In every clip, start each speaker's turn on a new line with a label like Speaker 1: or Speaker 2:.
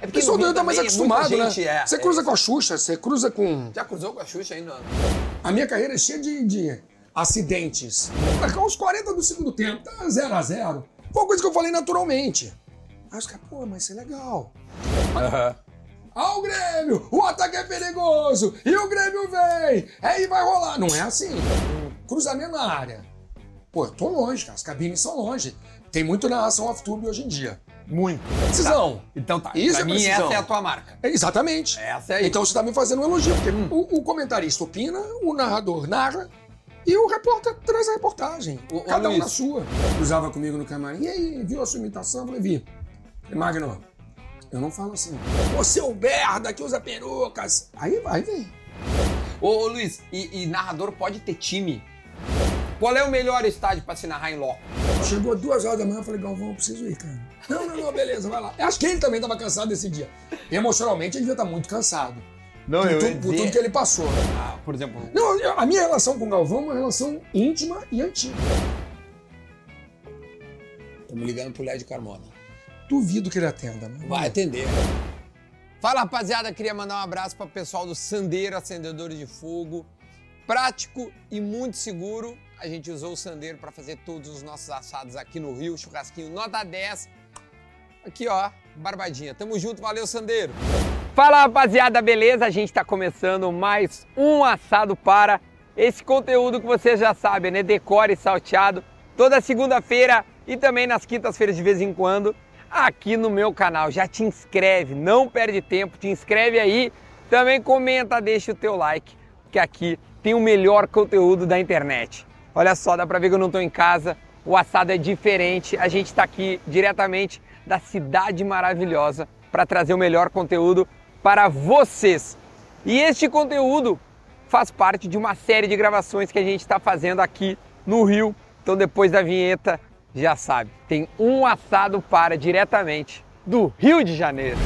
Speaker 1: Porque soldado tá mais
Speaker 2: também,
Speaker 1: acostumado,
Speaker 2: É muita
Speaker 1: né?
Speaker 2: gente é,
Speaker 1: Você
Speaker 2: é
Speaker 1: cruza com a Xuxa, você cruza com.
Speaker 2: Já cruzou com a Xuxa ainda?
Speaker 1: A minha carreira é cheia de, de acidentes. Marcar uns 40 do segundo tempo, tá 0 a 0 Foi uma coisa que eu falei naturalmente. Aí os caras, pô, mas isso é legal. Ah, o Grêmio! O ataque é perigoso! E o Grêmio vem! Aí vai rolar! Não é assim. Cruzamento na área. Pô, eu tô longe, cara. As cabines são longe. Tem muito narração off-tube hoje em dia. Muito. Precisão.
Speaker 2: Então tá.
Speaker 1: Isso
Speaker 2: pra
Speaker 1: é
Speaker 2: mim,
Speaker 1: precisão.
Speaker 2: essa é a tua marca.
Speaker 1: É, Exatamente.
Speaker 2: Essa aí.
Speaker 1: Então você tá me fazendo um elogio, porque o, o comentarista opina, o narrador narra e o repórter traz a reportagem.
Speaker 2: Ô, ô,
Speaker 1: cada um na
Speaker 2: Luiz.
Speaker 1: sua. Cruzava comigo no camarim, e aí, viu a sua imitação? Eu falei, vi. Falei, Magno, eu não falo assim. Você é um merda que usa perucas. Aí, aí vem. Então-
Speaker 2: Ô, ô, Luiz, e, e narrador pode ter time? Qual é o melhor estádio pra se narrar em loco?
Speaker 1: Chegou duas horas da manhã, eu falei, Galvão, eu preciso ir, cara. Não, não, não, beleza, vai lá. Eu Acho que ele também tava cansado desse dia. Emocionalmente, ele devia estar muito cansado.
Speaker 3: Não,
Speaker 1: Por,
Speaker 3: eu
Speaker 1: tu-
Speaker 3: ia
Speaker 1: por tudo
Speaker 3: dizer-
Speaker 1: que ele passou.
Speaker 2: Ah, por exemplo,
Speaker 1: Não, eu- a minha relação com o Galvão é uma relação íntima e antiga.
Speaker 2: estamos ligando pro Léo de Carmona.
Speaker 1: Duvido que ele atenda, né?
Speaker 2: Vai atender. Fala, rapaziada. Queria mandar um abraço para o pessoal do Sandeiro Acendedores de Fogo. Prático e muito seguro. A gente usou o Sandeiro para fazer todos os nossos assados aqui no Rio. Churrasquinho nota 10. Aqui, ó, barbadinha. Tamo junto, valeu, Sandeiro. Fala, rapaziada, beleza? A gente tá começando mais um assado para esse conteúdo que vocês já sabem, né? Decore salteado toda segunda-feira e também nas quintas-feiras de vez em quando aqui no meu canal. Já te inscreve, não perde tempo, te inscreve aí. Também comenta, deixa o teu like, porque aqui tem o melhor conteúdo da internet. Olha só, dá pra ver que eu não tô em casa, o assado é diferente. A gente tá aqui diretamente da cidade maravilhosa para trazer o melhor conteúdo para vocês. E este conteúdo faz parte de uma série de gravações que a gente está fazendo aqui no Rio. Então depois da vinheta, já sabe, tem um assado para diretamente do Rio de Janeiro.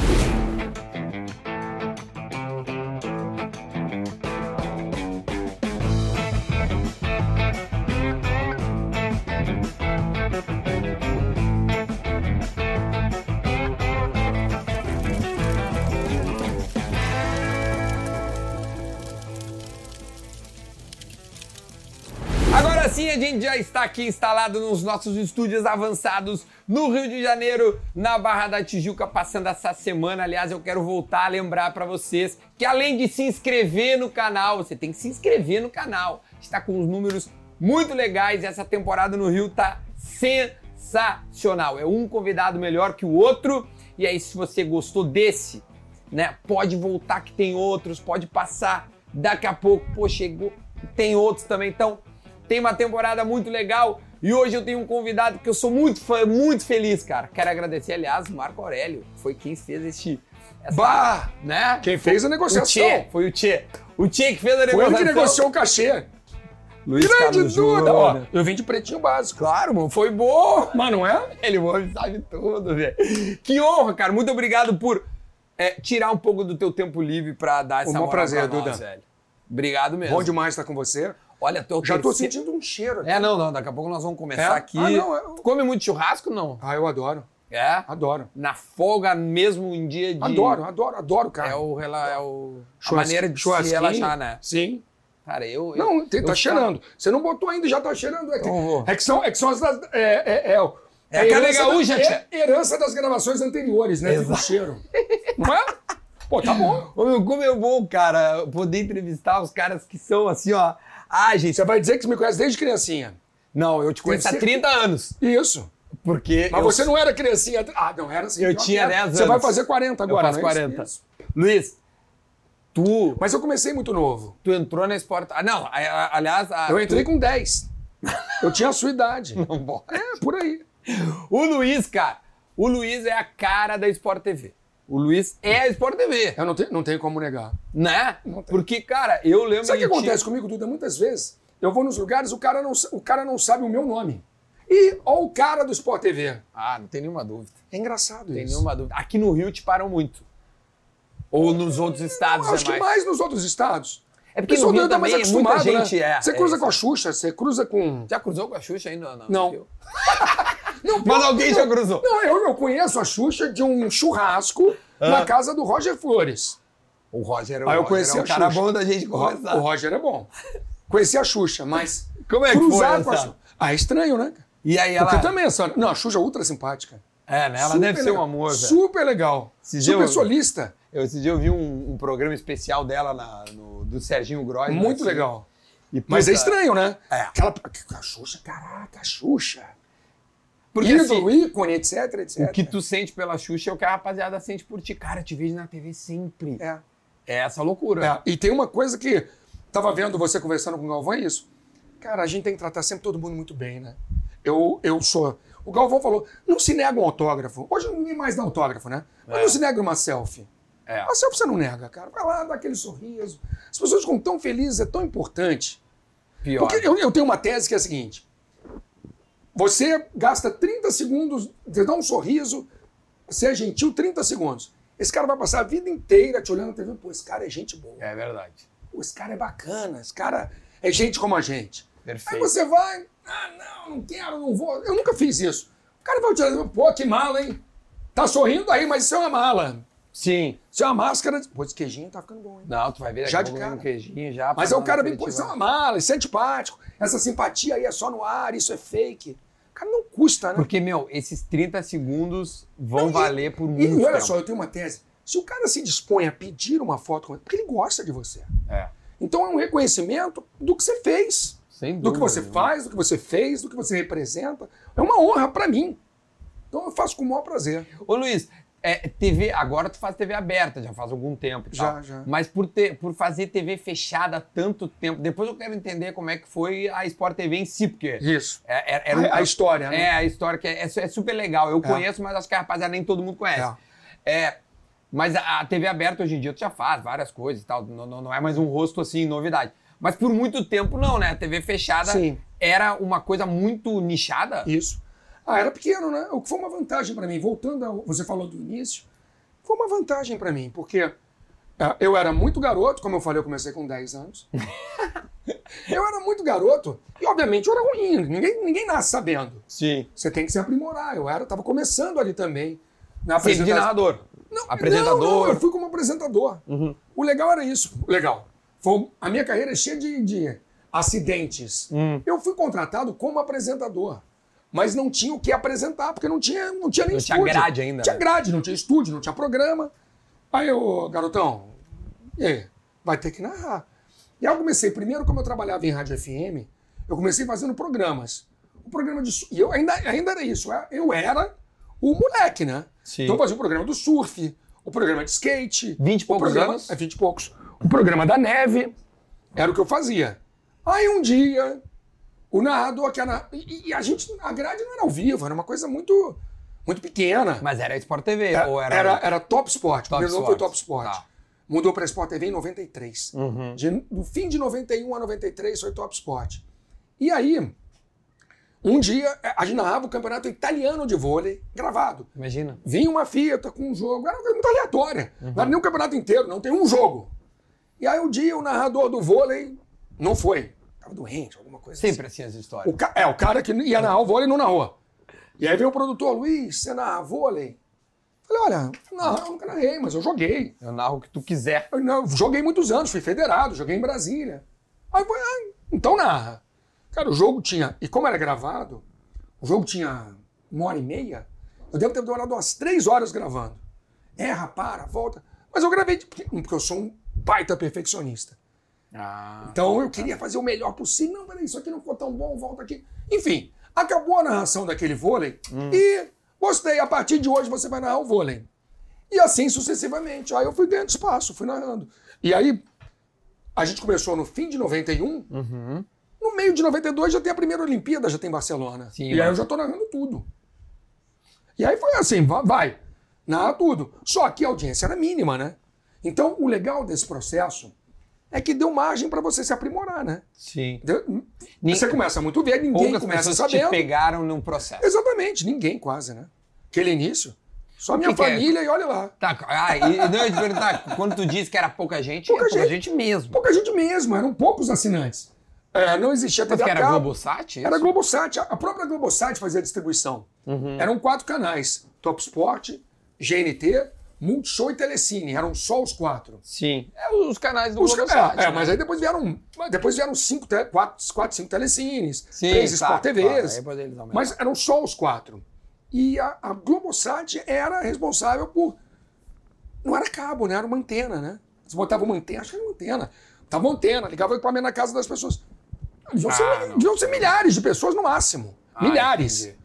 Speaker 2: Agora sim, a gente já está aqui instalado nos nossos estúdios avançados no Rio de Janeiro, na Barra da Tijuca, passando essa semana. Aliás, eu quero voltar a lembrar para vocês que além de se inscrever no canal, você tem que se inscrever no canal. Está com uns números muito legais. Essa temporada no Rio tá sensacional. É um convidado melhor que o outro. E aí, se você gostou desse, né? Pode voltar que tem outros, pode passar daqui a pouco, pô, chegou, tem outros também. Então, tem uma temporada muito legal e hoje eu tenho um convidado que eu sou muito fã, muito feliz, cara. Quero agradecer, aliás, o Marco Aurélio, que foi quem fez este essa,
Speaker 1: Bah!
Speaker 2: né?
Speaker 1: Quem fez a
Speaker 2: o Tchê,
Speaker 1: negociação?
Speaker 2: foi o Tchê. O Tchê que fez a
Speaker 1: Foi ele que
Speaker 2: negociação.
Speaker 1: negociou o cachê.
Speaker 2: Luiz Carlos
Speaker 1: Grande Duda! Ó,
Speaker 2: Júnior. né?
Speaker 1: eu vim de pretinho básico.
Speaker 2: Claro, mano, foi bom.
Speaker 1: Mas não é?
Speaker 2: Ele hoje sabe tudo, velho. Que honra, cara. Muito obrigado por é, tirar um pouco do teu tempo livre pra dar essa
Speaker 1: O maior
Speaker 2: moral
Speaker 1: prazer,
Speaker 2: pra nós,
Speaker 1: Duda.
Speaker 2: velho. Obrigado mesmo.
Speaker 1: Bom demais estar com você.
Speaker 2: Olha, teu
Speaker 1: Já tô
Speaker 2: terceiro-
Speaker 1: sentindo um cheiro aqui.
Speaker 2: É, não, não. Daqui a pouco nós vamos começar
Speaker 1: É?
Speaker 2: aqui.
Speaker 1: Ah, não, eu-
Speaker 2: Come muito churrasco, não?
Speaker 1: Ah, eu adoro.
Speaker 2: É.
Speaker 1: Adoro.
Speaker 2: Na folga mesmo, em dia de...
Speaker 1: Adoro, adoro, adoro, cara.
Speaker 2: É o... rela- É o... A
Speaker 1: Churrasqui-
Speaker 2: maneira de se
Speaker 1: churrasquinho.
Speaker 2: relaxar, né?
Speaker 1: Sim.
Speaker 2: Cara, eu... eu-
Speaker 1: Não, tem-
Speaker 2: eu
Speaker 1: tá
Speaker 2: ficava-
Speaker 1: cheirando. Você não botou ainda e já tá cheirando. É que,
Speaker 2: Então vou.
Speaker 1: é que são, é que são as... Das, é, é, é, o-
Speaker 2: É a carne
Speaker 1: herança da-
Speaker 2: gaúcha,
Speaker 1: é herança das gravações anteriores, né? Fica o cheiro. Não é? Pô, tá bom.
Speaker 2: Ô, meu, como é bom, cara, poder entrevistar os caras que são assim, ó... ágeis.
Speaker 1: Você vai dizer que você me conhece desde criancinha.
Speaker 2: Não, eu te conheço há
Speaker 1: ser-
Speaker 2: 30 tá anos.
Speaker 1: Isso.
Speaker 2: Porque
Speaker 1: Mas
Speaker 2: eu-
Speaker 1: você não era criancinha. Ah, não, era assim.
Speaker 2: Eu
Speaker 1: pior que
Speaker 2: tinha
Speaker 1: era.
Speaker 2: 10
Speaker 1: Você vai
Speaker 2: anos.
Speaker 1: fazer 40 agora,
Speaker 2: eu faço
Speaker 1: não é isso?
Speaker 2: 40.
Speaker 1: Isso.
Speaker 2: Luiz, tu,
Speaker 1: Mas eu comecei muito novo.
Speaker 2: tu entrou na Sport... Ah, não, a- a- aliás... a-
Speaker 1: Eu entrei com 10. Eu tinha a sua idade.
Speaker 2: Não pode.
Speaker 1: É, por aí.
Speaker 2: O Luiz, cara, o Luiz é a cara da Sport TV. O Luiz é a Sport TV,
Speaker 1: Eu não, te- não tenho como negar.
Speaker 2: né?
Speaker 1: Não tem.
Speaker 2: Porque, cara, eu lembro...
Speaker 1: Sabe o que
Speaker 2: de ti-
Speaker 1: acontece comigo, Duda? Muitas vezes eu vou nos lugares, o cara não, sa- o cara não sabe o meu nome. E ó o cara do Sport TV.
Speaker 2: Ah, não tem nenhuma dúvida.
Speaker 1: É engraçado
Speaker 2: Não tem
Speaker 1: isso.
Speaker 2: nenhuma dúvida. Aqui no Rio te param muito. Ou nos outros estados
Speaker 1: Eu acho
Speaker 2: é mais.
Speaker 1: que mais nos outros estados.
Speaker 2: É porque
Speaker 1: o
Speaker 2: no Rio
Speaker 1: pessoal tá
Speaker 2: também é muita gente,
Speaker 1: né?
Speaker 2: é.
Speaker 1: Você
Speaker 2: é
Speaker 1: cruza
Speaker 2: isso.
Speaker 1: com a Xuxa, você cruza com...
Speaker 2: Já cruzou com a Xuxa ainda?
Speaker 1: Não. Não, pior-
Speaker 2: Mas alguém já cruzou.
Speaker 1: Não, eu, eu conheço a Xuxa de um churrasco
Speaker 2: Ah.
Speaker 1: na casa do Roger Flores.
Speaker 2: O Roger é
Speaker 1: Aí eu
Speaker 2: o
Speaker 1: conheci
Speaker 2: Roger, é um
Speaker 1: a
Speaker 2: cara
Speaker 1: Xuxa.
Speaker 2: bom da gente
Speaker 1: O, Ro-
Speaker 2: conversar.
Speaker 1: o Roger é bom. Conheci a Xuxa, mas.
Speaker 2: Como é que
Speaker 1: cruzar
Speaker 2: foi
Speaker 1: com a
Speaker 2: essa?
Speaker 1: Xuxa. Ah, é estranho, né? cara?
Speaker 2: E aí
Speaker 1: Porque
Speaker 2: ela.
Speaker 1: também essa. Não, a Xuxa é ultra simpática.
Speaker 2: É, né? Ela
Speaker 1: Super
Speaker 2: deve ser um
Speaker 1: legal.
Speaker 2: amor, velho.
Speaker 1: Super legal.
Speaker 2: Esse dia
Speaker 1: Super
Speaker 2: eu-
Speaker 1: solista.
Speaker 2: Eu esse dia eu vi um, um programa especial dela na- no- do Serginho Gross.
Speaker 1: É Muito
Speaker 2: assim.
Speaker 1: legal.
Speaker 2: E,
Speaker 1: Mas
Speaker 2: puta,
Speaker 1: é estranho, né?
Speaker 2: É.
Speaker 1: Aquela. A Xuxa, caraca, a Xuxa.
Speaker 2: Porque
Speaker 1: Ídolo,
Speaker 2: assim, é.
Speaker 1: ícone, etc, etc.
Speaker 2: o que tu sente pela Xuxa é o que a rapaziada sente por ti. Cara, eu te vejo na TV sempre.
Speaker 1: É.
Speaker 2: É essa loucura.
Speaker 1: É, e tem uma coisa que tava vendo você conversando com o Galvão, é isso. Cara, a gente tem que tratar sempre todo mundo muito bem, né? Eu, eu sou. O Galvão falou: não se nega um autógrafo. Hoje ninguém mais dá autógrafo, né? Mas
Speaker 2: É.
Speaker 1: não se nega uma selfie.
Speaker 2: É.
Speaker 1: A selfie você não nega, cara. Vai lá, dá aquele sorriso. As pessoas ficam tão felizes, é tão importante.
Speaker 2: Pior.
Speaker 1: Porque eu, eu tenho uma tese que é a seguinte: você gasta 30 segundos, você dá um sorriso, você é gentil 30 segundos. Esse cara vai passar a vida inteira te olhando na TV, pô, esse cara é gente boa.
Speaker 2: É verdade.
Speaker 1: Pô, esse cara é bacana, esse cara é gente como a gente. Aí
Speaker 2: Perfeito.
Speaker 1: você vai, ah, não, não quero, não vou. Eu nunca fiz isso. O cara vai te olhar, pô, que mala, hein? Tá sorrindo aí, mas isso é uma mala.
Speaker 2: Sim.
Speaker 1: Isso é uma máscara. de- Pô, esse queijinho tá ficando bom, hein?
Speaker 2: Não, tu vai ver daqui
Speaker 1: Já
Speaker 2: a
Speaker 1: de
Speaker 2: pouco vem
Speaker 1: cara.
Speaker 2: um queijinho já.
Speaker 1: Mas
Speaker 2: pra
Speaker 1: é um
Speaker 2: lá
Speaker 1: cara
Speaker 2: na
Speaker 1: bem, pô, isso é
Speaker 2: coletiva.
Speaker 1: uma mala, isso é antipático. Essa simpatia aí é só no ar, isso é fake. Cara, não custa, né?
Speaker 2: Porque, meu, esses 30 segundos vão
Speaker 1: Não, e-
Speaker 2: valer por
Speaker 1: E
Speaker 2: é muito
Speaker 1: olha
Speaker 2: tempo.
Speaker 1: só, eu tenho uma tese. Se o cara se dispõe a pedir uma foto com porque ele gosta de você.
Speaker 2: É.
Speaker 1: Então é um reconhecimento do que você fez.
Speaker 2: Sem dúvida.
Speaker 1: do que você
Speaker 2: nenhuma.
Speaker 1: faz, do que você fez, do que você representa. É uma honra pra mim. Então eu faço com o maior prazer.
Speaker 2: Ô Luiz, é, TV, agora tu faz TV aberta, já faz algum tempo e
Speaker 1: Já,
Speaker 2: tal.
Speaker 1: já.
Speaker 2: Mas por, ter, por fazer TV fechada há tanto tempo, depois eu quero entender como é que foi a Sport TV em si, porque
Speaker 1: Isso.
Speaker 2: é, é-
Speaker 1: Era
Speaker 2: era um-
Speaker 1: a história, né?
Speaker 2: é a história que é, é su- é super legal. Eu
Speaker 1: É.
Speaker 2: conheço, mas acho que a rapaziada nem todo mundo conhece. É, mas a, a TV aberta hoje em dia tu já faz várias coisas e tal, não, não- não é mais um rosto assim, novidade. Mas por muito tempo não, né? A TV fechada
Speaker 1: Sim.
Speaker 2: era uma coisa muito nichada.
Speaker 1: Isso. Ah, era pequeno, né? O que foi uma vantagem pra mim. Voltando ao você falou do início, foi uma vantagem pra mim, porque ah, eu era muito garoto, como eu falei, eu comecei com 10 anos. eu era muito garoto e, obviamente, eu era ruim. Ninguém, ninguém nasce sabendo.
Speaker 2: Sim.
Speaker 1: Você tem que se aprimorar. Eu era, tava começando ali também. Na
Speaker 2: Sempre de
Speaker 1: apresentação.
Speaker 2: narrador.
Speaker 1: Não,
Speaker 2: Apresentador. Uhum.
Speaker 1: não, não, eu fui como apresentador. O legal era isso. O Legal. Foi, a minha carreira é cheia de, de acidentes.
Speaker 2: Hum.
Speaker 1: Eu fui contratado como apresentador. Mas não tinha o que apresentar, porque não tinha, não tinha nem
Speaker 2: Não tinha
Speaker 1: estúdio.
Speaker 2: grade ainda,
Speaker 1: Tinha
Speaker 2: né?
Speaker 1: grade, não tinha estúdio, não tinha programa. Aí eu, garotão, e aí? É, Vai ter que narrar. E aí eu comecei, primeiro, como eu trabalhava em rádio FM, eu comecei fazendo programas. O programa de... su- E eu ainda, ainda era isso, é, eu era o moleque, né?
Speaker 2: Sim.
Speaker 1: Então eu fazia o programa do surf, o programa de skate.
Speaker 2: 20 e
Speaker 1: o
Speaker 2: poucos
Speaker 1: programa-
Speaker 2: anos?
Speaker 1: É, 20 e poucos. O programa da neve. Era o que eu fazia. Aí um dia, o narrador que era. E, e a gente, a grade não era ao vivo, era uma coisa muito, muito pequena.
Speaker 2: Mas era Sport TV,
Speaker 1: É,
Speaker 2: ou era...
Speaker 1: era, era Top Sport.
Speaker 2: Top
Speaker 1: Top primeiro foi
Speaker 2: Sport.
Speaker 1: Top Sport.
Speaker 2: Tá.
Speaker 1: Mudou para Sport TV em 93.
Speaker 2: Uhum.
Speaker 1: De, do fim de 91 a 93 foi Top Sport. E aí, um dia, a gente narrava o campeonato italiano de vôlei, gravado.
Speaker 2: Imagina.
Speaker 1: Vinha uma fita com um jogo, era uma coisa muito aleatória.
Speaker 2: Uhum.
Speaker 1: Não era nem o campeonato inteiro, não tem um jogo. E aí um dia o narrador do vôlei não foi. Tava doente, alguma coisa assim.
Speaker 2: Sempre assim as histórias.
Speaker 1: O ca- É, o cara que ia narrar o vôlei não narrou. E aí veio o produtor, Luiz, você narra vôlei? Falei, olha, não, eu nunca narrei, mas eu joguei.
Speaker 2: Eu narro o que tu quiser.
Speaker 1: Eu, não, joguei muitos anos, fui federado, joguei em Brasília. Aí foi, ah, então narra. Cara, o jogo tinha, e como era gravado, o jogo tinha uma hora e meia, eu devo ter demorado umas três horas gravando. Erra, para, volta. Mas eu gravei, de- porque porque eu sou um baita perfeccionista.
Speaker 2: Ah.
Speaker 1: Então eu queria fazer o melhor possível. Não, peraí, isso aqui não ficou tão bom, volta aqui. Enfim, acabou a narração daquele vôlei e gostei. A partir de hoje você vai narrar o vôlei. E assim sucessivamente. Aí eu fui ganhando espaço, fui narrando. E aí a gente começou no fim de 91.
Speaker 2: Uhum.
Speaker 1: No meio de 92 já tem a primeira Olimpíada, já tem Barcelona.
Speaker 2: Sim,
Speaker 1: e aí
Speaker 2: mas-
Speaker 1: eu já tô narrando tudo. E aí foi assim, va- vai, narra tudo. Só que a audiência era mínima, né? Então o legal desse processo é que deu margem pra você se aprimorar, né?
Speaker 2: Sim.
Speaker 1: Deu-
Speaker 2: Nin-
Speaker 1: Você começa muito velho, ninguém
Speaker 2: Poucas
Speaker 1: começa
Speaker 2: pessoas te
Speaker 1: sabendo.
Speaker 2: pegaram num processo.
Speaker 1: Exatamente, ninguém quase, né? Aquele início, só minha
Speaker 2: que que é?
Speaker 1: família e olha lá.
Speaker 2: Tá, ah, e, e não, eu ia te perguntar, quando tu disse que era pouca gente,
Speaker 1: Pouca
Speaker 2: é pouca gente,
Speaker 1: gente.
Speaker 2: mesmo.
Speaker 1: Pouca gente mesmo, eram poucos assinantes. É, não existia TV
Speaker 2: Tanto que
Speaker 1: a
Speaker 2: era
Speaker 1: cabo.
Speaker 2: Globosat? isso?
Speaker 1: Era Globosat. A- A própria Globosat fazia distribuição.
Speaker 2: Uhum.
Speaker 1: Eram quatro canais. Top Sport, GNT, Multishow e Telecine. Eram só os quatro.
Speaker 2: Sim. É os canais do
Speaker 1: Os-
Speaker 2: Globosat.
Speaker 1: é, é,
Speaker 2: né?
Speaker 1: mas aí depois vieram, mas depois vieram cinco, tele- quatro, quatro, cinco telecines,
Speaker 2: Sim, tá,
Speaker 1: três
Speaker 2: claro,
Speaker 1: Sport TVs.
Speaker 2: claro, aí poderia aumentar.
Speaker 1: mas eram só os quatro. E a, a Globosat era responsável por. Não era cabo, né? Era uma antena, né? Eles botavam uma antena, acho que era uma antena. Tava uma antena, ligava o equipamento na casa das pessoas. Deviam,
Speaker 2: Ah,
Speaker 1: ser,
Speaker 2: não.
Speaker 1: deviam ser milhares de pessoas no máximo.
Speaker 2: Ah,
Speaker 1: milhares.
Speaker 2: entendi.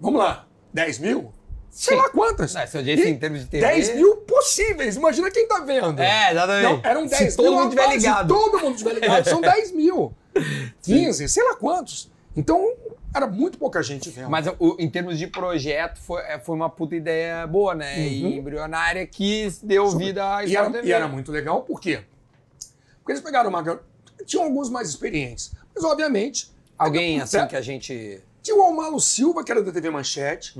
Speaker 1: Vamos lá. 10 mil? Sei
Speaker 2: Sim.
Speaker 1: lá quantas.
Speaker 2: Não, se eu disse
Speaker 1: E
Speaker 2: em termos de TV.
Speaker 1: 10 mil possíveis. Imagina quem tá vendo.
Speaker 2: É, exatamente.
Speaker 1: Não, eram 10 mil.
Speaker 2: Se todo mundo tiver
Speaker 1: rapaz,
Speaker 2: ligado.
Speaker 1: Se todo mundo tiver ligado, são 10 mil. 15, sei lá quantos. Então, era muito pouca gente vendo.
Speaker 2: Mas o- em termos de projeto, foi, é, foi uma puta ideia boa, né? E embrionária que deu vida à
Speaker 1: Uhum. e,
Speaker 2: Sport
Speaker 1: era,
Speaker 2: TV.
Speaker 1: e era muito legal, por quê? Porque eles pegaram uma... gar- Tinham alguns mais experientes. Mas, obviamente,
Speaker 2: Alguém assim
Speaker 1: É.
Speaker 2: que a gente.
Speaker 1: tinha o Almalo Silva, que era da TV Manchete,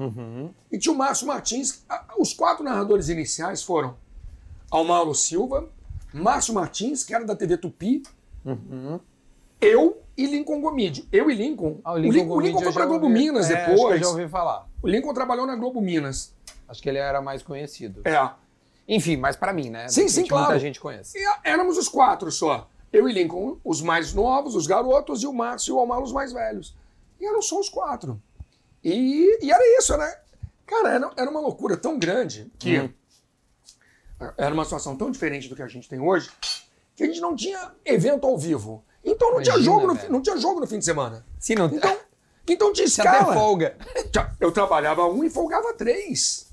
Speaker 1: e tinha o Márcio Martins. A- Os quatro narradores iniciais foram Almalo Silva, Márcio Martins, que era da TV Tupi, eu e Lincoln Gomide. Eu e Lincoln.
Speaker 2: Uhum. Ah,
Speaker 1: o Lincoln, o Lincoln
Speaker 2: Gomide eu
Speaker 1: foi
Speaker 2: já
Speaker 1: pra Globo
Speaker 2: ouvi-
Speaker 1: Minas
Speaker 2: é, Acho que eu
Speaker 1: depois.
Speaker 2: já ouvi falar.
Speaker 1: O Lincoln trabalhou na Globo Minas.
Speaker 2: Acho que ele era mais conhecido.
Speaker 1: É.
Speaker 2: Enfim, mas pra mim, né?
Speaker 1: Sim, sim,
Speaker 2: Gente,
Speaker 1: claro.
Speaker 2: Muita gente conhece.
Speaker 1: E a- éramos os quatro só. Eu e Lincoln, os mais novos, os garotos, e o Márcio e o Almar, os mais velhos. E eram só os quatro. E, e era isso, era. Cara, era, era uma loucura tão grande que.
Speaker 2: Uhum.
Speaker 1: Era uma situação tão diferente do que a gente tem hoje, que a gente não tinha evento ao vivo. Então não, tinha
Speaker 2: Imagina,
Speaker 1: jogo no, fi-
Speaker 2: velho.
Speaker 1: não tinha jogo no fim de semana.
Speaker 2: Se não
Speaker 1: Então, então tinha
Speaker 2: tinha até
Speaker 1: escala.
Speaker 2: folga.
Speaker 1: Tinha- Eu trabalhava um e folgava três.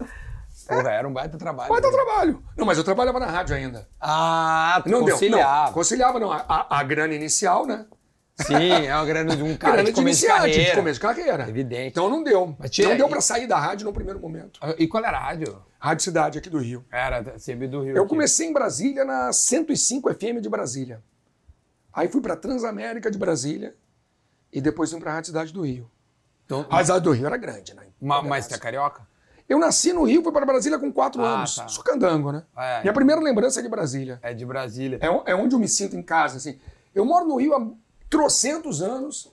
Speaker 2: Pô, velho, era um baita trabalho.
Speaker 1: Vai dar
Speaker 2: né?
Speaker 1: trabalho. Não, mas eu trabalhava na rádio ainda.
Speaker 2: Ah, tu
Speaker 1: Não deu. Não,
Speaker 2: conciliava.
Speaker 1: conciliava, não. A, a- a grana inicial, né?
Speaker 2: Sim, é uma grana de um cara
Speaker 1: grana
Speaker 2: de começo de carreira.
Speaker 1: de começo de carreira.
Speaker 2: Evidente.
Speaker 1: Então não deu.
Speaker 2: Mas tinha-
Speaker 1: não deu pra sair da rádio no primeiro momento.
Speaker 2: Ah, E qual era a rádio?
Speaker 1: Rádio Cidade aqui do Rio.
Speaker 2: Era sempre do Rio.
Speaker 1: Eu
Speaker 2: aqui.
Speaker 1: comecei em Brasília na 105 FM de Brasília. Aí fui pra Transamérica de Brasília e depois vim pra Rádio Cidade do Rio.
Speaker 2: Então,
Speaker 1: A Rádio Cidade do Rio era grande, né?
Speaker 2: ma- mas tu é carioca?
Speaker 1: Eu nasci no Rio, fui pra Brasília com 4
Speaker 2: Ah,
Speaker 1: anos.
Speaker 2: tá.
Speaker 1: Sou candango, né?
Speaker 2: É.
Speaker 1: Minha primeira lembrança é de Brasília.
Speaker 2: É de Brasília.
Speaker 1: É, o- é onde eu me sinto em casa, assim. Eu moro no Rio há trocentos anos,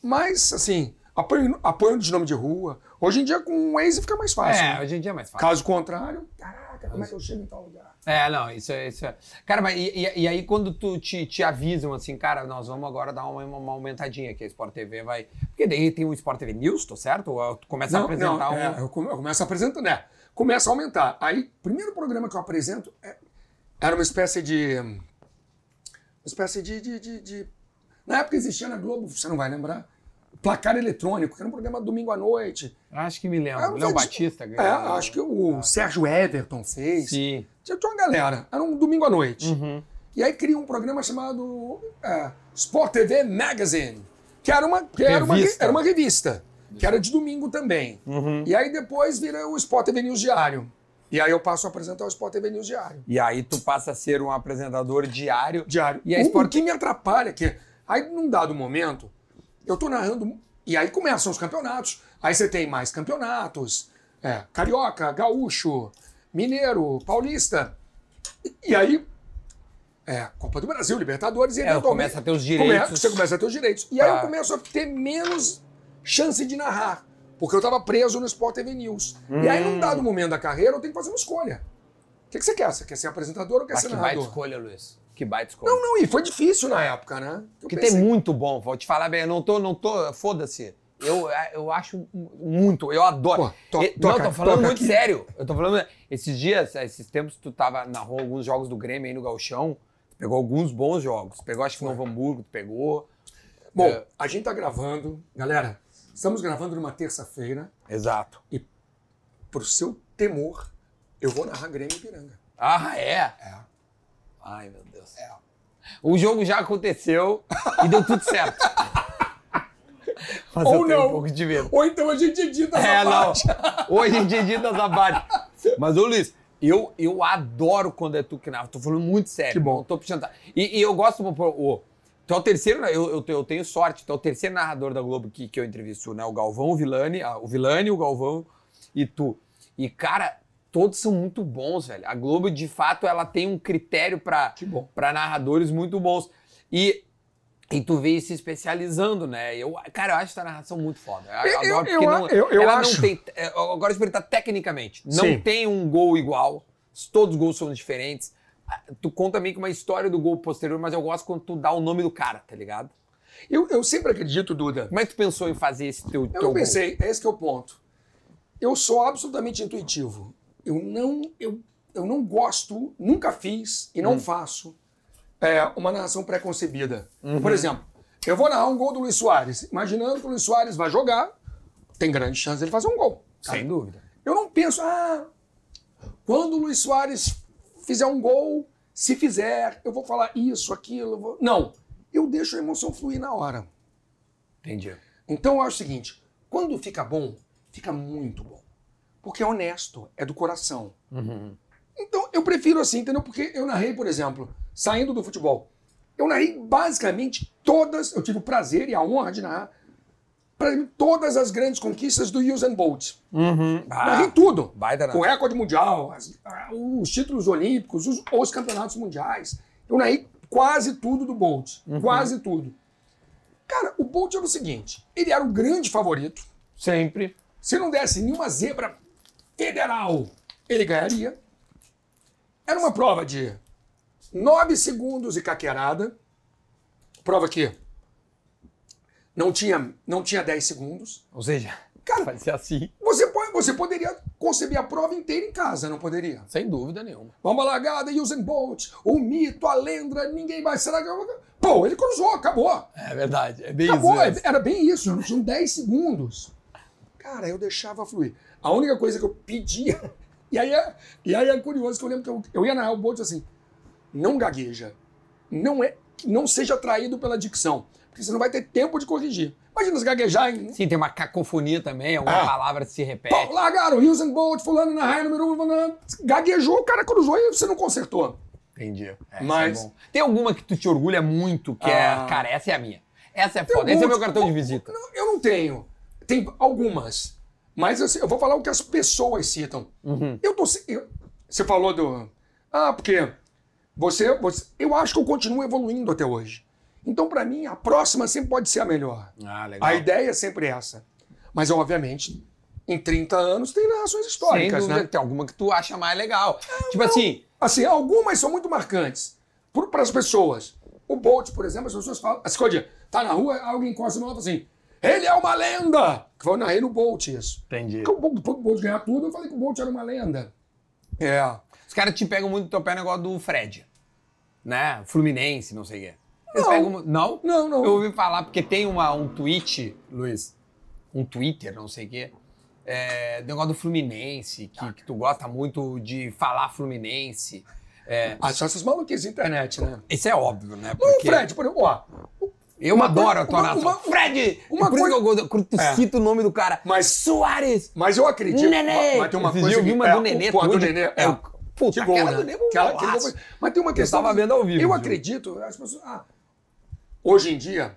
Speaker 1: mas, assim, apanho, apanho de nome de rua. Hoje em dia, com o Waze fica mais fácil.
Speaker 2: É,
Speaker 1: né?
Speaker 2: hoje em dia é mais fácil.
Speaker 1: Caso contrário, caraca, como é que eu chego em tal lugar?
Speaker 2: É, não, isso é. Isso é. Cara, mas e, e- e aí quando tu te, te avisam assim, cara, nós vamos agora dar uma, uma aumentadinha aqui, a Sport TV vai. Porque daí tem o Sport TV News, tô certo? Ou tu começa a
Speaker 1: Não,
Speaker 2: apresentar
Speaker 1: não,
Speaker 2: um.
Speaker 1: é, eu, come- eu começo apresentando, né? Começa a aumentar. Aí, o primeiro programa que eu apresento é- era uma espécie de... Uma espécie de, de- de- de- Na época existia na Globo, você não vai lembrar, Placar Eletrônico, que era um programa domingo à noite.
Speaker 2: Ah, Acho que me
Speaker 1: Era
Speaker 2: lembro. Léo
Speaker 1: um dia de-
Speaker 2: Batista um Ah.
Speaker 1: É, acho que o Sérgio Everton fez.
Speaker 2: Sim. Uhum.
Speaker 1: Tinha tinha uma galera, era um domingo à noite. E aí cria um programa chamado é, Sport TV Magazine, que era uma, que era uma,
Speaker 2: Revista. Uhum.
Speaker 1: era uma revista, que era de domingo também. E aí depois vira o Sport TV News Diário. E aí eu passo a apresentar o Sport TV News Diário.
Speaker 2: E aí tu passa a ser um apresentador diário. Um.
Speaker 1: Diário.
Speaker 2: E a
Speaker 1: O-
Speaker 2: Sport-
Speaker 1: O que me atrapalha é que, aí num dado momento, eu tô narrando, e aí começam os campeonatos, aí você tem mais campeonatos, é, carioca, gaúcho, mineiro, paulista, e- e aí é, Copa do Brasil, Libertadores, e
Speaker 2: É,
Speaker 1: eventualmente...
Speaker 2: começa a ter os
Speaker 1: Começa,
Speaker 2: direitos.
Speaker 1: você começa a ter os direitos. E aí
Speaker 2: Tá.
Speaker 1: eu começo a ter menos chance de narrar, porque eu tava preso no Sport TV News. E aí
Speaker 2: Hum.
Speaker 1: num dado momento da carreira, eu tenho que fazer uma escolha. O que, que você quer? Você quer ser apresentador ou quer
Speaker 2: Mas
Speaker 1: ser
Speaker 2: que baita
Speaker 1: narrador?
Speaker 2: escolha, Luiz. Que baita escolha.
Speaker 1: Não, não, e foi difícil na época, né? Eu
Speaker 2: Porque
Speaker 1: pensei,
Speaker 2: tem muito bom, vou te falar bem, eu não tô, não tô, foda-se. Eu, eu acho muito, eu adoro.
Speaker 1: Pô, to-
Speaker 2: E- não,
Speaker 1: toca-
Speaker 2: tô falando
Speaker 1: toca
Speaker 2: muito
Speaker 1: aqui.
Speaker 2: sério. Eu tô falando, esses dias, esses tempos, tu tava, narrou alguns jogos do Grêmio aí no Galchão, pegou alguns bons jogos. Pegou, acho que Novo Hamburgo, tu pegou.
Speaker 1: Bom,
Speaker 2: É.
Speaker 1: a gente tá gravando, galera, estamos gravando numa terça-feira,
Speaker 2: Exato.
Speaker 1: pro seu temor, eu vou narrar Grêmio e Piranga.
Speaker 2: Ah, é? É. Ai, meu Deus. É. O jogo já aconteceu e deu tudo certo. Mas
Speaker 1: Ou
Speaker 2: eu tenho
Speaker 1: não.
Speaker 2: um pouco de medo.
Speaker 1: Ou então a gente edita essa
Speaker 2: É, não.
Speaker 1: parte.
Speaker 2: Hoje em dia, dia das abades. Mas, ô Luiz, eu, eu adoro quando é tu que narra. Tô falando muito sério.
Speaker 1: Que bom.
Speaker 2: Não tô puxando. tá. E, e eu gosto... Pô, o, tu é o terceiro... Eu, eu, eu tenho sorte. Tu é o terceiro narrador da Globo que, que eu entrevisto, né? O Galvão, o Vilani. ah, O Vilani, o Galvão e tu. E, cara... Todos são muito bons, velho. A Globo, de fato, ela tem um critério pra
Speaker 1: Que bom.
Speaker 2: para narradores muito bons. E E tu vê isso se especializando, né? Eu, cara, eu acho essa narração muito foda. Eu,
Speaker 1: Eu- eu-
Speaker 2: adoro, porque
Speaker 1: eu
Speaker 2: não,
Speaker 1: a- eu- eu
Speaker 2: ela
Speaker 1: acho.
Speaker 2: não tem. é, Agora eu perguntar tecnicamente. Não
Speaker 1: Sim.
Speaker 2: tem um gol igual. Todos os gols são diferentes. Ah, Tu conta meio que uma história do gol posterior, mas eu gosto quando tu dá o nome do cara, tá ligado?
Speaker 1: Eu, eu sempre acredito, Duda.
Speaker 2: Como é que tu pensou em fazer esse teu, teu
Speaker 1: Eu não
Speaker 2: gol?
Speaker 1: pensei, esse que é o ponto. Eu sou absolutamente intuitivo. Eu não, eu, eu não gosto, nunca fiz e não faço é, uma narração pré-concebida. Por exemplo, eu vou narrar um gol do Luiz Soares, imaginando que o Luiz Soares vai jogar, tem grande chance de ele fazer um gol.
Speaker 2: Sem dúvida.
Speaker 1: Eu não penso, ah, quando o Luiz Soares fizer um gol, se fizer, eu vou falar isso, aquilo. eu vou- Não. Eu deixo a emoção fluir na hora.
Speaker 2: Entendi.
Speaker 1: Então eu acho o seguinte: quando fica bom, fica muito bom. Porque é honesto, é do coração.
Speaker 2: Uhum.
Speaker 1: Então eu prefiro assim, entendeu? Porque eu narrei, por exemplo, saindo do futebol, eu narrei basicamente todas, eu tive o prazer e a honra de narrar pra mim, todas as grandes conquistas do Usain Bolt.
Speaker 2: Uhum.
Speaker 1: narrei
Speaker 2: Ah,
Speaker 1: tudo.
Speaker 2: baita
Speaker 1: O
Speaker 2: narração.
Speaker 1: recorde mundial, as- ah, os títulos olímpicos, os, os campeonatos mundiais. Eu narrei quase tudo do Bolt. Quase tudo. Cara, o Bolt era o seguinte: ele era o grande favorito.
Speaker 2: Sempre.
Speaker 1: Se não desse nenhuma zebra federal, ele ganharia. Era uma prova de 9 segundos e caquerada. Prova que não tinha, não tinha 10 segundos.
Speaker 2: Ou seja,
Speaker 1: Cara-
Speaker 2: fazia assim.
Speaker 1: Você, po- você poderia conceber a prova inteira em casa, não poderia?
Speaker 2: Sem dúvida nenhuma.
Speaker 1: Vamos largada, Usain Bolt, o mito, a lenda, ninguém mais. Será que. Pô, ele cruzou, acabou.
Speaker 2: É verdade. É bem
Speaker 1: Acabou,
Speaker 2: isso. mesmo.
Speaker 1: era bem isso, não tinham 10 segundos. Cara, eu deixava fluir. A única coisa que eu pedia. E aí é, e aí é curioso que eu lembro que eu, eu ia narrar o Bolt assim: não gagueja. Não é. Não seja atraído pela dicção. Porque você não vai ter tempo de corrigir. Imagina se gaguejar em.
Speaker 2: Sim, tem uma cacofonia também, alguma
Speaker 1: Ah.
Speaker 2: palavra que se repete.
Speaker 1: Pô, largaram, Usain Bolt, fulano na raia número 1, um, gaguejou, o cara cruzou e você não consertou.
Speaker 2: Entendi. É,
Speaker 1: Mas-
Speaker 2: isso é bom. Tem alguma que tu te orgulha muito, que
Speaker 1: Ah.
Speaker 2: é. Cara, essa é a minha. Essa é foda.
Speaker 1: um
Speaker 2: Esse é
Speaker 1: monte.
Speaker 2: meu cartão de visita.
Speaker 1: Não, Eu não tenho. Tem algumas. Mas assim, eu vou falar o que as pessoas citam.
Speaker 2: Uhum.
Speaker 1: Eu tô. se- eu- você falou do. Ah, porque. Você, você. Eu acho que eu continuo evoluindo até hoje. Então, pra mim, a próxima sempre pode ser a melhor.
Speaker 2: Ah, legal.
Speaker 1: A ideia é sempre essa. Mas, obviamente, em 30 anos tem narrações
Speaker 2: Sem
Speaker 1: históricas,
Speaker 2: dúvida,
Speaker 1: né?
Speaker 2: tem alguma que tu acha mais legal. tipo assim,
Speaker 1: Assim, algumas são muito marcantes para as pessoas. O Bolt, por exemplo, as pessoas falam, assim, quando tá na rua, alguém encosta no e fala assim, ele é uma lenda! Que foi na rei no Bolt isso.
Speaker 2: Entendi.
Speaker 1: Porque o Bolt, depois que o Bolt ganhar tudo, eu falei que o Bolt era uma lenda. É.
Speaker 2: os caras te pegam muito do teu pé no negócio do Fred. Né? Fluminense, não sei o quê. Eles
Speaker 1: Não.
Speaker 2: pegam- Não?
Speaker 1: Não, não.
Speaker 2: Eu ouvi falar, porque tem uma, um tweet, Luiz, um Twitter, não sei o quê, é, do negócio do Fluminense, que,
Speaker 1: Tá.
Speaker 2: que tu gosta muito de falar Fluminense. É,
Speaker 1: Ah, só essas maluquices de internet, né?
Speaker 2: isso é óbvio, né?
Speaker 1: O
Speaker 2: Porque-
Speaker 1: Fred, por exemplo, ó.
Speaker 2: Eu
Speaker 1: Uma
Speaker 2: adoro a
Speaker 1: coisa-
Speaker 2: tua
Speaker 1: uma-
Speaker 2: narração.
Speaker 1: uma-
Speaker 2: Fred!
Speaker 1: uma
Speaker 2: é por isso
Speaker 1: coisa-
Speaker 2: que eu gosto, quando tu
Speaker 1: É. Tipo,
Speaker 2: cita o nome do cara.
Speaker 1: Mas-
Speaker 2: Soares!
Speaker 1: Mas eu acredito.
Speaker 2: Nenê!
Speaker 1: Mas tem uma
Speaker 2: Esses
Speaker 1: coisa
Speaker 2: dias eu vi
Speaker 1: que-
Speaker 2: uma
Speaker 1: é,
Speaker 2: do Nenê.
Speaker 1: Pô, a do
Speaker 2: todo-
Speaker 1: Nenê.
Speaker 2: É,
Speaker 1: É.
Speaker 2: puta,
Speaker 1: que gol,
Speaker 2: aquela
Speaker 1: né?
Speaker 2: do Nenê é um
Speaker 1: Aquela- aquele
Speaker 2: golaço.
Speaker 1: gol foi- Mas tem uma questão.
Speaker 2: tava vendo ao vivo,
Speaker 1: Eu
Speaker 2: viu?
Speaker 1: acredito, as pessoas. ah, hoje em dia,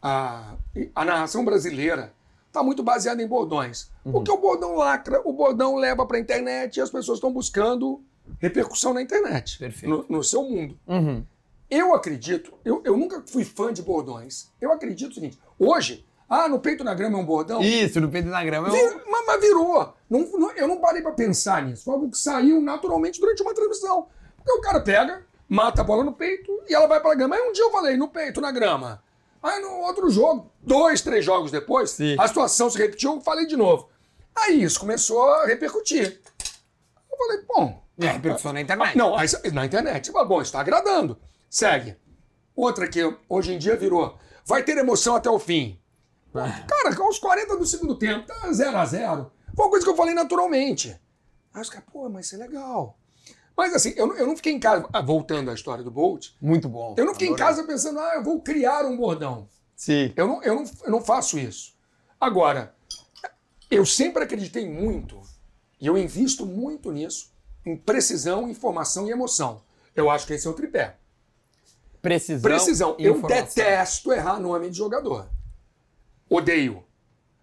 Speaker 1: a, a narração brasileira está muito baseada em bordões.
Speaker 2: Uhum.
Speaker 1: Porque o bordão lacra, o bordão leva para a internet e as pessoas estão buscando repercussão na internet.
Speaker 2: Perfeito.
Speaker 1: No, no seu mundo.
Speaker 2: Uhum.
Speaker 1: Eu acredito, eu, eu nunca fui fã de bordões. Eu acredito o seguinte: hoje, ah, no peito na grama é um bordão.
Speaker 2: Isso, no peito da grama. é um-
Speaker 1: Vir- mas, mas virou. Não- não- eu não parei pra pensar nisso. Foi algo que saiu naturalmente durante uma transmissão. Porque o cara pega, mata a bola no peito e ela vai pra grama. Aí um dia eu falei, no peito, na grama. Aí no outro jogo, dois, três jogos depois,
Speaker 2: Sim.
Speaker 1: a situação se repetiu, eu falei de novo. Aí isso começou a repercutir. Eu falei, bom.
Speaker 2: É, repercussão na internet.
Speaker 1: Não, aí sa- na internet. Mas bom, está agradando. Segue. Outra que hoje em dia virou. Vai ter emoção até o fim. Cara, aos 40 do segundo tempo, tá 0 a 0 Foi uma coisa que eu falei naturalmente. Aí os caras, pô, mas isso é legal. Mas assim, eu, não- eu não fiquei em casa, ah, voltando à história do Bolt,
Speaker 2: Muito bom.
Speaker 1: eu não fiquei
Speaker 2: Adorei.
Speaker 1: em casa pensando, ah, eu vou criar um bordão.
Speaker 2: Sim.
Speaker 1: Eu não, eu não, eu não faço isso. Agora, eu sempre acreditei muito, e eu invisto muito nisso, em precisão, informação e emoção. Eu acho que esse é o tripé.
Speaker 2: Precisão.
Speaker 1: Precisão.
Speaker 2: e
Speaker 1: Eu
Speaker 2: informação.
Speaker 1: detesto errar nome de jogador. Odeio.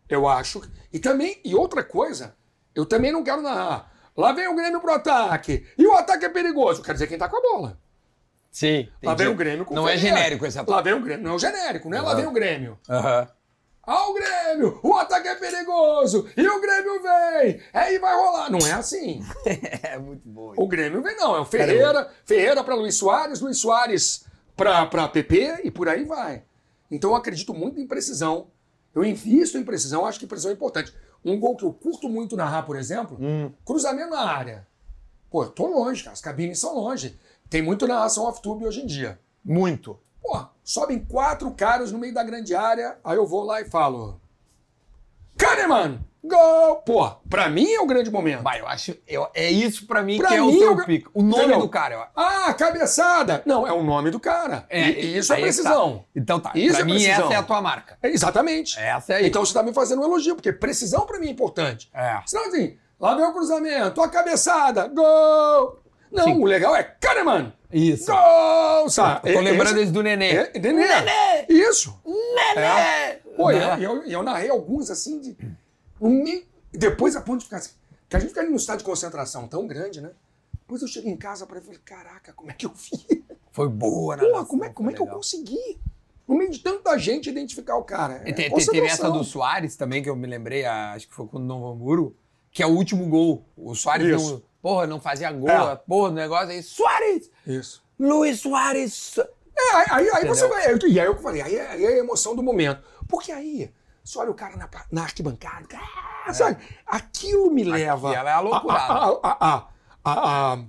Speaker 1: Eu acho. E também, e outra coisa, eu também não quero narrar. Lá vem o Grêmio pro ataque. E o ataque é perigoso. Quer dizer, quem tá com a bola.
Speaker 2: Sim. entendi.
Speaker 1: Lá vem o Grêmio com
Speaker 2: Não
Speaker 1: o
Speaker 2: é
Speaker 1: Ferreira.
Speaker 2: genérico esse
Speaker 1: Lá
Speaker 2: ataque.
Speaker 1: vem o Grêmio. Não é o genérico, né? Lá vem o Grêmio.
Speaker 2: Aham.
Speaker 1: Ah, o Grêmio! O ataque é perigoso! E o Grêmio vem! Aí vai rolar! Não é assim.
Speaker 2: É muito bom.
Speaker 1: O Grêmio vem, não. É o Ferreira, Ferreira para Luiz Soares, Luiz Soares para PP e por aí vai. Então eu acredito muito em precisão. Eu invisto em precisão, acho que precisão é importante. Um gol que eu curto muito narrar, por exemplo, cruzamento na área. Pô, eu tô longe, cara. As cabines são longe. Tem muito narração off-tube hoje em dia.
Speaker 2: Muito.
Speaker 1: Pô, sobem quatro caras no meio da grande área, aí eu vou lá e falo. Kahneman! Gol! Pô, pra mim é o grande momento.
Speaker 2: Vai, eu acho. eu- é isso pra mim
Speaker 1: Pra
Speaker 2: que é
Speaker 1: mim,
Speaker 2: o teu
Speaker 1: eu-
Speaker 2: pico. O nome
Speaker 1: Entendeu?
Speaker 2: do cara, ó.
Speaker 1: Ah, cabeçada! Não, é o nome do cara. e, e isso é
Speaker 2: aí
Speaker 1: precisão.
Speaker 2: tá. Então tá.
Speaker 1: Isso
Speaker 2: pra
Speaker 1: é
Speaker 2: mim,
Speaker 1: precisão.
Speaker 2: essa é a tua marca.
Speaker 1: É, Exatamente.
Speaker 2: Essa é a
Speaker 1: Então você tá me fazendo um elogio, porque precisão pra mim é importante.
Speaker 2: É.
Speaker 1: Senão assim, lá vem o cruzamento, a cabeçada, gol! Não,
Speaker 2: Sim.
Speaker 1: o legal é Kahneman!
Speaker 2: Isso.
Speaker 1: Gol! Sabe?
Speaker 2: Eu Tô lembrando
Speaker 1: Ah, Esse-
Speaker 2: isso do Nenê.
Speaker 1: É, de Nenê. Isso.
Speaker 2: Nenê!
Speaker 1: Pô, é. e
Speaker 2: Né?
Speaker 1: eu, e eu, e eu narrei alguns assim de. no meio- depois a ponto de ficar assim. Porque a gente fica ali num estado de concentração tão grande, né? Depois eu chego em casa pra e falei, caraca, como é que eu vi?
Speaker 2: Foi boa, né?
Speaker 1: Pô, como é, como é que eu consegui? No meio de tanta gente identificar o cara. É
Speaker 2: E te- te- teve essa
Speaker 1: concentração.
Speaker 2: do Soares também, que eu me lembrei, a- acho que foi quando o Novo Hamburgo, que é o último gol. O Soares
Speaker 1: Isso.
Speaker 2: não. Porra, não fazia gol.
Speaker 1: É.
Speaker 2: Porra, o negócio aí. Soares!
Speaker 1: Isso.
Speaker 2: Luiz Soares!
Speaker 1: É, aí, aí- aí você
Speaker 2: Entendeu?
Speaker 1: vai. E aí eu falei, aí, é- aí é a emoção do momento. Porque aí, você olha o cara na, pa- na arquibancada, ah, sabe? Aquilo me leva.
Speaker 2: ela é a loucurada.
Speaker 1: A, a, a, a, a-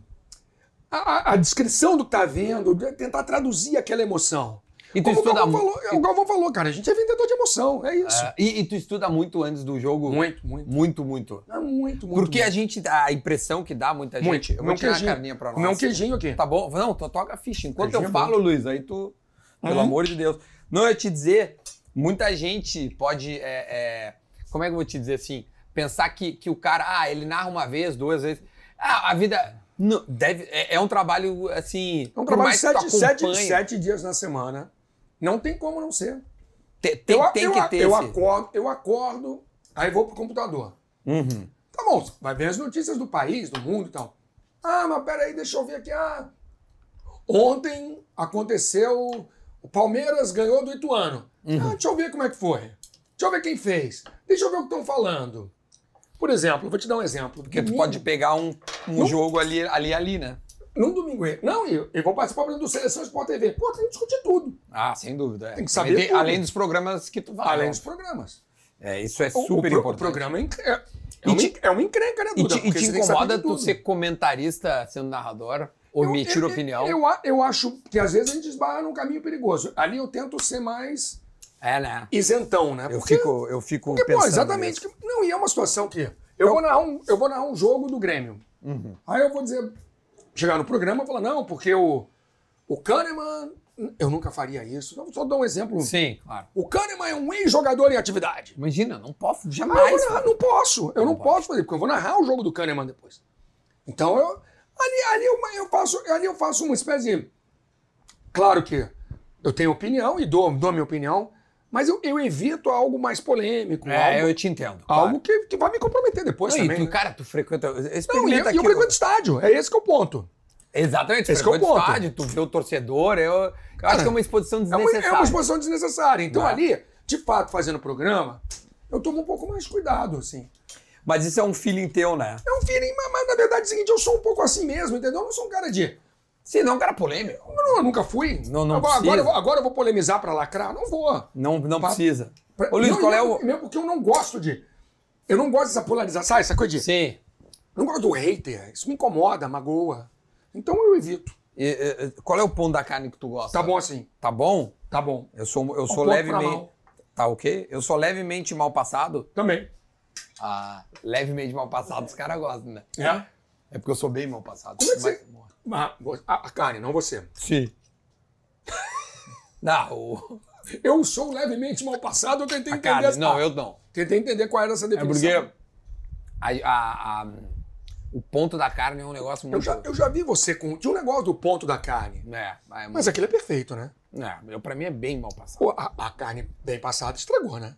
Speaker 1: a- a descrição do que tá vendo, de tentar traduzir aquela emoção.
Speaker 2: E tu
Speaker 1: Como o
Speaker 2: estuda
Speaker 1: Galvão
Speaker 2: muito.
Speaker 1: falou, O Galvão falou, cara, a gente é vendedor de emoção, é isso.
Speaker 2: Ah, e, e tu estuda muito antes do jogo?
Speaker 1: Muito, muito.
Speaker 2: Muito, muito.
Speaker 1: É muito, muito.
Speaker 2: Porque a gente, a impressão que dá muita gente.
Speaker 1: muito. muito.
Speaker 2: Eu vou
Speaker 1: Comer um
Speaker 2: tirar
Speaker 1: queijinho.
Speaker 2: a carninha pra nós.
Speaker 1: Comer um queijinho aqui.
Speaker 2: Tá bom? Não, tu toca a ficha. Enquanto
Speaker 1: Queijinho
Speaker 2: eu
Speaker 1: é
Speaker 2: falo, Luiz, aí tu. Pelo
Speaker 1: Uhum.
Speaker 2: amor de Deus. Não, eu ia te dizer, muita gente pode. é, é, como é que eu vou te dizer assim? Pensar que, que o cara, ah, ele narra uma vez, duas vezes. Ah, a vida. não, deve, é, é um trabalho assim.
Speaker 1: É um
Speaker 2: por
Speaker 1: trabalho de
Speaker 2: mais que tu
Speaker 1: sete, sete,
Speaker 2: acompanhe,
Speaker 1: sete dias na semana. Não tem como não ser.
Speaker 2: te- tem,
Speaker 1: eu,
Speaker 2: tem
Speaker 1: eu-
Speaker 2: que ter
Speaker 1: eu
Speaker 2: esse.
Speaker 1: acordo, eu acordo, aí vou pro computador.
Speaker 2: Uhum.
Speaker 1: Tá bom, vai ver as notícias do país, do mundo e tal. Ah, mas peraí, deixa eu ver aqui. Ah, ontem aconteceu. O Palmeiras ganhou do Ituano.
Speaker 2: Uhum.
Speaker 1: Ah, deixa eu ver como é que foi. Deixa eu ver quem fez. Deixa eu ver o que estão falando. Por exemplo, eu vou te dar um exemplo.
Speaker 2: Porque tu
Speaker 1: Domingo-
Speaker 2: pode pegar um, um
Speaker 1: Não.
Speaker 2: jogo ali, ali, ali, né?
Speaker 1: Num domingo. Não, eu, eu vou participar por exemplo, do Seleção Sport TV. Pô, tem que discutir tudo.
Speaker 2: Ah, sem dúvida. é.
Speaker 1: Tem que saber
Speaker 2: Além-
Speaker 1: tudo.
Speaker 2: Além dos programas que tu vai.
Speaker 1: além
Speaker 2: né?
Speaker 1: dos programas.
Speaker 2: É, isso é
Speaker 1: O- o
Speaker 2: super
Speaker 1: pro-
Speaker 2: importante.
Speaker 1: O programa é, encre- é,
Speaker 2: E
Speaker 1: é, uma,
Speaker 2: te-
Speaker 1: en- é uma encrenca, né,
Speaker 2: E
Speaker 1: Duda?
Speaker 2: te, e
Speaker 1: Porque
Speaker 2: te
Speaker 1: você tem que saber
Speaker 2: incomoda
Speaker 1: de
Speaker 2: tu
Speaker 1: tudo.
Speaker 2: ser comentarista sendo narrador? Omitir
Speaker 1: eu, eu-
Speaker 2: opinião?
Speaker 1: Eu, a- eu acho que às vezes a gente esbarra num caminho perigoso. Ali eu tento ser mais
Speaker 2: é, né?
Speaker 1: isentão, né?
Speaker 2: Eu fico, eu fico
Speaker 1: porque,
Speaker 2: pensando.
Speaker 1: pô, exatamente. que- não, e é uma situação que. Eu vou, narrar um, eu vou narrar um jogo do Grêmio.
Speaker 2: Uhum.
Speaker 1: Aí eu vou dizer. Chegar no programa e falar, não, porque o, o Kahneman. Eu nunca faria isso. Eu Só dar um exemplo.
Speaker 2: nisso. Sim, claro.
Speaker 1: O Kahneman é um ex-jogador em atividade.
Speaker 2: Imagina, não posso
Speaker 1: Ah, eu
Speaker 2: jamais.
Speaker 1: vou narrar, não posso. Eu não,
Speaker 2: pode.
Speaker 1: posso fazer, porque eu vou narrar o jogo do Kahneman depois. Então eu. Ali, ali, eu, eu faço, ali eu faço uma espécie de. Claro que eu tenho opinião e dou, dou minha opinião, mas eu, eu evito algo mais polêmico,
Speaker 2: é,
Speaker 1: algo,
Speaker 2: eu te entendo.
Speaker 1: algo que, que vai me comprometer depois
Speaker 2: Não,
Speaker 1: também.
Speaker 2: e
Speaker 1: né?
Speaker 2: tu, cara, tu frequenta.
Speaker 1: Não, e eu,
Speaker 2: Experimenta
Speaker 1: e eu
Speaker 2: aquilo.
Speaker 1: frequento estádio, é esse que é o ponto.
Speaker 2: Exatamente,
Speaker 1: Esse que é o
Speaker 2: frequenta
Speaker 1: ponto.
Speaker 2: estádio, tu vê o torcedor. Eu, eu acho
Speaker 1: Cara,
Speaker 2: que é uma exposição
Speaker 1: É uma,
Speaker 2: desnecessária.
Speaker 1: é uma exposição desnecessária. Então
Speaker 2: Não. é.
Speaker 1: ali, de fato, fazendo programa, eu tomo um pouco mais cuidado, assim.
Speaker 2: Mas isso é um feeling teu, né?
Speaker 1: É um feeling, mas, mas na verdade é o seguinte, eu sou um pouco assim mesmo, entendeu? Eu não sou um cara de.
Speaker 2: Senão,
Speaker 1: é
Speaker 2: cara, polêmico.
Speaker 1: Eu não- eu nunca fui.
Speaker 2: Não- não precisa.
Speaker 1: agora, agora eu vou- agora eu vou polemizar pra lacrar? Não vou.
Speaker 2: Não, não
Speaker 1: Papo.
Speaker 2: precisa.
Speaker 1: Pra-
Speaker 2: Ô, Luiz,
Speaker 1: não,
Speaker 2: qual é
Speaker 1: mesmo-
Speaker 2: o.
Speaker 1: Mesmo porque eu não gosto de... Eu não gosto dessa polarização, sabe? Essa coisa de...
Speaker 2: Sim.
Speaker 1: eu Não gosto do hater. Isso me incomoda, magoa. Então eu evito.
Speaker 2: E, e, e, qual é o pão da carne que tu gosta?
Speaker 1: Tá bom assim.
Speaker 2: Tá bom?
Speaker 1: Tá bom.
Speaker 2: Eu sou, eu
Speaker 1: Um
Speaker 2: sou
Speaker 1: ponto pra
Speaker 2: levemente.
Speaker 1: mal.
Speaker 2: Tá ok? Eu sou levemente mal passado.
Speaker 1: Também.
Speaker 2: Ah, levemente mal passado, os caras gostam, né?
Speaker 1: É?
Speaker 2: É porque eu sou bem mal passado.
Speaker 1: Como é que
Speaker 2: Mas-
Speaker 1: você... Ah, vo- a, a Karen, não você.
Speaker 2: Sim. Não, o...
Speaker 1: Eu sou levemente mal passado, eu tentei
Speaker 2: a
Speaker 1: entender...
Speaker 2: carne.
Speaker 1: essa-
Speaker 2: Não, eu não.
Speaker 1: Tentei entender qual era essa
Speaker 2: É
Speaker 1: definição.
Speaker 2: porque a, a- a- o ponto da carne é um negócio
Speaker 1: Eu
Speaker 2: muito.
Speaker 1: já, eu já vi você com... Tinha um negócio do ponto da carne.
Speaker 2: É, é
Speaker 1: Mas
Speaker 2: muito...
Speaker 1: aquilo é perfeito, né?
Speaker 2: é, eu, pra mim é bem mal passado.
Speaker 1: Pô, a, a carne bem passada estragou, né?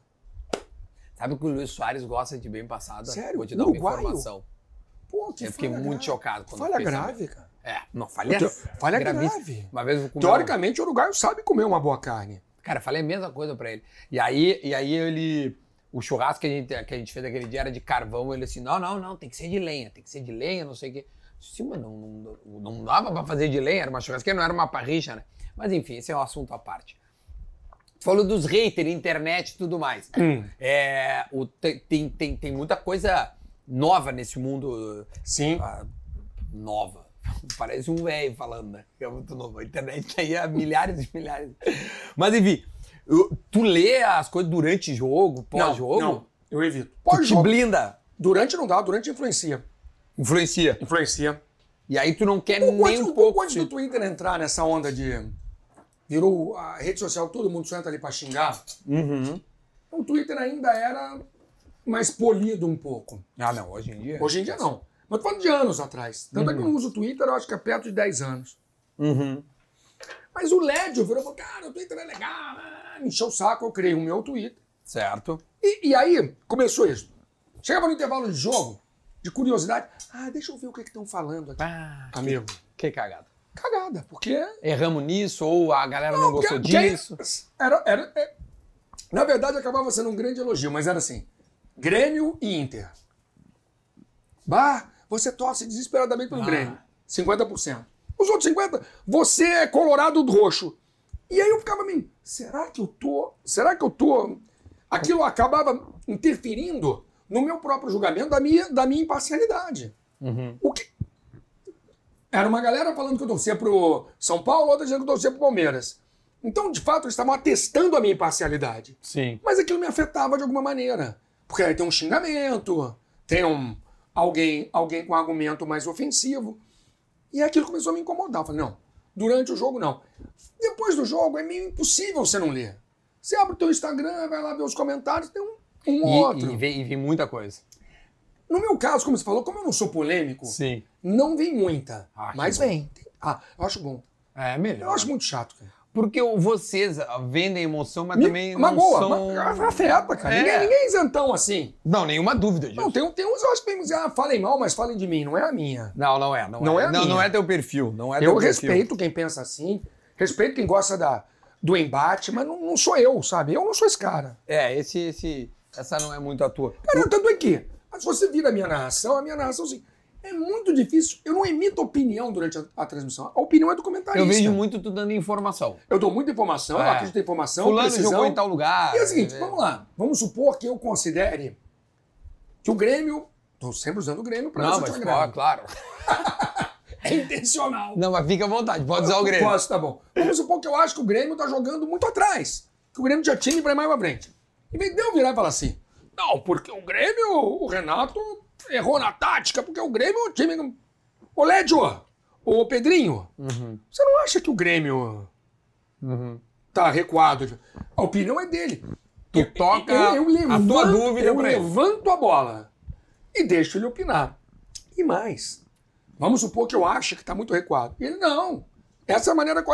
Speaker 2: Sabe que o Luiz Soares gosta de bem passado?
Speaker 1: Sério?
Speaker 2: Vou te dar uma
Speaker 1: Uruguaio?
Speaker 2: informação. É,
Speaker 1: Pô, que
Speaker 2: eu fiquei
Speaker 1: falha
Speaker 2: muito
Speaker 1: grave.
Speaker 2: chocado quando
Speaker 1: Falha
Speaker 2: fiquei sabendo.
Speaker 1: grave, cara.
Speaker 2: É, não, falha é
Speaker 1: Teo- falha é
Speaker 2: gravíssima.
Speaker 1: grave.
Speaker 2: Uma vez eu comi um-
Speaker 1: Teoricamente, o uruguaio sabe comer uma boa carne.
Speaker 2: Cara, eu falei a mesma coisa pra ele. E aí, e aí ele. O churrasco que a, gente, que a gente fez naquele dia era de carvão. Ele assim: não, não, não, tem que ser de lenha, tem que ser de lenha, não sei o quê. Sim, mas não, não, não dava pra fazer de lenha, era uma churrasqueira, não era uma parricha, né? Mas enfim, esse é um assunto à parte. Tu falou dos haters, internet e tudo mais. É, o, tem- tem, tem, tem muita coisa nova nesse mundo
Speaker 1: Sim.
Speaker 2: ah, nova. Parece um velho falando, né? É muito novo. A internet tá aí há milhares e milhares. Mas enfim, eu- tu lê as coisas durante jogo, pós-jogo?
Speaker 1: Não, não, eu evito.
Speaker 2: Tu te
Speaker 1: Pós-jogo.
Speaker 2: blinda.
Speaker 1: Durante não dá, durante influencia.
Speaker 2: Influencia.
Speaker 1: Influencia.
Speaker 2: E aí tu não quer
Speaker 1: Pouco
Speaker 2: nem
Speaker 1: antes,
Speaker 2: um
Speaker 1: pouco
Speaker 2: pouco.
Speaker 1: antes do Twitter entrar nessa onda de. Virou a rede social, todo mundo senta ali pra xingar.
Speaker 2: Uhum.
Speaker 1: O Twitter ainda era mais polido um pouco.
Speaker 2: Ah, não, hoje em dia.
Speaker 1: Hoje em dia não. Mas tô falando de anos atrás. Tanto é que eu não uso o Twitter, eu acho que é perto de 10 anos.
Speaker 2: Uhum.
Speaker 1: Mas o LED virou e falou: cara, o Twitter é legal, ah, me encheu o saco, eu criei o meu Twitter.
Speaker 2: Certo.
Speaker 1: E, e aí começou isso. Chegava no intervalo de jogo, de curiosidade. Ah, deixa eu ver o que estão falando aqui.
Speaker 2: Ah,
Speaker 1: Amigo,
Speaker 2: que cagada.
Speaker 1: cagada, porque
Speaker 2: Erramos nisso, ou a galera não, gostou
Speaker 1: Porque- porque
Speaker 2: disso.
Speaker 1: Era, era, é- na verdade, acabava sendo um grande elogio, mas era assim: Grêmio e Inter. Bah, você torce desesperadamente pelo
Speaker 2: Ah.
Speaker 1: Grêmio. 50%. Os outros 50%, você é colorado do roxo. E aí eu ficava meio, será que eu tô. Será que eu tô. Aquilo acabava interferindo no meu próprio julgamento da minha, da minha imparcialidade.
Speaker 2: Uhum.
Speaker 1: O que... Era uma galera falando que eu torcia pro São Paulo, outra dizendo que eu torcia pro Palmeiras. Então, de fato, eles estavam atestando a minha imparcialidade.
Speaker 2: Sim.
Speaker 1: Mas aquilo me afetava de alguma maneira. Porque aí tem um xingamento, tem um alguém, alguém com argumento mais ofensivo. E aquilo começou a me incomodar. Eu falei, não, durante o jogo não. Depois do jogo é meio impossível você não ler. Você abre o teu Instagram, vai lá ver os comentários, tem um, um outro.
Speaker 2: E, e, vem, e vem muita coisa.
Speaker 1: No meu caso, como você falou, como eu não sou polêmico,
Speaker 2: Sim.
Speaker 1: não vem muita,
Speaker 2: Ah, que
Speaker 1: mas
Speaker 2: bom.
Speaker 1: vem. Ah, eu acho bom.
Speaker 2: É melhor.
Speaker 1: Eu acho muito chato, cara.
Speaker 2: Porque o- vocês ah, vendem emoção, mas
Speaker 1: Me-
Speaker 2: também
Speaker 1: uma
Speaker 2: não
Speaker 1: boa,
Speaker 2: são...
Speaker 1: uma- afeta, cara.
Speaker 2: É.
Speaker 1: Ninguém, ninguém é isentão assim.
Speaker 2: Não, nenhuma dúvida disso.
Speaker 1: Não, tem, tem uns, eu acho que vem dizer, ah, falem mal, mas falem de mim, não é a minha.
Speaker 2: Não, não é. Não,
Speaker 1: Não
Speaker 2: é.
Speaker 1: é a
Speaker 2: não,
Speaker 1: minha.
Speaker 2: não é teu perfil. Não é
Speaker 1: eu
Speaker 2: teu
Speaker 1: respeito quem pensa assim, respeito quem gosta da, do embate, mas não, não sou eu, sabe? Eu não sou esse cara.
Speaker 2: Perfil. É, esse, esse, essa não é muito a tua.
Speaker 1: Cara, tanto é que, mas se você vira a minha narração, a minha narração, assim, é muito difícil. Eu não emito opinião durante a, a transmissão. A opinião é do comentarista.
Speaker 2: Eu vejo muito tu dando informação.
Speaker 1: Eu dou muita informação,
Speaker 2: É.
Speaker 1: eu acredito em informação,
Speaker 2: Fulano
Speaker 1: precisão.
Speaker 2: jogou em tal lugar.
Speaker 1: E é o seguinte, vamos lá. Vamos supor que eu considere que o Grêmio. Estou sempre usando o Grêmio para
Speaker 2: Não, mas ó, claro.
Speaker 1: É intencional.
Speaker 2: Não, mas fica à vontade. Pode usar o Grêmio.
Speaker 1: Posso, tá bom. Vamos supor que eu acho que o Grêmio tá jogando muito atrás. Que o Grêmio já tinha para mais pra frente. E me deu virar e falar assim: não, porque o Grêmio, o Renato errou na tática, porque o Grêmio, o time. Ô, Lédio, ô, Pedrinho,
Speaker 2: Uhum,
Speaker 1: você não acha que o Grêmio
Speaker 2: uhum.
Speaker 1: tá recuado? A opinião é dele.
Speaker 2: Tu toca a tua dúvida
Speaker 1: eu
Speaker 2: pra ele.
Speaker 1: levanto a bola e deixo ele opinar. E mais, vamos supor que eu ache que está muito recuado. Ele, não. Essa é a maneira... co-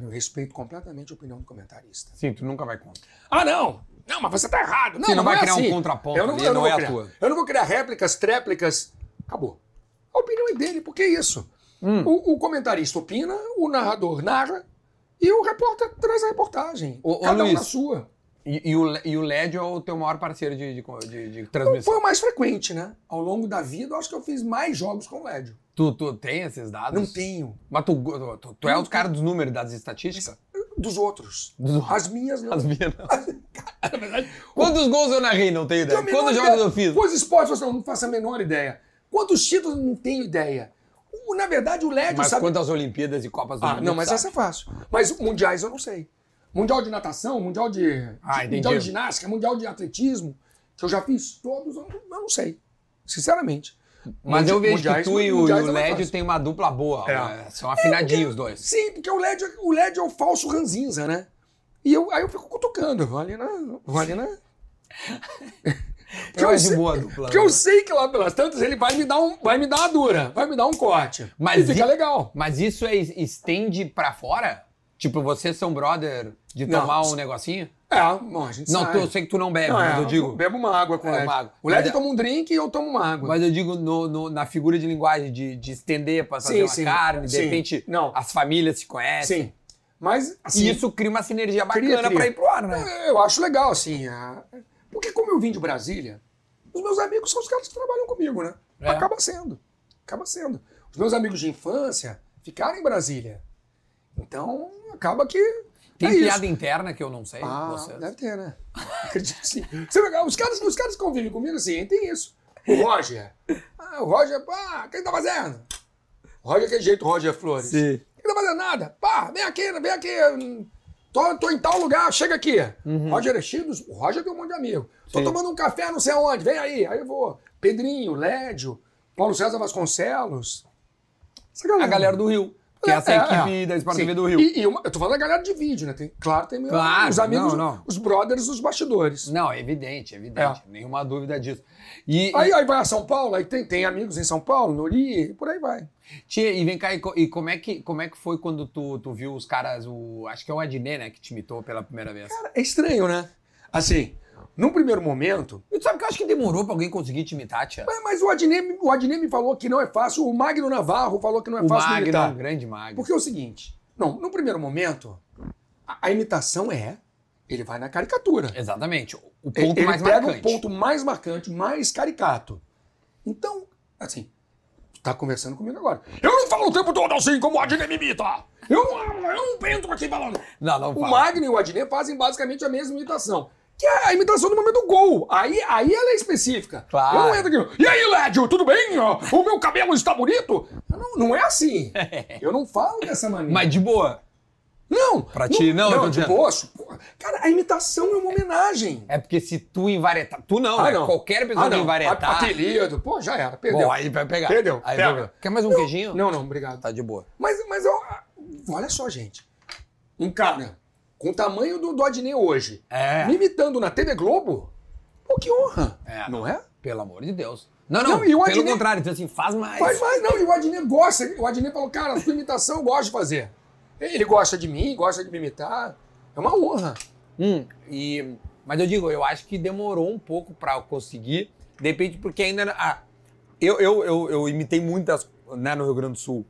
Speaker 1: Eu respeito completamente a opinião do comentarista.
Speaker 2: Sim, tu nunca vai contra.
Speaker 1: Ah, não. Não, mas você está errado. Não,
Speaker 2: Você não vai
Speaker 1: é
Speaker 2: criar um
Speaker 1: assim.
Speaker 2: contraponto
Speaker 1: Eu não,
Speaker 2: ali,
Speaker 1: eu
Speaker 2: não
Speaker 1: vou
Speaker 2: é a
Speaker 1: criar.
Speaker 2: tua.
Speaker 1: Eu não vou criar réplicas, tréplicas. Acabou. A opinião é dele, porque é isso.
Speaker 2: Hum.
Speaker 1: O, o comentarista opina, o narrador narra e o repórter traz a reportagem.
Speaker 2: Ô, ô,
Speaker 1: Cada um na
Speaker 2: Luiz,
Speaker 1: sua.
Speaker 2: E, e o, Le- e o LED é o teu maior parceiro de, de, de- de
Speaker 1: Não
Speaker 2: transmissão.
Speaker 1: foi o mais frequente, né? Ao longo da vida, eu acho que eu fiz mais jogos com o Lédio.
Speaker 2: Tu, tu tem esses dados?
Speaker 1: Não tenho.
Speaker 2: Mas tu, go- tu, tu é o cara dos números, das estatísticas?
Speaker 1: Dos outros.
Speaker 2: Dos-
Speaker 1: As minhas não.
Speaker 2: As minhas não.
Speaker 1: Na verdade,
Speaker 2: Quantos gols eu narrei? Não tenho
Speaker 1: tenho
Speaker 2: ideia.
Speaker 1: a menor
Speaker 2: Quantos
Speaker 1: ideia.
Speaker 2: jogos eu fiz?
Speaker 1: Quantos esportes você não não faço a menor ideia. Quantos títulos eu não tenho ideia. O- na verdade, o Lédio
Speaker 2: Mas
Speaker 1: É sabe.
Speaker 2: quanto às Olimpíadas e Copas do
Speaker 1: Ah,
Speaker 2: Mundo? tá?
Speaker 1: não, mas
Speaker 2: sabe?
Speaker 1: essa é fácil. Mas mundiais eu não sei. Mundial de natação, mundial de,
Speaker 2: Ah,
Speaker 1: de-
Speaker 2: entendi.
Speaker 1: mundial de ginástica, mundial de atletismo, que eu já fiz todos, eu não, eu não sei. Sinceramente.
Speaker 2: Mas eu
Speaker 1: Mundi-
Speaker 2: vejo
Speaker 1: mundiais-
Speaker 2: que tu e o, e
Speaker 1: mundiais
Speaker 2: o
Speaker 1: é mais
Speaker 2: Lédio
Speaker 1: fácil.
Speaker 2: tem uma dupla boa.
Speaker 1: É.
Speaker 2: né? São afinadinhos os dois.
Speaker 1: Sim, porque o LED, é- o LED é o falso ranzinza, né? E eu, aí eu fico cutucando, vale na. Vale na. porque,
Speaker 2: Eu
Speaker 1: eu
Speaker 2: acho
Speaker 1: sei,
Speaker 2: boa a dupla.
Speaker 1: porque eu sei que lá pelas tantas ele vai me dar, um, vai me dar uma dura, vai me dar um corte.
Speaker 2: Mas
Speaker 1: e fica
Speaker 2: e-
Speaker 1: legal.
Speaker 2: Mas isso é es- estende pra fora? Tipo, vocês são brother de
Speaker 1: Não.
Speaker 2: tomar um negocinho?
Speaker 1: É, bom, a gente
Speaker 2: Não,
Speaker 1: sai.
Speaker 2: tu- eu sei que tu não bebe,
Speaker 1: Não,
Speaker 2: mas
Speaker 1: é,
Speaker 2: eu digo.
Speaker 1: bebo uma água com
Speaker 2: É,
Speaker 1: o Led.
Speaker 2: uma água.
Speaker 1: O Led
Speaker 2: Mas é-
Speaker 1: toma um drink e eu tomo uma água.
Speaker 2: Mas eu digo no- no- na figura de linguagem, de, de estender pra fazer
Speaker 1: Sim,
Speaker 2: uma
Speaker 1: sim.
Speaker 2: carne, de
Speaker 1: Sim.
Speaker 2: repente
Speaker 1: Não.
Speaker 2: as famílias se conhecem.
Speaker 1: Sim. Mas, é assim,
Speaker 2: E isso cria uma sinergia bacana
Speaker 1: Cria, cria.
Speaker 2: pra ir pro ar, né?
Speaker 1: eu acho legal, assim. a- Porque como eu vim de Brasília, os meus amigos são os caras que trabalham comigo, né?
Speaker 2: É.
Speaker 1: Acaba sendo. Acaba sendo. Os meus amigos de infância ficaram em Brasília. Então, acaba que...
Speaker 2: Tem
Speaker 1: é isso.
Speaker 2: piada interna que eu não sei.
Speaker 1: Ah,
Speaker 2: vocês.
Speaker 1: deve ter, né? Acredito que sim. Você vê, os, caras, os caras que convivem comigo, assim, tem isso. O Roger. Ah, o Roger, pá, o que ele tá fazendo? Roger, que jeito, Roger Flores.
Speaker 2: Sim.
Speaker 1: Ele não tá fazendo nada. Pá, vem aqui, vem aqui. Tô, tô em tal lugar, chega aqui. Roger é cheio dos. O Roger tem um monte de amigo. Tô
Speaker 2: Uhum. Sim.
Speaker 1: tomando um café não sei aonde, vem aí. Aí eu vou. Pedrinho, Lédio, Paulo César Vasconcelos. Essa
Speaker 2: A galera do Rio. Que é essa equipe da Sport
Speaker 1: Sim.
Speaker 2: TV do Rio.
Speaker 1: E, e uma- eu tô falando da galera de vídeo, né? Tem, claro, tem meus
Speaker 2: Claro,
Speaker 1: os amigos,
Speaker 2: não, não.
Speaker 1: os brothers, os bastidores.
Speaker 2: Não, é evidente, é evidente. Nenhuma dúvida disso. E,
Speaker 1: Aí, aí vai a São Paulo, aí tem, tem amigos em São Paulo, Nori, e por aí vai.
Speaker 2: e- Tia, e vem cá, e, co- e como, é que, como é que foi quando tu, tu viu os caras, o, acho que é o Adnet, né, que te imitou pela primeira vez?
Speaker 1: Cara, é estranho, né? Assim, num primeiro momento,
Speaker 2: E tu sabe que eu acho que demorou pra alguém conseguir te imitar, tia?
Speaker 1: Mas, mas o Adnê, o Adnê me falou que não é fácil, o Magno Navarro falou que não é
Speaker 2: O
Speaker 1: fácil
Speaker 2: Magno,
Speaker 1: imitar.
Speaker 2: um grande Magno.
Speaker 1: Porque é o seguinte, não, no primeiro momento, a, a imitação é, ele vai na caricatura.
Speaker 2: Exatamente. O É,
Speaker 1: Ele-
Speaker 2: um ponto
Speaker 1: ele
Speaker 2: mais
Speaker 1: pega
Speaker 2: marcante.
Speaker 1: o ponto mais marcante, mais caricato. Então, assim, tá conversando comigo agora. Eu não falo o tempo todo assim como o Adnê me imita. Eu, não- eu não entro aqui falando.
Speaker 2: Não, não
Speaker 1: O
Speaker 2: Então fala.
Speaker 1: Magno e o Adnet fazem basicamente a mesma imitação. Que é a imitação do momento do gol. Aí, aí ela é específica.
Speaker 2: Claro.
Speaker 1: Eu não entro aqui. E aí, Lédio, tudo bem? Ó, O meu cabelo está bonito? Não, não é assim. Eu não falo dessa maneira.
Speaker 2: Mas de boa.
Speaker 1: Não.
Speaker 2: Pra ti, não, eu tô
Speaker 1: Não,
Speaker 2: dizendo.
Speaker 1: tipo, poxa, pô, cara, a imitação é uma homenagem.
Speaker 2: É porque se tu envaretar. Tu não, né? Qualquer pessoa
Speaker 1: Ah,
Speaker 2: que
Speaker 1: não.
Speaker 2: envaretar.
Speaker 1: Apelido. Pô, já era. Perdeu.
Speaker 2: Bom, aí vai pegar.
Speaker 1: Perdeu,
Speaker 2: Aí
Speaker 1: pega.
Speaker 2: vai pegar. Quer mais um queijinho?
Speaker 1: Não, não, obrigado.
Speaker 2: Tá de boa.
Speaker 1: Mas, mas eu, ah, olha só, gente. Um cara com o tamanho do, do Adnet hoje,
Speaker 2: É.
Speaker 1: me imitando na TV Globo, pô, que honra.
Speaker 2: É.
Speaker 1: Não é?
Speaker 2: Pelo amor de Deus. Não, não.
Speaker 1: Não, e o
Speaker 2: pelo
Speaker 1: Adnet-
Speaker 2: contrário, então assim, faz mais.
Speaker 1: Faz mais, não. E o Adnet gosta. O Adnet falou, cara, a sua imitação eu gosto de fazer. Ele gosta de mim, gosta de me imitar. É uma honra.
Speaker 2: Hum, e, mas eu digo, eu acho que demorou um pouco pra eu conseguir. De repente, porque ainda. era- Ah, eu, eu, eu, eu imitei muitas né, no Rio Grande do Sul.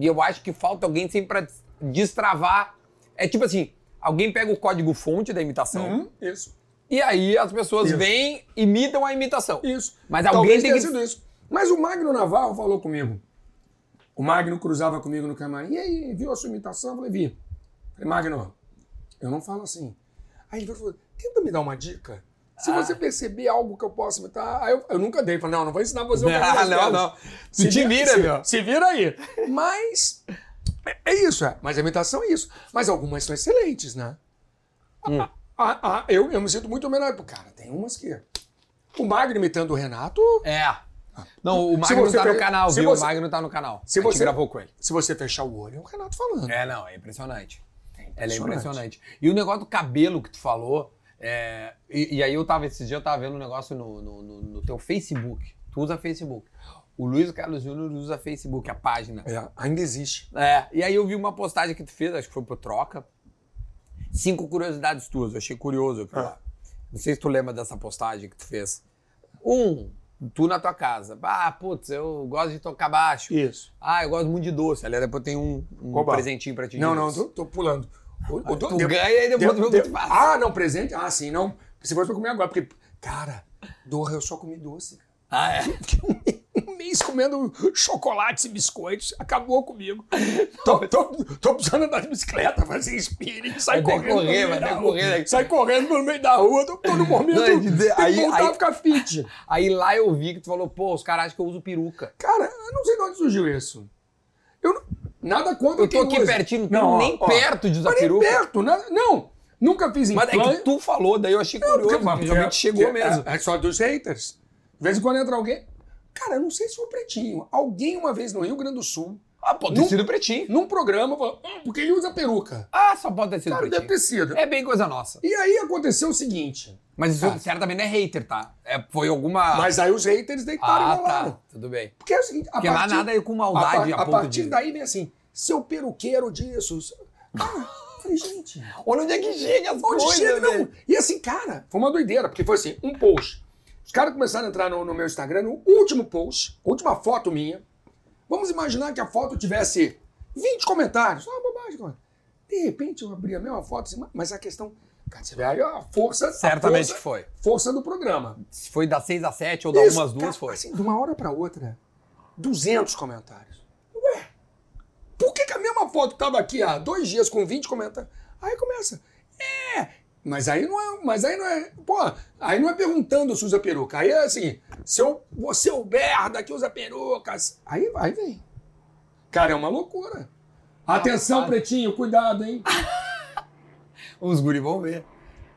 Speaker 2: E eu acho que falta alguém sempre pra des- destravar. É tipo assim: alguém pega o código fonte da imitação
Speaker 1: Uhum, Isso,
Speaker 2: e aí as pessoas
Speaker 1: Isso.
Speaker 2: vêm, imitam a imitação.
Speaker 1: isso.
Speaker 2: Mas
Speaker 1: Talvez
Speaker 2: alguém
Speaker 1: tenha
Speaker 2: tem
Speaker 1: sido
Speaker 2: que.
Speaker 1: isso. Mas o Magno Navarro falou comigo. O Magno cruzava comigo no camarim. E aí, viu a sua imitação? Eu falei, vi. Falei, Magno, eu não falo assim. Aí ele falou, tenta me dar uma dica. Se
Speaker 2: Ah.
Speaker 1: você perceber algo que eu possa imitar... Aí eu, eu nunca dei. Falei, não, não vou ensinar você. o caminho
Speaker 2: Ah,
Speaker 1: das
Speaker 2: não,
Speaker 1: pedras.
Speaker 2: não. Se te vira,
Speaker 1: se,
Speaker 2: meu.
Speaker 1: Se vira aí. Mas é- é isso, é. Mas a imitação é isso. Mas algumas são excelentes, né?
Speaker 2: Hum.
Speaker 1: Ah, ah, ah, eu, eu me sinto muito homenageado. Cara, tem umas que... O Magno imitando o Renato...
Speaker 2: É. Não, o
Speaker 1: Ah. Se
Speaker 2: Magno
Speaker 1: você
Speaker 2: tá no
Speaker 1: pe-
Speaker 2: canal,
Speaker 1: se
Speaker 2: viu?
Speaker 1: você-
Speaker 2: O Magno tá no canal.
Speaker 1: Se
Speaker 2: A gente
Speaker 1: você-
Speaker 2: gravou com ele.
Speaker 1: Se você fechar o olho, é o Renato falando.
Speaker 2: É, não, é impressionante. Ela é
Speaker 1: impressionante.
Speaker 2: impressionante. E o negócio do cabelo que tu falou, é, e, e aí eu tava, esses dias eu tava vendo um negócio no, no, no- no teu Facebook. Tu usa Facebook. O Luiz Carlos Júnior usa Facebook, a página.
Speaker 1: É, ainda existe.
Speaker 2: É, e aí eu vi uma postagem que tu fez, acho que foi pro Troca. Cinco curiosidades tuas, eu achei curioso aquilo lá.
Speaker 1: Ah.
Speaker 2: Não sei se tu lembra dessa postagem que tu fez. Um, tu na tua casa. Ah, putz, eu gosto de tocar baixo.
Speaker 1: Isso.
Speaker 2: Ah, eu gosto muito de doce. Aliás, depois tem um, um
Speaker 1: Oba.
Speaker 2: presentinho pra ti. de
Speaker 1: Não, não,
Speaker 2: doce.
Speaker 1: tô, tô pulando. O- o do-
Speaker 2: Tu
Speaker 1: de-
Speaker 2: ganha e depois tu
Speaker 1: de-
Speaker 2: vê o que
Speaker 1: de-
Speaker 2: tu faz.
Speaker 1: Ah, não, presente? Ah, sim, não. Você vai comer agora, porque, cara, dorra eu só comi doce.
Speaker 2: Ah, é.
Speaker 1: um mês comendo chocolates e biscoitos, acabou comigo. Tô, tô- tô precisando andar de bicicleta, fazer spinning,
Speaker 2: Vai ter
Speaker 1: sair
Speaker 2: que
Speaker 1: correndo. pelo
Speaker 2: correr,
Speaker 1: meio
Speaker 2: vai
Speaker 1: da
Speaker 2: ter que
Speaker 1: rua.
Speaker 2: correr, né?
Speaker 1: Sai correndo pelo meio da rua, tô, tô no momento.
Speaker 2: Não, é de-
Speaker 1: tem
Speaker 2: aí-
Speaker 1: que voltar
Speaker 2: aí-
Speaker 1: a ficar fit.
Speaker 2: Aí lá eu vi que tu falou, pô, os caras acham que eu uso peruca.
Speaker 1: Cara, eu não sei de onde surgiu isso. Eu não- nada contra
Speaker 2: Eu tô
Speaker 1: quem
Speaker 2: aqui
Speaker 1: usa.
Speaker 2: pertinho,
Speaker 1: Não, ó,
Speaker 2: nem
Speaker 1: ó.
Speaker 2: perto de usar
Speaker 1: Mas nem
Speaker 2: peruca.
Speaker 1: perto, nada- não. Nunca fiz
Speaker 2: Mas
Speaker 1: implante.
Speaker 2: é que tu falou, daí eu achei curioso,
Speaker 1: Porque,
Speaker 2: porque realmente chegou
Speaker 1: é-
Speaker 2: mesmo.
Speaker 1: É, é só dos haters. De vez em quando entra alguém... Cara, eu não sei se foi o Pretinho. Alguém uma vez no Rio Grande do Sul
Speaker 2: Ah, pode
Speaker 1: Não-
Speaker 2: ter sido pretinho.
Speaker 1: num programa, falou, "Ah, porque ele usa peruca.
Speaker 2: Ah, só pode ter sido
Speaker 1: Cara, deve
Speaker 2: pretinho.
Speaker 1: ter sido.
Speaker 2: É bem coisa nossa.
Speaker 1: E aí aconteceu o seguinte,
Speaker 2: Mas isso
Speaker 1: Ah.
Speaker 2: certamente não é hater, tá? É, foi alguma...
Speaker 1: mas aí os haters deitaram e
Speaker 2: ah,
Speaker 1: rolaram.
Speaker 2: tá. Tudo bem.
Speaker 1: Porque é o seguinte, a
Speaker 2: Porque lá
Speaker 1: partir,
Speaker 2: nada é com
Speaker 1: a, par-
Speaker 2: maldade a,
Speaker 1: a
Speaker 2: ponto
Speaker 1: partir
Speaker 2: de...
Speaker 1: daí vem assim, seu peruqueiro disso. seu- Cara, eu falei, gente,
Speaker 2: Olha onde é que chega as
Speaker 1: onde
Speaker 2: coisas, né?
Speaker 1: chega?
Speaker 2: velho.
Speaker 1: Não. E assim, cara, foi uma doideira, porque foi assim, um post. Os caras começaram a entrar no, no meu Instagram, no último post, última foto minha. Vamos imaginar que a foto tivesse 20 comentários. Só uma bobagem, cara. De repente eu abri a mesma foto, assim, mas a questão. Cara, você vê aí a força. a
Speaker 2: Certamente que
Speaker 1: força,
Speaker 2: foi.
Speaker 1: força do programa.
Speaker 2: Se foi das 6 às 7 ou da
Speaker 1: Isso,
Speaker 2: 1 às 2,
Speaker 1: cara,
Speaker 2: foi.
Speaker 1: Assim, de uma hora pra outra, 200 comentários. Ué, por que, que a mesma foto que tava aqui há dois dias com 20 comentários? Aí começa, é, mas aí não é, mas aí não é, pô, aí não é perguntando se usa peruca. Aí é assim, seu, você é o berda que usa perucas. Aí, aí vem. Cara, é uma loucura. Atenção,
Speaker 2: Rapaz. Ah.
Speaker 1: pretinho, cuidado, hein?
Speaker 2: Os guri vão ver.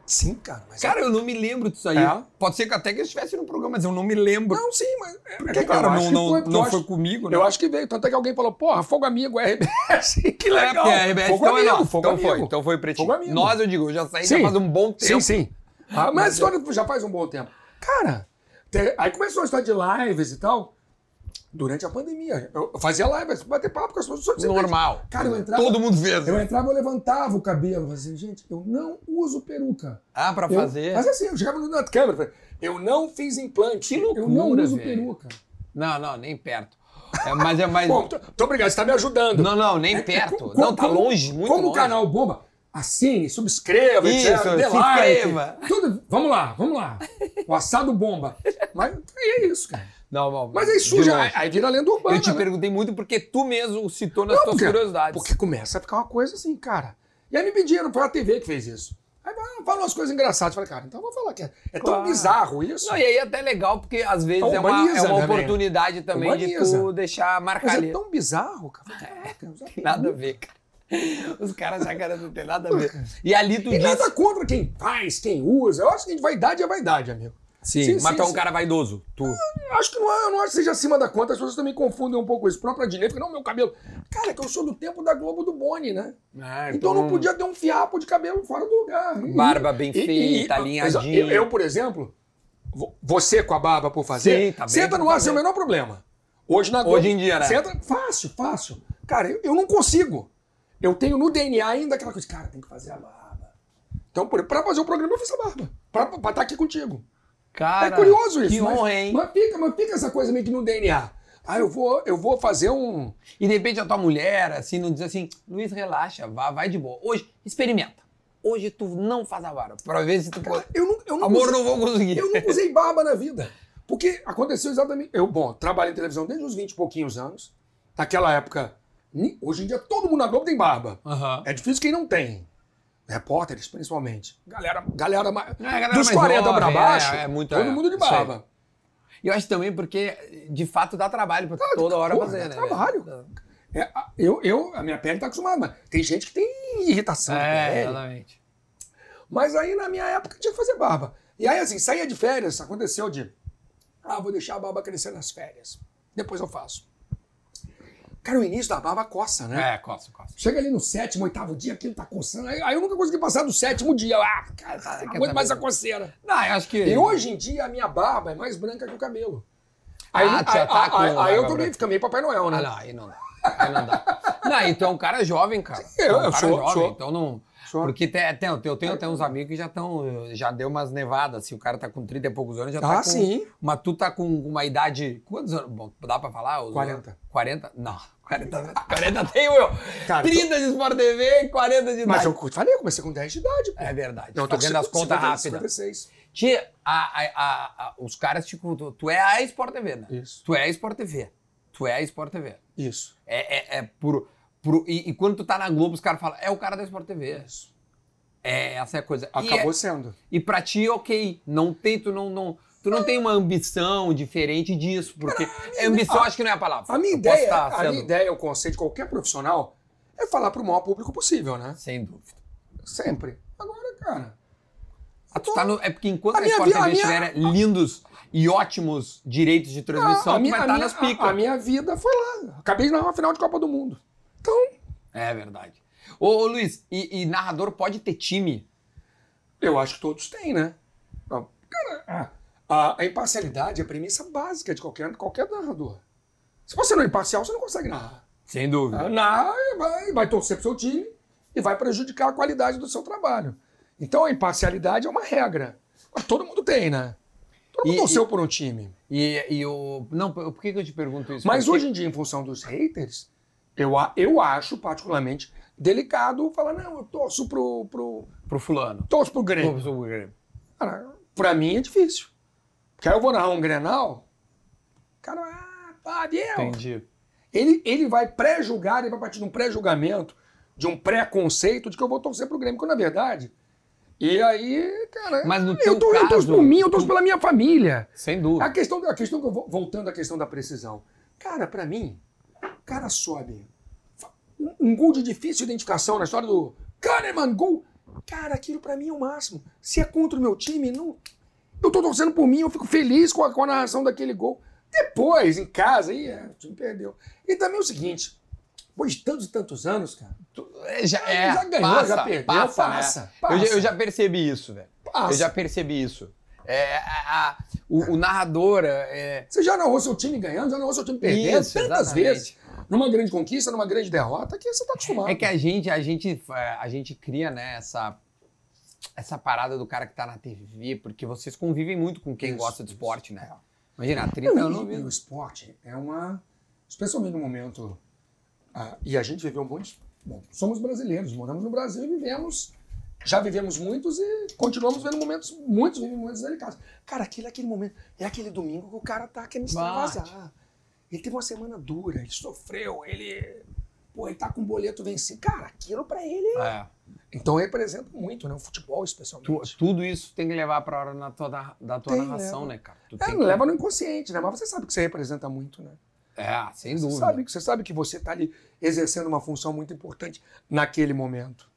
Speaker 1: Sim, cara, mas...
Speaker 2: Cara, eu não me lembro disso aí.
Speaker 1: É?
Speaker 2: Pode ser que até que eu estivesse no programa, mas eu não me lembro.
Speaker 1: Não, sim, mas... é-
Speaker 2: Porque,
Speaker 1: é-
Speaker 2: cara,
Speaker 1: eu
Speaker 2: não,
Speaker 1: acho que
Speaker 2: não,
Speaker 1: foi,
Speaker 2: foi,
Speaker 1: porque
Speaker 2: não
Speaker 1: eu
Speaker 2: foi
Speaker 1: acho-
Speaker 2: comigo, né?
Speaker 1: Eu acho que veio, tanto é que alguém falou, porra, Fogo Amigo, é RBS, que legal.
Speaker 2: É, a RBS, então é não.
Speaker 1: Fogo
Speaker 2: então
Speaker 1: Amigo.
Speaker 2: foi, então foi
Speaker 1: Fogo
Speaker 2: pretinho.
Speaker 1: Amigo.
Speaker 2: Nós, eu digo, eu já saí já
Speaker 1: Sim.
Speaker 2: faz um bom
Speaker 1: Sim,
Speaker 2: tempo.
Speaker 1: sim. Ah, mas, a história já faz um bom tempo. Cara, te- aí começou a história de lives e tal, durante a pandemia. Eu eu fazia lives, bater papo com as pessoas. sobre
Speaker 2: Normal. Uhum.
Speaker 1: Cara, eu entrava-
Speaker 2: Todo mundo assim. fez.
Speaker 1: Eu entrava, eu levantava o cabelo, assim, gente, eu não uso peruca.
Speaker 2: Ah, pra
Speaker 1: Eu-
Speaker 2: fazer.
Speaker 1: Mas assim, eu chegava no- na câmera, falei, eu não fiz implante.
Speaker 2: Que
Speaker 1: Eu não
Speaker 2: loucura,
Speaker 1: uso
Speaker 2: velho.
Speaker 1: peruca.
Speaker 2: Não, não, nem perto. É, mas é mais.
Speaker 1: Bom, muito muito obrigado, você tá me ajudando.
Speaker 2: não, não, nem
Speaker 1: É, é,
Speaker 2: perto.
Speaker 1: como-
Speaker 2: não, tá
Speaker 1: como-
Speaker 2: longe, muito
Speaker 1: Como o
Speaker 2: longe.
Speaker 1: canal bomba, assine, subscreva,
Speaker 2: Isso,
Speaker 1: etc. Dê
Speaker 2: se
Speaker 1: like,
Speaker 2: inscreva.
Speaker 1: Tudo, vamos lá, vamos lá. O assado bomba. Mas é isso, cara.
Speaker 2: Não, não.
Speaker 1: Mas aí
Speaker 2: de
Speaker 1: surge,
Speaker 2: longe.
Speaker 1: aí, aí vira lenda urbana.
Speaker 2: Eu te
Speaker 1: né?
Speaker 2: perguntei muito porque tu mesmo citou nas
Speaker 1: Não,
Speaker 2: tuas
Speaker 1: porque-
Speaker 2: curiosidades.
Speaker 1: Porque começa a ficar uma coisa assim, cara. E aí me pediram, foi a TV que fez isso. Aí ah, fala umas coisas engraçadas. Eu Falei, cara, então eu vou falar que é, é tão
Speaker 2: Claro.
Speaker 1: bizarro isso.
Speaker 2: Não, e aí é até legal, porque às vezes é, uma,
Speaker 1: Humaniza
Speaker 2: é uma
Speaker 1: também.
Speaker 2: oportunidade também de tu
Speaker 1: Humaniza.
Speaker 2: deixar
Speaker 1: mas
Speaker 2: marcar
Speaker 1: é
Speaker 2: ali.
Speaker 1: tão bizarro, cara.
Speaker 2: É,
Speaker 1: Eu falei, Caraca, eu já-
Speaker 2: Nada a ver, cara. Os caras já cara não tem nada a ver. E ali tu
Speaker 1: E
Speaker 2: diz.
Speaker 1: nada contra quem faz, quem usa. Eu acho que vaidade é vaidade, amigo.
Speaker 2: Sim,
Speaker 1: Sim,
Speaker 2: mas
Speaker 1: sim,
Speaker 2: tu é um
Speaker 1: sim.
Speaker 2: cara vaidoso. Tu.
Speaker 1: Acho que não é, eu não acho que seja acima da conta, as pessoas também confundem um pouco isso. Própria direita, fica, não, meu cabelo. Cara, é que eu sou do tempo da Globo do Boni, né?
Speaker 2: Ah,
Speaker 1: Então eu não podia ter um fiapo de cabelo fora do lugar. E-
Speaker 2: Barba bem
Speaker 1: e-
Speaker 2: feita,
Speaker 1: e-
Speaker 2: alinhadinha.
Speaker 1: Eu, eu, por exemplo, vo- você com a barba por
Speaker 2: Sim,
Speaker 1: fazer,
Speaker 2: tá bem,
Speaker 1: senta
Speaker 2: tá
Speaker 1: no ar
Speaker 2: bem.
Speaker 1: sem o menor problema. Hoje na
Speaker 2: Hoje em dia, né?
Speaker 1: Senta, fácil, fácil. Cara, eu, eu não consigo. Eu tenho no DNA ainda aquela coisa, cara, tem que fazer a barba. Então, por- pra fazer o programa, eu fiz a barba. Pra pra estar aqui contigo
Speaker 2: Cara,
Speaker 1: é curioso isso.
Speaker 2: Que
Speaker 1: mas-
Speaker 2: honra, hein?
Speaker 1: Mas fica, mas fica essa coisa meio que no DNA. Ah, eu vou, eu vou fazer um.
Speaker 2: E de repente a tua mulher, assim, não diz assim, Luiz, relaxa, vá, vai de boa. Hoje, experimenta. Hoje tu não faz a vara. Pra ver se tu pode.
Speaker 1: Eu não, eu não
Speaker 2: Amor,
Speaker 1: usei,
Speaker 2: não é. vou conseguir.
Speaker 1: eu não usei barba na vida. Porque aconteceu exatamente. Eu, bom, trabalhei em televisão desde uns 20 e pouquinhos anos. Naquela época. ni- Hoje em dia todo mundo na Globo tem barba.
Speaker 2: Aham.
Speaker 1: É difícil quem não tem. Repórteres, principalmente. Galera, galera, ma-
Speaker 2: É, a galera
Speaker 1: dos
Speaker 2: mais
Speaker 1: 40 pra
Speaker 2: jovem,
Speaker 1: baixo,
Speaker 2: é, é muito,
Speaker 1: todo
Speaker 2: é,
Speaker 1: mundo de
Speaker 2: isso aí.
Speaker 1: barba.
Speaker 2: E eu acho também porque, de fato, dá trabalho pra toda hora
Speaker 1: porra,
Speaker 2: fazer, né?
Speaker 1: dá trabalho.
Speaker 2: velho?
Speaker 1: É, a- eu, eu, a minha pele tá acostumada, mas tem gente que tem irritação. de
Speaker 2: É,
Speaker 1: pele.
Speaker 2: exatamente.
Speaker 1: Mas aí, na minha época, tinha que fazer barba. E aí, assim, saía de férias, aconteceu de. Ah, vou deixar a barba crescer nas férias. Depois eu faço. Cara, o início da barba coça, né?
Speaker 2: É, coça, coça.
Speaker 1: Chega ali no sétimo, oitavo dia, aquilo tá coçando. Aí aí eu nunca consegui passar do sétimo dia. Ah, cara, não aguento mais a coceira.
Speaker 2: Não, eu acho que.
Speaker 1: E hoje em dia, a minha barba é mais branca que o cabelo. Aí,
Speaker 2: Ah,
Speaker 1: aí-
Speaker 2: tia, tá
Speaker 1: aí-
Speaker 2: com
Speaker 1: aí-
Speaker 2: barba
Speaker 1: aí eu
Speaker 2: branca.
Speaker 1: também fico meio Papai Noel, né?
Speaker 2: Ah, não, aí não dá. Aí não dá. Não, e tu é um cara jovem, cara. Tu é um cara
Speaker 1: eu sou,
Speaker 2: jovem,
Speaker 1: sou.
Speaker 2: então não.
Speaker 1: Sou.
Speaker 2: Porque tem, tem- eu tenho até uns amigos que já estão. Já deu umas nevadas. Se o cara tá com 30 e poucos anos, já tá
Speaker 1: Ah,
Speaker 2: com.
Speaker 1: sim.
Speaker 2: Mas tu tá com uma idade. Quantos anos? Bom, dá pra falar? Os
Speaker 1: 40.
Speaker 2: 40? Não,
Speaker 1: então,
Speaker 2: 40, 40 tenho eu.
Speaker 1: Cara,
Speaker 2: 30 de Sport TV e 40 de
Speaker 1: Mas
Speaker 2: idade.
Speaker 1: eu falei, eu comecei com 10 de idade. Pô.
Speaker 2: É verdade.
Speaker 1: Não, eu
Speaker 2: Fazendo
Speaker 1: com
Speaker 2: as contas
Speaker 1: 50,
Speaker 2: rápidas.
Speaker 1: 56.
Speaker 2: Tia, a- a- a- a- os caras, tipo, tu, tu é a Sport TV, né?
Speaker 1: Isso.
Speaker 2: Tu é a Sport TV. Tu é a Sport TV.
Speaker 1: Isso.
Speaker 2: É, é, é puro. puro e, e quando tu tá na Globo, os caras falam, é o cara da Sport TV.
Speaker 1: Isso.
Speaker 2: É, essa é a coisa. E
Speaker 1: Acabou
Speaker 2: é-
Speaker 1: sendo.
Speaker 2: E, pra ti, ok. Não tem, tu não. não Tu não tem uma ambição diferente disso, porque. ambição acho que não é a palavra.
Speaker 1: A minha,
Speaker 2: Eu posso
Speaker 1: ideia,
Speaker 2: estar
Speaker 1: a
Speaker 2: sendo-
Speaker 1: minha ideia, o conceito de qualquer profissional é falar pro maior público possível, né?
Speaker 2: Sem dúvida.
Speaker 1: Sempre. Agora, cara.
Speaker 2: Ah, tu tá no- É porque enquanto
Speaker 1: A
Speaker 2: a,
Speaker 1: minha
Speaker 2: Sport
Speaker 1: vi- a
Speaker 2: TV
Speaker 1: minha-
Speaker 2: tiver lindos e ótimos direitos de transmissão, tu vai estar nas picas.
Speaker 1: a- a minha vida foi lá. Acabei de narrar uma final de Copa do Mundo. Então,
Speaker 2: É verdade. Ô, ô, Luiz, e, e narrador pode ter time?
Speaker 1: eu acho que todos têm, né? Não, Cara, ah, a, a imparcialidade é a premissa básica de qualquer, qualquer narrador. Se você não é imparcial, você não consegue narrar.
Speaker 2: Sem dúvida.
Speaker 1: Na, vai, vai torcer pro seu time e vai prejudicar a qualidade do seu trabalho. Então a imparcialidade é uma regra. Mas todo mundo tem, né? Todo mundo
Speaker 2: E-
Speaker 1: torceu por um time.
Speaker 2: E, e o. Não, por por que, que eu te pergunto isso? é
Speaker 1: Mas
Speaker 2: Porque-
Speaker 1: hoje em dia, em função dos haters, eu, a- eu acho particularmente delicado falar, não, eu torço pro, pro,
Speaker 2: Pro fulano.
Speaker 1: torço pro Grêmio.
Speaker 2: Pro- pro Grêmio.
Speaker 1: Cara, pra mim é difícil. Porque aí eu vou narrar um Grenal, cara, ah, Fabio,
Speaker 2: Entendi.
Speaker 1: ele, ele vai pré-julgar, ele vai partir de um pré-julgamento, de um pré-conceito de que eu vou torcer pro Grêmio, quando na verdade... E aí, cara,
Speaker 2: Mas no
Speaker 1: eu,
Speaker 2: teu
Speaker 1: tô, eu torço
Speaker 2: caso-
Speaker 1: por mim, eu torço pela minha família.
Speaker 2: Sem dúvida.
Speaker 1: A questão, a questão que eu vou, voltando à questão da precisão. Cara, pra mim, o cara sobe. Fa- Um, um gol de difícil identificação na história do Kahneman, gol. Cara, aquilo pra mim é o máximo. Se é contra o meu time, não. Eu tô torcendo por mim, eu fico feliz com a, com a narração daquele gol. Depois, em casa, aí, é, o time perdeu. E também é o seguinte, depois de tantos e tantos anos, cara,
Speaker 2: É, já, é,
Speaker 1: Já ganhou,
Speaker 2: passa,
Speaker 1: já perdeu,
Speaker 2: passa, né?
Speaker 1: passa,
Speaker 2: Eu, já,
Speaker 1: passa.
Speaker 2: eu já percebi isso, velho.
Speaker 1: passa.
Speaker 2: Eu já percebi isso. É, a- a- o, o narrador é,
Speaker 1: Você já narrou seu time ganhando, já narrou seu time perdendo
Speaker 2: Isso,
Speaker 1: tantas
Speaker 2: exatamente.
Speaker 1: vezes. Numa grande conquista, numa grande derrota, que você tá acostumado.
Speaker 2: é que a gente a gente é, a gente cria né essa essa parada do cara que tá na TV porque vocês convivem muito com quem
Speaker 1: Isso,
Speaker 2: gosta de
Speaker 1: isso. É.
Speaker 2: esporte, né? Imagina, há 30
Speaker 1: Não,
Speaker 2: anos
Speaker 1: e-
Speaker 2: eu
Speaker 1: e
Speaker 2: vi.
Speaker 1: o esporte é uma. Especialmente no momento. ah, e a gente viveu muitos. Bom, somos brasileiros, moramos no Brasil e vivemos. Já vivemos muitos e continuamos vendo momentos, muitos vivem momentos delicados. Cara, aquele é aquele momento, é aquele domingo que o cara tá querendo
Speaker 2: Bate.
Speaker 1: extravasar. Ele teve uma semana dura, ele sofreu, ele. Pô, ele tá com o boleto vencido. Cara, aquilo pra ele.
Speaker 2: É.
Speaker 1: Então representa muito, né? O futebol, especialmente.
Speaker 2: Tu- tudo isso tem que levar pra hora na tua, na- da tua
Speaker 1: Tem,
Speaker 2: narração,
Speaker 1: leva.
Speaker 2: né, cara? Tu
Speaker 1: É,
Speaker 2: tem que-
Speaker 1: leva no inconsciente, né? Mas você sabe que você representa muito, né?
Speaker 2: É, sem
Speaker 1: Você
Speaker 2: dúvida.
Speaker 1: sabe, você sabe que você está ali exercendo uma função muito importante naquele momento.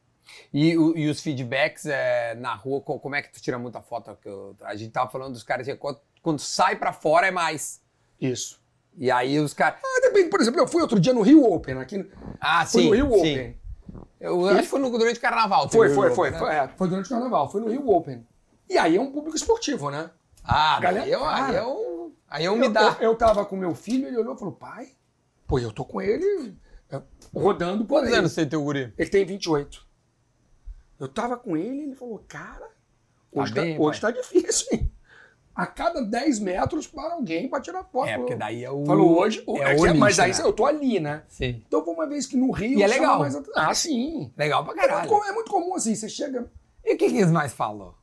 Speaker 2: E, o- e os feedbacks é, na rua, co- como é que tu tira muita foto? Que eu- a gente tava falando dos caras, assim, quando, quando sai pra fora é mais.
Speaker 1: Isso.
Speaker 2: E aí os caras.
Speaker 1: Ah, depende, por exemplo, eu fui outro dia no Rio Open, aqui no-
Speaker 2: Ah,
Speaker 1: fui
Speaker 2: sim.
Speaker 1: no Rio
Speaker 2: sim.
Speaker 1: Open.
Speaker 2: Eu acho que foi no- durante o carnaval. teve
Speaker 1: Foi,
Speaker 2: o
Speaker 1: foi,
Speaker 2: Rio
Speaker 1: foi,
Speaker 2: Open,
Speaker 1: foi,
Speaker 2: né?
Speaker 1: é, foi durante o carnaval, foi no Rio Open. E aí é um público esportivo, né?
Speaker 2: Ah,
Speaker 1: Galera,
Speaker 2: aí é eu. Aí
Speaker 1: cara.
Speaker 2: eu, aí eu
Speaker 1: Eu,
Speaker 2: me dá.
Speaker 1: eu, eu tava com meu filho, ele olhou e falou, pai, pô, eu tô com ele é, rodando por
Speaker 2: Quantos
Speaker 1: aí.
Speaker 2: anos tem teu guri?
Speaker 1: Ele tem 28. Eu tava com ele, ele falou, cara, hoje, tá,
Speaker 2: bem,
Speaker 1: hoje tá difícil, hein? A cada 10 metros para alguém pra tirar foto.
Speaker 2: É, porque daí é o.
Speaker 1: Falou hoje,
Speaker 2: é
Speaker 1: é
Speaker 2: o
Speaker 1: que- mas
Speaker 2: nicho,
Speaker 1: aí
Speaker 2: né?
Speaker 1: eu tô ali, né?
Speaker 2: Sim.
Speaker 1: Então foi uma vez que no Rio.
Speaker 2: E é
Speaker 1: chama
Speaker 2: legal.
Speaker 1: mais atenção. Ah, sim.
Speaker 2: Legal pra
Speaker 1: É muito,
Speaker 2: caralho.
Speaker 1: com- é muito comum assim, você chega
Speaker 2: E o que, que eles mais falam?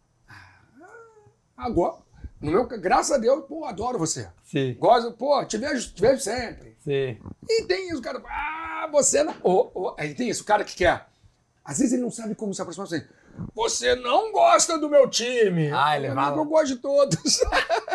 Speaker 1: agora. No meu, ca- graças a Deus, pô, adoro você.
Speaker 2: Sim.
Speaker 1: Gosto, pô, te vejo, te vejo sempre.
Speaker 2: Sim.
Speaker 1: E tem isso, o cara. Ah, você não. Ô, ô, aí tem isso, o cara que quer. Às vezes ele não sabe como se aproximar assim. Você não gosta do meu time.
Speaker 2: Ah, ele
Speaker 1: eu,
Speaker 2: fala.
Speaker 1: eu gosto de todos.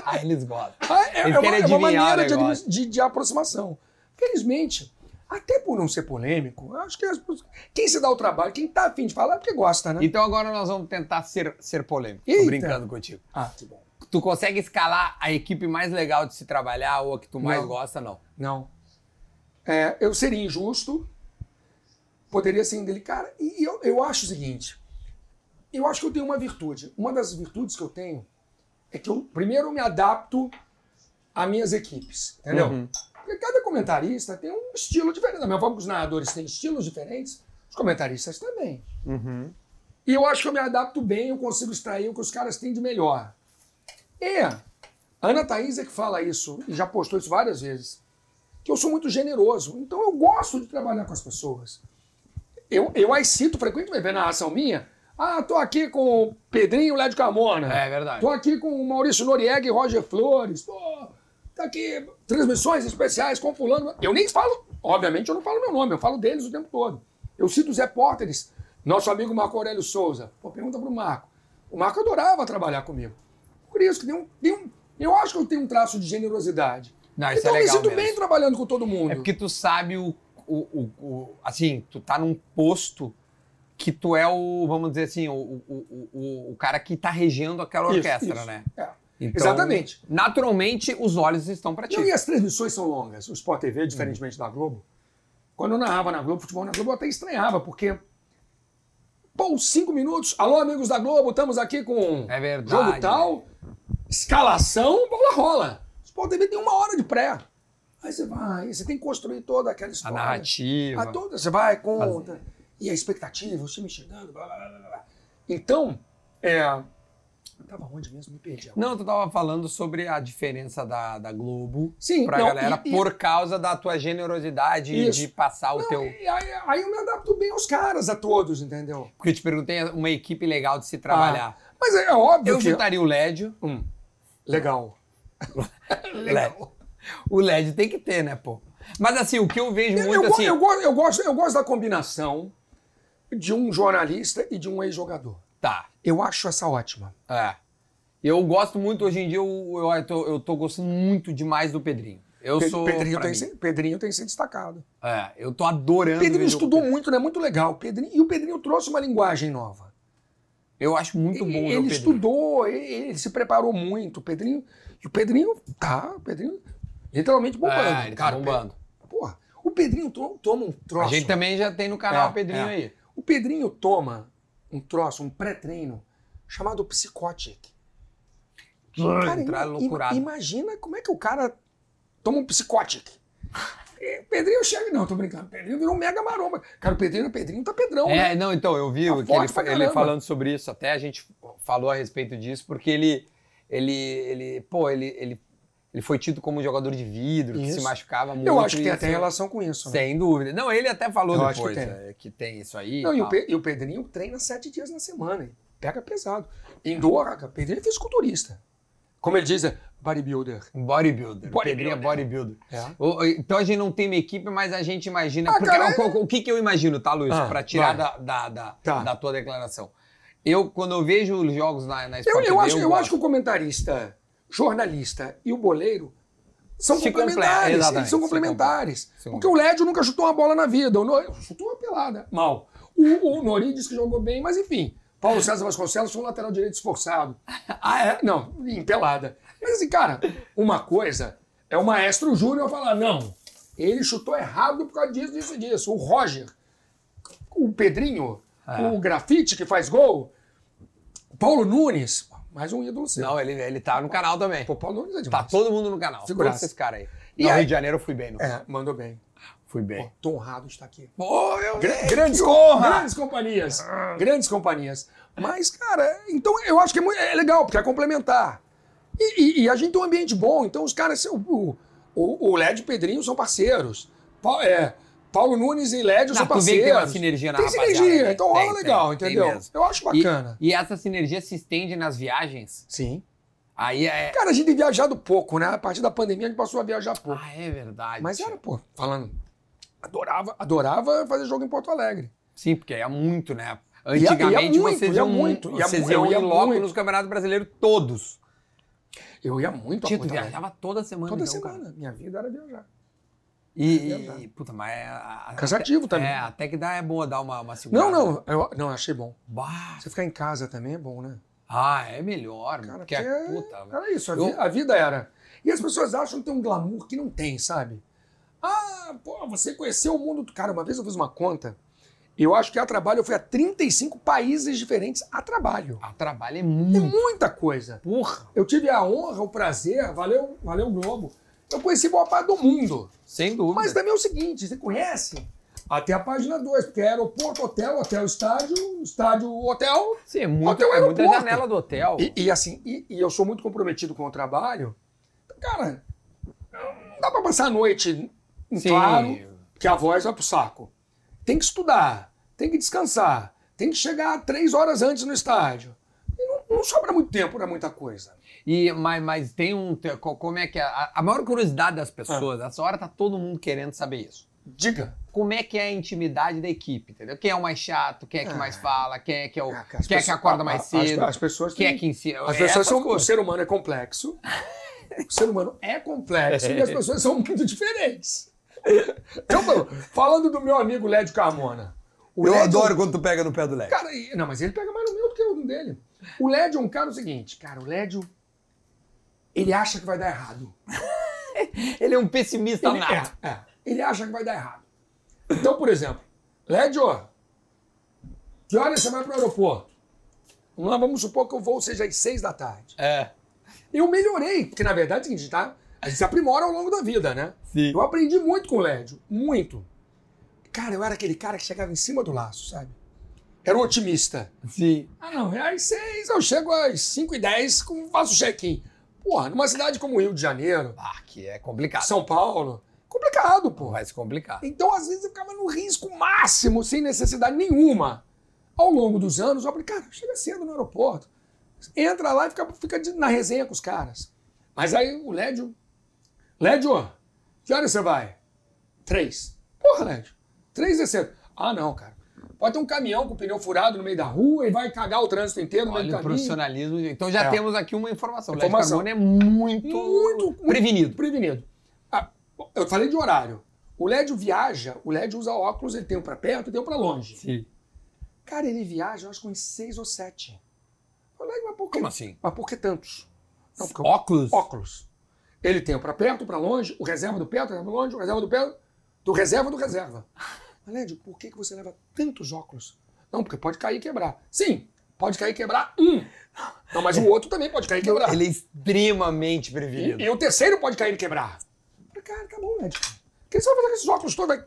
Speaker 2: Ah, eles gostam.
Speaker 1: Ah, É,
Speaker 2: Eles
Speaker 1: é uma,
Speaker 2: querem
Speaker 1: é uma
Speaker 2: adivinhar o
Speaker 1: maneira de,
Speaker 2: negócio.
Speaker 1: de- de aproximação. Felizmente, até por não ser polêmico, eu acho que as pessoas- quem se dá o trabalho, quem tá afim de falar, é porque gosta, né?
Speaker 2: Então agora nós vamos tentar ser, ser polêmico. Tô
Speaker 1: Eita.
Speaker 2: brincando contigo.
Speaker 1: Ah, que bom.
Speaker 2: Tu consegue escalar a equipe mais legal de se trabalhar ou a que tu mais
Speaker 1: Não.
Speaker 2: gosta, não?
Speaker 1: Não. É, eu seria injusto, poderia ser indelicado. Cara, E eu, eu acho o seguinte: eu acho que eu tenho uma virtude. Uma das virtudes que eu tenho é que eu, primeiro, eu me adapto às minhas equipes, entendeu?
Speaker 2: Uhum.
Speaker 1: Porque cada comentarista tem um estilo diferente. Da mesma forma que os narradores têm estilos diferentes, os comentaristas também. Uhum. E eu acho que eu me adapto bem, eu consigo extrair o que os caras têm de melhor. E a Ana Thaís é que fala isso, e já postou isso várias vezes, que eu sou muito generoso. Então eu gosto de trabalhar com as pessoas. Eu, eu as cito frequentemente, vendo a ação minha. Ah, tô aqui com o Pedrinho Léo de Carmona.
Speaker 2: É verdade.
Speaker 1: Tô aqui com o Maurício Noriega e Roger Flores. Pô, tá aqui transmissões especiais com fulano. Eu nem falo, obviamente eu não falo meu nome, eu falo deles o tempo todo. Eu cito os repórteres. Nosso amigo Marco Aurélio Souza. Pô, pergunta pro Marco. O Marco adorava trabalhar comigo. Por isso que tem um, tem um- eu acho que eu tenho um traço de generosidade.
Speaker 2: Não, isso é
Speaker 1: então eu me
Speaker 2: legal
Speaker 1: sinto
Speaker 2: mesmo.
Speaker 1: bem trabalhando com todo mundo.
Speaker 2: É porque tu sabe o, o, o- o- Assim, tu tá num posto que tu é o, vamos dizer assim, o, o, o- o, o cara que tá regendo aquela
Speaker 1: Isso,
Speaker 2: orquestra,
Speaker 1: isso.
Speaker 2: né?
Speaker 1: É.
Speaker 2: Então,
Speaker 1: Exatamente.
Speaker 2: Naturalmente, os olhos estão pra ti.
Speaker 1: Não, e as transmissões são longas. O Sport
Speaker 2: Hum.
Speaker 1: TV, diferentemente da Globo. Quando eu narrava na Globo, futebol na Globo, eu até estranhava, porque. Pô, cinco minutos. Alô, amigos da Globo, estamos aqui com. um
Speaker 2: É verdade.
Speaker 1: Jogo tal, escalação, bola rola. O Sport TV tem uma hora de pré. Aí você vai, você tem que construir toda aquela
Speaker 2: A
Speaker 1: história.
Speaker 2: narrativa.
Speaker 1: A toda, você vai, conta. E a expectativa, o time chegando, blá, blá, blá, blá, blá. Então, é... Eu tava onde mesmo? Me perdi. agora.
Speaker 2: Não, tu tava falando sobre a diferença da, da Globo
Speaker 1: Sim,
Speaker 2: pra
Speaker 1: não,
Speaker 2: galera
Speaker 1: e- e-
Speaker 2: por causa da tua generosidade e
Speaker 1: Isso.
Speaker 2: de passar o
Speaker 1: Não, é
Speaker 2: teu.
Speaker 1: e aí, aí eu me adapto bem aos caras, a todos, entendeu?
Speaker 2: Porque eu te perguntei é uma equipe legal
Speaker 1: Ah,
Speaker 2: de se trabalhar.
Speaker 1: Mas é óbvio
Speaker 2: eu
Speaker 1: que...
Speaker 2: juntaria o LED.
Speaker 1: Hum, legal.
Speaker 2: Legal. O LED tem que ter, né, pô? Mas assim, o que eu vejo
Speaker 1: Eu,
Speaker 2: muito
Speaker 1: eu, go-
Speaker 2: assim.
Speaker 1: eu, go- eu gosto, eu gosto da combinação de um jornalista e de um ex-jogador.
Speaker 2: Tá.
Speaker 1: Eu acho essa ótima.
Speaker 2: É. Eu gosto muito, hoje em dia, eu, eu, eu tô, eu tô gostando muito demais do Pedrinho. Eu
Speaker 1: Pe-
Speaker 2: sou.
Speaker 1: Pedrinho,
Speaker 2: pra
Speaker 1: tem
Speaker 2: mim,
Speaker 1: se, Pedrinho tem se destacado.
Speaker 2: É, eu tô adorando.
Speaker 1: Pedrinho
Speaker 2: ver jogo
Speaker 1: estudou
Speaker 2: do
Speaker 1: muito, né? Muito legal. Pedrinho, e o Pedrinho trouxe uma linguagem nova.
Speaker 2: Eu acho muito bom ver o
Speaker 1: ele
Speaker 2: Pedrinho.
Speaker 1: estudou, ele, ele se preparou muito. O Pedrinho. E o Pedrinho tá, o Pedrinho literalmente bombando.
Speaker 2: É, ele tá
Speaker 1: Cara,
Speaker 2: bombando.
Speaker 1: Pe- Porra, o Pedrinho to- toma um
Speaker 2: A
Speaker 1: troço.
Speaker 2: gente também já tem no canal
Speaker 1: É,
Speaker 2: o Pedrinho
Speaker 1: é.
Speaker 2: aí.
Speaker 1: O Pedrinho toma um troço, um pré-treino, chamado Psychotic. Cara,
Speaker 2: Entrar
Speaker 1: ima-
Speaker 2: loucurado.
Speaker 1: ima- imagina como é que o cara toma um psicótico. E o Pedrinho chega, não, tô brincando. O Pedrinho virou um mega maromba. Cara, o Pedrinho, o Pedrinho tá pedrão, né?
Speaker 2: É, não, então, eu vi
Speaker 1: Tá
Speaker 2: o que
Speaker 1: forte
Speaker 2: ele, fa-
Speaker 1: pra
Speaker 2: ele
Speaker 1: caramba.
Speaker 2: falando sobre isso, até a gente falou a respeito disso, porque ele, ele, ele pô, ele, ele, ele foi tido como um jogador de vidro, que se
Speaker 1: Isso.
Speaker 2: machucava muito.
Speaker 1: Eu acho que tem
Speaker 2: e
Speaker 1: até
Speaker 2: isso- é.
Speaker 1: relação com isso. né?
Speaker 2: Sem dúvida. Não, ele até falou
Speaker 1: Eu acho
Speaker 2: depois
Speaker 1: que tem.
Speaker 2: é, que tem isso aí.
Speaker 1: Não, e, o
Speaker 2: tal.
Speaker 1: Pe- e o Pedrinho treina sete dias na semana. hein? Pega pesado. Indoor, cara, o Pedrinho é fisiculturista. Como ele diz, é bodybuilder.
Speaker 2: Um Bodybuilder.
Speaker 1: Bodybuilder.
Speaker 2: Pedrinho é bodybuilder.
Speaker 1: É.
Speaker 2: O- o- Então a gente não tem uma equipe, mas a gente imagina.
Speaker 1: Ah,
Speaker 2: porque é
Speaker 1: cara,
Speaker 2: o- o, o que, que eu imagino, tá, Luiz?
Speaker 1: Ah,
Speaker 2: pra tirar
Speaker 1: vai.
Speaker 2: da, da, da,
Speaker 1: Tá.
Speaker 2: da tua declaração. Eu, quando eu vejo os jogos na, na
Speaker 1: Eu,
Speaker 2: Sport
Speaker 1: eu,
Speaker 2: TV,
Speaker 1: acho, eu
Speaker 2: gosto.
Speaker 1: acho que o comentarista, jornalista e o boleiro são
Speaker 2: Se completam,
Speaker 1: complementares.
Speaker 2: exatamente,
Speaker 1: Eles são
Speaker 2: se
Speaker 1: complementares.
Speaker 2: completam, se
Speaker 1: porque o Lédio nunca chutou uma bola na vida. O Nori chutou uma pelada. Mal. O, o Nori disse que jogou bem, mas enfim. Paulo César Vasconcelos foi um lateral direito esforçado. Ah, é? Não, em pelada. Mas assim, cara, uma coisa é o Maestro Júnior falar, não, ele chutou errado por causa disso, disso e disso. O Roger, o Pedrinho,
Speaker 2: É.
Speaker 1: o Grafite que faz gol, o Paulo Nunes, mais um ídolo seu.
Speaker 2: Não, ele, ele tá no canal também.
Speaker 1: Pô, Paulo Nunes é
Speaker 2: Tá
Speaker 1: demais.
Speaker 2: todo mundo no canal.
Speaker 1: Figuraça.
Speaker 2: Todos esses caras aí.
Speaker 1: E
Speaker 2: no
Speaker 1: aí-
Speaker 2: Rio de Janeiro eu fui bem. No...
Speaker 1: É, mandou bem.
Speaker 2: Fui
Speaker 1: Pô,
Speaker 2: bem.
Speaker 1: tô honrado de estar aqui.
Speaker 2: Pô, eu...
Speaker 1: grandes,
Speaker 2: que honra!
Speaker 1: grandes companhias. Grandes companhias. Mas, cara, então eu acho que é, muito, é legal, porque é complementar. E, e- e a gente tem um ambiente bom, então os caras. O, o, o- o LED e o Pedrinho são parceiros. Pa- é, Paulo Nunes e LED são
Speaker 2: Tá, tu vê que
Speaker 1: parceiros.
Speaker 2: tem uma sinergia na
Speaker 1: Tem
Speaker 2: rapaziada,
Speaker 1: sinergia,
Speaker 2: né?
Speaker 1: então rola
Speaker 2: Tem,
Speaker 1: legal,
Speaker 2: tem, tem
Speaker 1: entendeu?
Speaker 2: mesmo.
Speaker 1: eu acho
Speaker 2: E-
Speaker 1: bacana.
Speaker 2: E, essa sinergia se estende nas viagens?
Speaker 1: Sim.
Speaker 2: Aí é...
Speaker 1: Cara, a gente tem viajado pouco, né? A partir da pandemia a gente passou a viajar pouco.
Speaker 2: Ah, é verdade.
Speaker 1: Mas era, pô, falando. Adorava, adorava fazer jogo em Porto Alegre.
Speaker 2: Sim, porque ia muito, né?
Speaker 1: ia
Speaker 2: Antigamente
Speaker 1: muito,
Speaker 2: vocês
Speaker 1: ia
Speaker 2: iam
Speaker 1: muito, ia
Speaker 2: vocês
Speaker 1: mu-
Speaker 2: iam
Speaker 1: eu ia
Speaker 2: em loco
Speaker 1: muito.
Speaker 2: nos Campeonatos Brasileiros todos.
Speaker 1: Eu ia muito a
Speaker 2: Tito,
Speaker 1: Porto Alegre.
Speaker 2: viajava toda semana.
Speaker 1: Toda
Speaker 2: então,
Speaker 1: semana.
Speaker 2: cara.
Speaker 1: Minha vida era viajar.
Speaker 2: E,
Speaker 1: É verdade.
Speaker 2: e- puta, mas... é- a- a-
Speaker 1: Cansativo também.
Speaker 2: É, até que dá, é boa dar uma, uma segurada.
Speaker 1: Não, não, eu não, achei bom.
Speaker 2: Bah.
Speaker 1: Você ficar em casa também é bom, né?
Speaker 2: Ah, é melhor.
Speaker 1: Cara,
Speaker 2: porque,
Speaker 1: porque
Speaker 2: é...
Speaker 1: é-
Speaker 2: Puta,
Speaker 1: Era isso, a,
Speaker 2: Eu-
Speaker 1: vi- a vida era. E as pessoas acham que tem um glamour que não tem, sabe? Ah, pô, você conheceu o mundo. do- Cara, uma vez eu fiz uma conta, eu acho que a trabalho eu fui a 35 países diferentes a trabalho.
Speaker 2: a trabalho é
Speaker 1: É
Speaker 2: muito...
Speaker 1: muita coisa.
Speaker 2: Porra.
Speaker 1: Eu tive a honra, o prazer, valeu, valeu Globo. Eu conheci boa parte do mundo.
Speaker 2: Sem dúvida.
Speaker 1: Mas também é o seguinte, você conhece? Até a página 2, porque é aeroporto, hotel, hotel, estádio, estádio, hotel.
Speaker 2: Sim, é muito,
Speaker 1: Até o
Speaker 2: é muita
Speaker 1: aeroporto.
Speaker 2: janela do hotel.
Speaker 1: E, e assim, e, e eu sou muito comprometido com o trabalho. Então, Cara, não dá pra passar a noite em
Speaker 2: Sim.
Speaker 1: claro, que a voz vai pro saco. Tem que estudar, tem que descansar, tem que chegar três horas antes no estádio. E não, não sobra muito tempo pra muita coisa.
Speaker 2: E, mas, mas tem um. te- co- Como é que é? A, a maior curiosidade das pessoas,
Speaker 1: Ah.
Speaker 2: essa hora tá todo mundo querendo saber isso.
Speaker 1: Diga.
Speaker 2: Como é que é a intimidade da equipe, entendeu? Quem é o mais chato, quem é que
Speaker 1: Ah.
Speaker 2: mais fala, quem é que, é o,
Speaker 1: Ah, cara,
Speaker 2: quem
Speaker 1: as
Speaker 2: é que
Speaker 1: pessoas-
Speaker 2: acorda
Speaker 1: a-
Speaker 2: mais
Speaker 1: as-
Speaker 2: cedo,
Speaker 1: As, pessoas
Speaker 2: quem é
Speaker 1: têm-
Speaker 2: que ensina.
Speaker 1: As pessoas
Speaker 2: essas
Speaker 1: são. O
Speaker 2: coisas.
Speaker 1: ser humano é complexo. O ser humano é complexo e as pessoas são muito diferentes. Então, mano, falando do meu amigo Lédio Carmona. O Lédio- é um
Speaker 2: quando tu pega no pé do leque.
Speaker 1: Cara, e- não, mas ele pega mais no meu do que no dele. O Lédio é um cara o seguinte, cara, o Lédio. Ele acha que vai dar errado.
Speaker 2: Ele é um pessimista
Speaker 1: Ele,
Speaker 2: nato.
Speaker 1: é, é. ele acha que vai dar errado. Então, por exemplo, Lédio, que horas você vai pro aeroporto? Nós vamos supor que o voo seja às seis da tarde.
Speaker 2: É.
Speaker 1: Eu melhorei, porque na verdade é o seguinte, tá? A gente se aprimora ao longo da vida, né?
Speaker 2: Sim.
Speaker 1: Eu aprendi muito com o Lédio, muito. Cara, eu era aquele cara que chegava em cima do laço, sabe? Era um otimista.
Speaker 2: Sim.
Speaker 1: Ah, não, é às seis, eu chego às cinco e dez, com- faço o check-in. Porra, numa cidade como Rio de Janeiro,
Speaker 2: Ah, que é complicado.
Speaker 1: São Paulo, complicado, porra.
Speaker 2: Vai se complicar.
Speaker 1: Então, às vezes, eu ficava no risco máximo, sem necessidade nenhuma. Ao longo dos anos, eu falei, cara, chega cedo no aeroporto. Entra lá e fica, fica de- na resenha com os caras. Mas aí o Lédio. Lédio, que horas você vai? Três. Porra, Lédio. Três é cedo. Ah, não, cara. Pode ter um caminhão com o pneu furado no meio da rua e vai cagar o trânsito inteiro no meio
Speaker 2: Olha
Speaker 1: do
Speaker 2: o
Speaker 1: caminho.
Speaker 2: profissionalismo. Então já
Speaker 1: É.
Speaker 2: temos aqui uma informação. O Léo
Speaker 1: Informação.
Speaker 2: Carmona é muito,
Speaker 1: Muito, muito
Speaker 2: prevenido.
Speaker 1: Prevenido. Ah, eu falei de horário. O Lédio viaja, o Lédio usa óculos, ele tem um pra perto e tem um pra longe.
Speaker 2: Sim.
Speaker 1: Cara, ele viaja, eu acho que uns seis ou sete. Eu falei, mas por que,
Speaker 2: Como assim?
Speaker 1: mas por que tantos? Não, porque eu-
Speaker 2: Óculos?
Speaker 1: óculos. Ele tem o pra perto, o pra longe, o reserva do perto, o reserva do longe, o reserva do perto, do reserva do reserva. Mas, Lédio, por que, que você leva tantos óculos? Não, porque pode cair e quebrar. Sim, pode cair e quebrar um. Não, mas o outro também pode cair e quebrar.
Speaker 2: É. Ele é extremamente
Speaker 1: E,
Speaker 2: prevenido.
Speaker 1: e o terceiro pode cair e quebrar. Eu falei, cara, tá bom, Lédio. O que você vai fazer com esses óculos todos? Vai,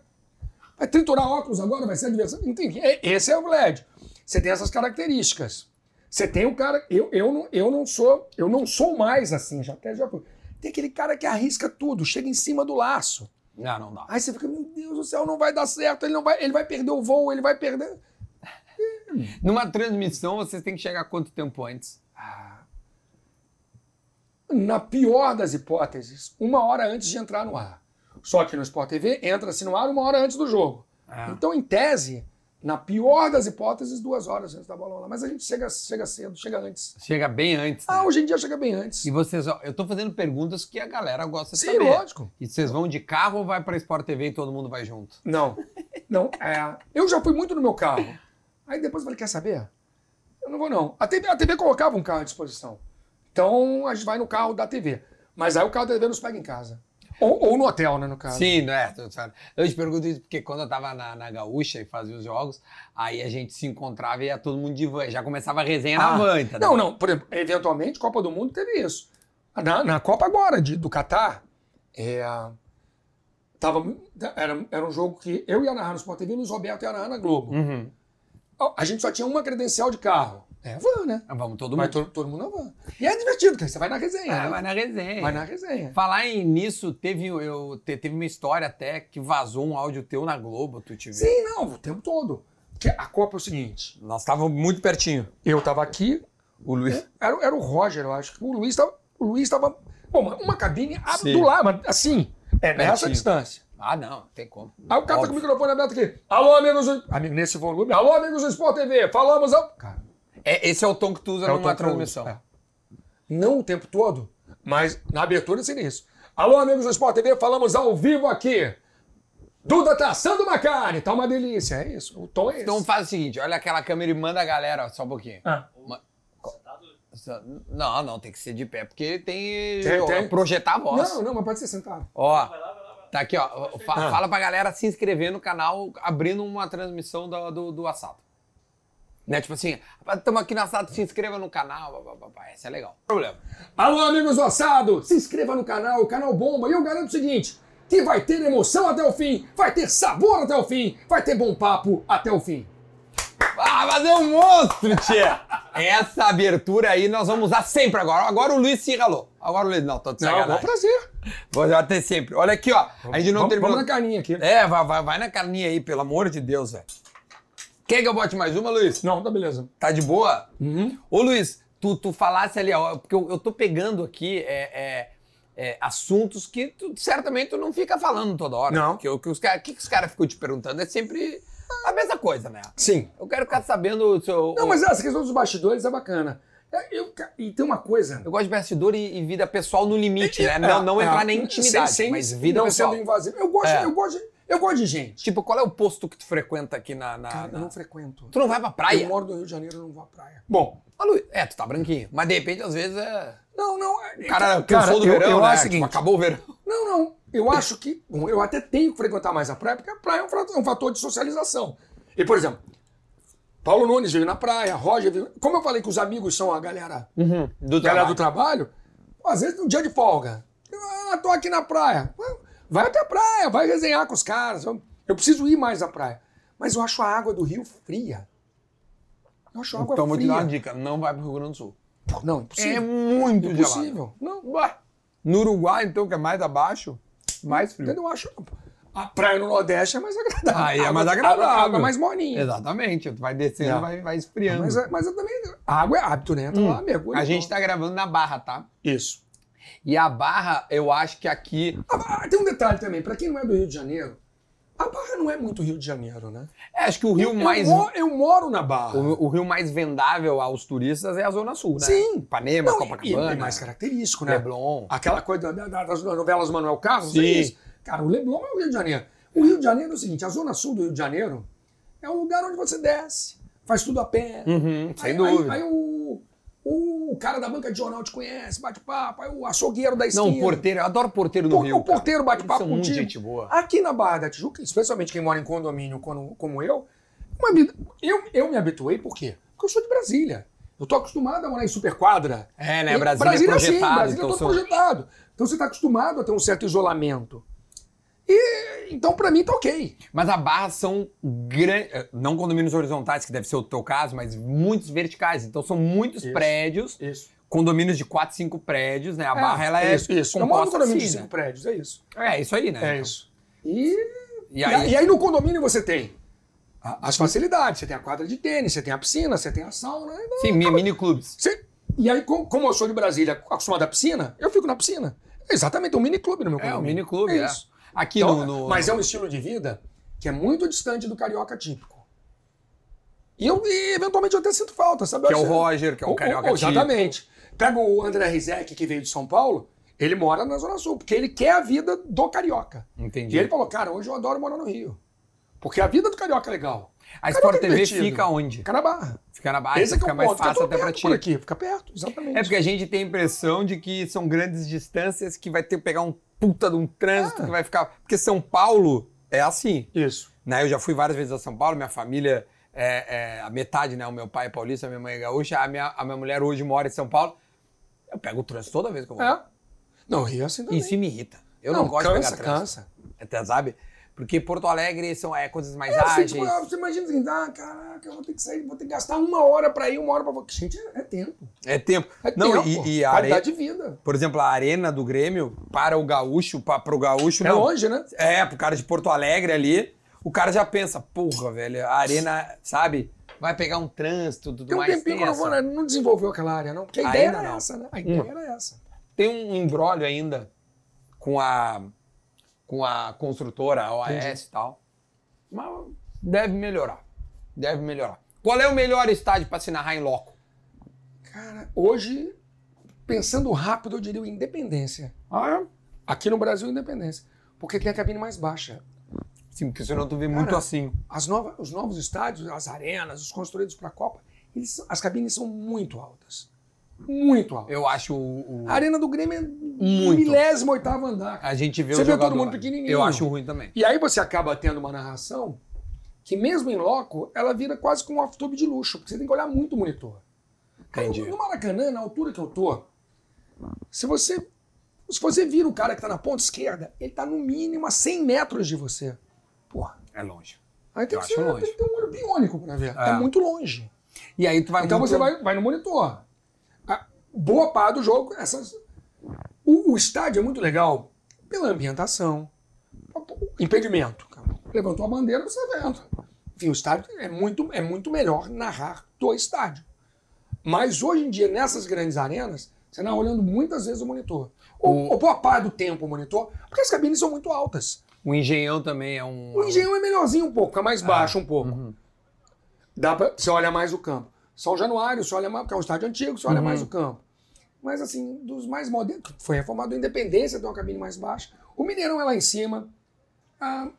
Speaker 1: vai triturar óculos agora? Vai ser adversário? Entendi. É- Esse é o Lédio. Você tem essas características. Você tem o cara. Eu, eu, não, eu não sou. Eu não sou mais assim, já até já fui. Tem aquele cara que arrisca tudo, chega em cima do laço.
Speaker 2: Não, não dá.
Speaker 1: Aí você fica, meu Deus do céu, não vai dar certo, ele não vai, ele vai perder o voo, ele vai perder.
Speaker 2: Numa transmissão, vocês têm que chegar quanto tempo antes?
Speaker 1: Ah, Na pior das hipóteses, uma hora antes de entrar no ar. Só que no Sport TV entra-se no ar uma hora antes do jogo. Então, em tese, na pior das hipóteses, duas horas antes da bola lá. Mas a gente chega, chega cedo, chega antes.
Speaker 2: Chega bem antes. né?
Speaker 1: Ah, hoje em dia chega bem antes.
Speaker 2: E é. vocês, ó, eu tô fazendo perguntas que a galera gosta de
Speaker 1: Sim,
Speaker 2: saber.
Speaker 1: lógico.
Speaker 2: E vocês vão de carro ou vai pra Sport TV e todo mundo vai junto?
Speaker 1: Não, não, é. Eu já fui muito no meu carro. Aí depois eu falei, quer saber? Eu não vou não. A TV, a TV colocava um carro à disposição. Então a gente vai no carro da TV. Mas aí o carro da TV nos pega em casa. Ou, ou no hotel, né, no caso.
Speaker 2: Sim, não é? tu sabe. Eu te pergunto isso porque quando eu tava na, na Gaúcha e fazia os jogos, aí a gente se encontrava e ia todo mundo de van. Já começava a resenha na
Speaker 1: Ah,
Speaker 2: van, entendeu?
Speaker 1: Não, não. Por exemplo, eventualmente, Copa do Mundo teve isso. Na, na Copa agora, de- do Catar, é, tava, mu- era, era um jogo que eu ia narrar no Sport TV, o Luiz Roberto ia narrar na Globo.
Speaker 2: Uhum.
Speaker 1: A gente só tinha uma credencial de carro. É van, né?
Speaker 2: Ah, Vamos todo
Speaker 1: Vai
Speaker 2: mundo.
Speaker 1: todo, todo mundo na van. E é divertido, porque você vai na resenha.
Speaker 2: Ah,
Speaker 1: né?
Speaker 2: vai na resenha.
Speaker 1: Vai na resenha.
Speaker 2: Falar em nisso, teve, um, eu, te- teve uma história até que vazou um áudio teu na Globo, tu te viu?
Speaker 1: Sim, não, o tempo todo. Porque a Copa é o seguinte:
Speaker 2: Nós estávamos muito pertinho.
Speaker 1: eu tava aqui,
Speaker 2: O Luiz.
Speaker 1: era, era o Roger, eu acho. que O Luiz tava. O Luiz tava bom, uma, uma cabine a-
Speaker 2: Sim.
Speaker 1: do lado, mas assim, é nessa
Speaker 2: Pertinho.
Speaker 1: distância.
Speaker 2: Ah, não, tem como.
Speaker 1: Aí o cara tá com o
Speaker 2: Óbvio.
Speaker 1: microfone aberto aqui. Alô, amigos do... Amigo, nesse volume. Alô, amigos do Sport TV. Falamos ao... Cara,
Speaker 2: É, esse é o tom que tu usa
Speaker 1: é o
Speaker 2: numa
Speaker 1: tempo todo.
Speaker 2: transmissão.
Speaker 1: É. Não o tempo todo, mas na abertura seria isso. Alô, amigos do Sport TV. Falamos ao vivo aqui. Duda tá assando uma carne. Tá uma delícia. É isso. O tom é esse.
Speaker 2: Então faz o seguinte, olha aquela câmera e manda a galera, ó, só um pouquinho.
Speaker 1: Ah.
Speaker 2: Ma- Não, não, tem que ser de pé, porque ele tem,
Speaker 1: Tem, tem.
Speaker 2: projetar a voz.
Speaker 1: Não, não, mas pode ser sentado.
Speaker 2: Ó, tá aqui, ó. Fa- Fala pra galera se inscrever no canal, abrindo uma transmissão do, do, do assado. Né? Tipo assim, estamos aqui no assado, se inscreva no canal, blá, blá, blá, blá. essa é legal. Problema.
Speaker 1: Alô, amigos do assado. Se inscreva no canal, o canal bomba. E eu garanto o seguinte. Que vai ter emoção até o fim, vai ter sabor até o fim, vai ter bom papo até o fim. é um
Speaker 2: Ah, mas é um monstro, tia! Essa abertura aí nós vamos usar sempre agora. Agora o Luiz se ralou. Agora o Luiz, não, tô de
Speaker 1: Não, bom
Speaker 2: sacanagem.
Speaker 1: prazer.
Speaker 2: Vou usar até sempre. Olha aqui, ó. A gente não
Speaker 1: vamos,
Speaker 2: terminou.
Speaker 1: vamos na carninha aqui.
Speaker 2: É, vai, vai, vai na carninha aí, pelo amor de Deus, velho. Quer que eu bote mais uma, Luiz?
Speaker 1: Não, tá beleza.
Speaker 2: Tá de boa?
Speaker 1: Uhum.
Speaker 2: Ô Luiz, tu, tu falasse ali, ó, porque eu, eu tô pegando aqui é, é, é, assuntos que tu, certamente tu não fica falando toda hora.
Speaker 1: Não.
Speaker 2: Porque o que os caras que que os cara ficam te perguntando é sempre a mesma coisa, né?
Speaker 1: Sim.
Speaker 2: Eu quero ficar sabendo o seu.
Speaker 1: Não, mas essa questão dos bastidores é bacana. É, Eu, ca- e tem uma coisa.
Speaker 2: Eu gosto de bastidor e, e vida pessoal no limite, né?
Speaker 1: É,
Speaker 2: Não, não
Speaker 1: é,
Speaker 2: entrar
Speaker 1: é,
Speaker 2: na intimidade,
Speaker 1: sem- sem-
Speaker 2: mas vida
Speaker 1: não
Speaker 2: pessoal.
Speaker 1: sendo invasivo. Eu gosto,
Speaker 2: É.
Speaker 1: eu gosto, de- eu gosto de gente.
Speaker 2: Tipo, qual é o posto que tu frequenta aqui na. na-
Speaker 1: Cara,
Speaker 2: na-
Speaker 1: eu não frequento.
Speaker 2: Tu Ah, não vai pra praia?
Speaker 1: Eu moro no Rio de Janeiro, eu não vou à praia. Bom,
Speaker 2: Ô, Luiz, é, tu tá branquinho. Mas de repente, às vezes, é.
Speaker 1: não, não. é-
Speaker 2: Cara, cansou do
Speaker 1: eu-
Speaker 2: verão,
Speaker 1: eu
Speaker 2: né?
Speaker 1: acho o seguinte,
Speaker 2: Tipo, acabou o verão.
Speaker 1: Não, não. Eu acho que. bom, eu até tenho que frequentar mais a praia, porque a praia é um fra- um fator de socialização. E, por exemplo, Paulo Nunes vive na praia, Roger vive. Como eu falei que os amigos são a galera
Speaker 2: Do
Speaker 1: galera
Speaker 2: trabalho.
Speaker 1: do trabalho, pô, às vezes num dia de folga. Ah, Ah, tô aqui na praia. Vai até a praia, vai resenhar com os caras. Eu preciso ir mais à praia. Mas eu acho a água do rio fria. Eu acho a água
Speaker 2: Então vou te
Speaker 1: fria.
Speaker 2: dar uma dica, não vai pro Rio Grande do Sul.
Speaker 1: Pô, Não, impossível.
Speaker 2: É muito gelado.
Speaker 1: impossível. Não,
Speaker 2: Ué, No Uruguai, então, que é mais abaixo, mais frio.
Speaker 1: entendeu? Eu acho. A praia no Nordeste é mais agradável.
Speaker 2: Aí é
Speaker 1: A água-
Speaker 2: mais agradável.
Speaker 1: A água- a água é mais morninha.
Speaker 2: Exatamente, tu vai descendo,
Speaker 1: É.
Speaker 2: vai, vai esfriando.
Speaker 1: Mas, é- mas eu também. A água é hábito, né? Tá lá, mergulha.
Speaker 2: A gente
Speaker 1: tá...
Speaker 2: tá gravando na Barra, tá?
Speaker 1: Isso.
Speaker 2: E a Barra, eu acho que aqui...
Speaker 1: Ah, ah, tem um detalhe também, pra quem não é do Rio de Janeiro, a Barra não é muito Rio de Janeiro, né?
Speaker 2: É, acho que o rio mais...
Speaker 1: Eu, mo- eu moro na Barra.
Speaker 2: O, o rio mais vendável aos turistas é a Zona Sul, né?
Speaker 1: Sim.
Speaker 2: Ipanema,
Speaker 1: não, e- e
Speaker 2: Copacabana,
Speaker 1: é mais característico, né?
Speaker 2: Leblon.
Speaker 1: Aquela coisa da- da- das novelas Manuel Carlos,
Speaker 2: Sim.
Speaker 1: é isso. Cara, o Leblon é o Rio de Janeiro. O Rio de Janeiro é o seguinte, a zona sul do Rio de Janeiro é um lugar onde você desce, faz tudo a pé.
Speaker 2: Uhum, sem
Speaker 1: Aí- aí-
Speaker 2: dúvida.
Speaker 1: Aí, o, o cara da banca de jornal te conhece, bate papo, aí o açougueiro da esquina.
Speaker 2: Não, porteiro, eu adoro porteiro no
Speaker 1: Pô,
Speaker 2: Rio.
Speaker 1: o porteiro
Speaker 2: cara.
Speaker 1: bate
Speaker 2: Eles
Speaker 1: papo
Speaker 2: são muito
Speaker 1: contigo.
Speaker 2: gente boa.
Speaker 1: Aqui na Barra da Tijuca, especialmente quem mora em condomínio como, como eu, uma vida- eu, eu me habituei por quê? Porque eu sou de Brasília. Eu tô acostumado a morar em superquadra.
Speaker 2: É,
Speaker 1: E
Speaker 2: né? Brasília, é
Speaker 1: assim,
Speaker 2: projetado.
Speaker 1: Brasília é
Speaker 2: então
Speaker 1: todo
Speaker 2: são-
Speaker 1: projetado. Então você tá acostumado a ter um certo isolamento. E então pra mim tá ok.
Speaker 2: Mas a barra são grandes. Não condomínios horizontais, que deve ser o teu caso, mas muitos verticais. Então são muitos
Speaker 1: Isso.
Speaker 2: prédios,
Speaker 1: Isso.
Speaker 2: condomínios de 4, 5 prédios, né? A barra ela é
Speaker 1: É, isso, isso. Eu moro num
Speaker 2: composta
Speaker 1: condomínio de
Speaker 2: assim,
Speaker 1: cinco
Speaker 2: né?
Speaker 1: prédios, é isso.
Speaker 2: É isso aí, né?
Speaker 1: É
Speaker 2: Então,
Speaker 1: isso. E
Speaker 2: E aí, Ah,
Speaker 1: e aí no condomínio você tem a- as facilidades, você tem a quadra de tênis, você tem a piscina, você tem a sauna, e
Speaker 2: sim, mi- mini clubes.
Speaker 1: Você- E aí, com- como eu sou de Brasília, acostumado à piscina, eu fico na piscina. É exatamente, um miniclube no meu
Speaker 2: É,
Speaker 1: condomínio.
Speaker 2: um mini clube, é.
Speaker 1: isso.
Speaker 2: Aqui
Speaker 1: Então,
Speaker 2: no, no-
Speaker 1: Mas é um estilo de vida que é muito distante do carioca típico. E, eu, e, eventualmente eu até sinto falta, sabe?
Speaker 2: Que é
Speaker 1: Eu
Speaker 2: o
Speaker 1: acho-
Speaker 2: Roger, que é o carioca típico.
Speaker 1: Exatamente. Pega o André Rizek, que veio de São Paulo, ele mora na Zona Sul, porque ele quer a vida do carioca.
Speaker 2: Entendi.
Speaker 1: E ele falou, cara, hoje eu adoro morar no Rio. Porque a vida do carioca é legal.
Speaker 2: A
Speaker 1: Carioca
Speaker 2: Sport
Speaker 1: é
Speaker 2: TV
Speaker 1: divertido.
Speaker 2: fica onde?
Speaker 1: Fica na barra.
Speaker 2: Fica na barra,
Speaker 1: Esse é que
Speaker 2: fica
Speaker 1: é o
Speaker 2: mais
Speaker 1: ponto.
Speaker 2: fácil
Speaker 1: fica tudo
Speaker 2: até pra
Speaker 1: perto
Speaker 2: ti.
Speaker 1: por aqui, fica perto, exatamente.
Speaker 2: É porque a gente tem a impressão de que são grandes distâncias que vai ter que pegar um puta de um trânsito
Speaker 1: Ah.
Speaker 2: que vai ficar. Porque São Paulo é assim.
Speaker 1: Isso.
Speaker 2: Né? Eu já fui várias vezes a São Paulo, minha família é, é a metade, né? O meu pai é paulista, a minha mãe é gaúcha, a minha, a minha mulher hoje mora em São Paulo. Eu pego o trânsito toda vez que eu vou.
Speaker 1: É. Não, Rio assim também.
Speaker 2: Isso me irrita. Eu não, gosto
Speaker 1: cansa,
Speaker 2: de pegar trânsito.
Speaker 1: cansa.
Speaker 2: Até sabe? Porque Porto Alegre são é, coisas mais
Speaker 1: É, assim,
Speaker 2: ágeis.
Speaker 1: tipo, você imagina assim, ah, caraca, eu vou ter que sair, vou ter que gastar uma hora pra ir, uma hora pra voltar. Gente, é, é tempo.
Speaker 2: É tempo.
Speaker 1: É
Speaker 2: não,
Speaker 1: tempo.
Speaker 2: e, e a
Speaker 1: Qualidade
Speaker 2: are-
Speaker 1: de vida.
Speaker 2: Por exemplo, a arena do Grêmio para o gaúcho, para pro gaúcho,
Speaker 1: É
Speaker 2: não.
Speaker 1: longe, né?
Speaker 2: É, pro cara de Porto Alegre ali, o cara já pensa, porra, velho, a arena, sabe? Vai pegar um trânsito, tudo
Speaker 1: Tem um
Speaker 2: mais.
Speaker 1: tempinho que eu não, vou,
Speaker 2: essa.
Speaker 1: né? não desenvolveu aquela área, não. Porque a ideia
Speaker 2: Ainda
Speaker 1: era
Speaker 2: não. Hum.
Speaker 1: essa, né? A ideia era essa.
Speaker 2: Tem um embrólio ainda com a com a construtora, a OAS e tal. Mas deve melhorar. Deve melhorar. Qual é o melhor estádio para se narrar em loco?
Speaker 1: Cara, hoje, pensando rápido, eu diria o Independência.
Speaker 2: Ah, é?
Speaker 1: Aqui no Brasil, Independência. Porque tem a cabine mais baixa.
Speaker 2: Sim, porque senão tu vê muito
Speaker 1: Cara,
Speaker 2: assim.
Speaker 1: As nova- os novos estádios, as arenas, os construídos para a Copa, eles são- as cabines são muito altas. Muito altas.
Speaker 2: Eu acho o, o-
Speaker 1: A arena do Grêmio é
Speaker 2: Muito.
Speaker 1: milésimo oitavo andar. cara.
Speaker 2: a gente vê
Speaker 1: Você
Speaker 2: o
Speaker 1: vê todo
Speaker 2: jogador.
Speaker 1: mundo pequenininho.
Speaker 2: Eu acho ruim também.
Speaker 1: E aí você acaba tendo uma narração que, mesmo em loco, ela vira quase que um off-tube de luxo, porque você tem que olhar muito o monitor. Cara,
Speaker 2: Entendi.
Speaker 1: No Maracanã, na altura que eu tô, se você, se você vira o cara que tá na ponta esquerda, ele tá no mínimo a 100 metros de você. Porra.
Speaker 2: É longe.
Speaker 1: Aí tem
Speaker 2: Eu
Speaker 1: que,
Speaker 2: acho
Speaker 1: ser,
Speaker 2: longe.
Speaker 1: tem que ter um olho biônico pra ver.
Speaker 2: É.
Speaker 1: É muito longe.
Speaker 2: E aí tu vai
Speaker 1: Então
Speaker 2: muito-
Speaker 1: você vai, vai no monitor. A boa parte do jogo, essas. O, o estádio é muito legal pela ambientação. O Impedimento. cara. Levantou a bandeira, você vendo. Enfim, o estádio é muito, é muito melhor narrar do estádio. Mas hoje em dia, nessas grandes arenas, você está olhando muitas vezes o monitor. Ou,
Speaker 2: O-
Speaker 1: ou boa parte do tempo o monitor, porque as cabines são muito altas.
Speaker 2: O engenhão também é um.
Speaker 1: O engenho é melhorzinho um pouco, é mais
Speaker 2: Ah,
Speaker 1: baixo um pouco.
Speaker 2: uhum.
Speaker 1: Dá pra, você olha mais o campo. São Januário, você olha mais, porque é um estádio antigo, você olha
Speaker 2: Uhum.
Speaker 1: mais o campo. Mas assim, dos mais modernos, que foi reformado a Independência, tem uma cabine mais baixa. O Mineirão é lá em cima. Ah,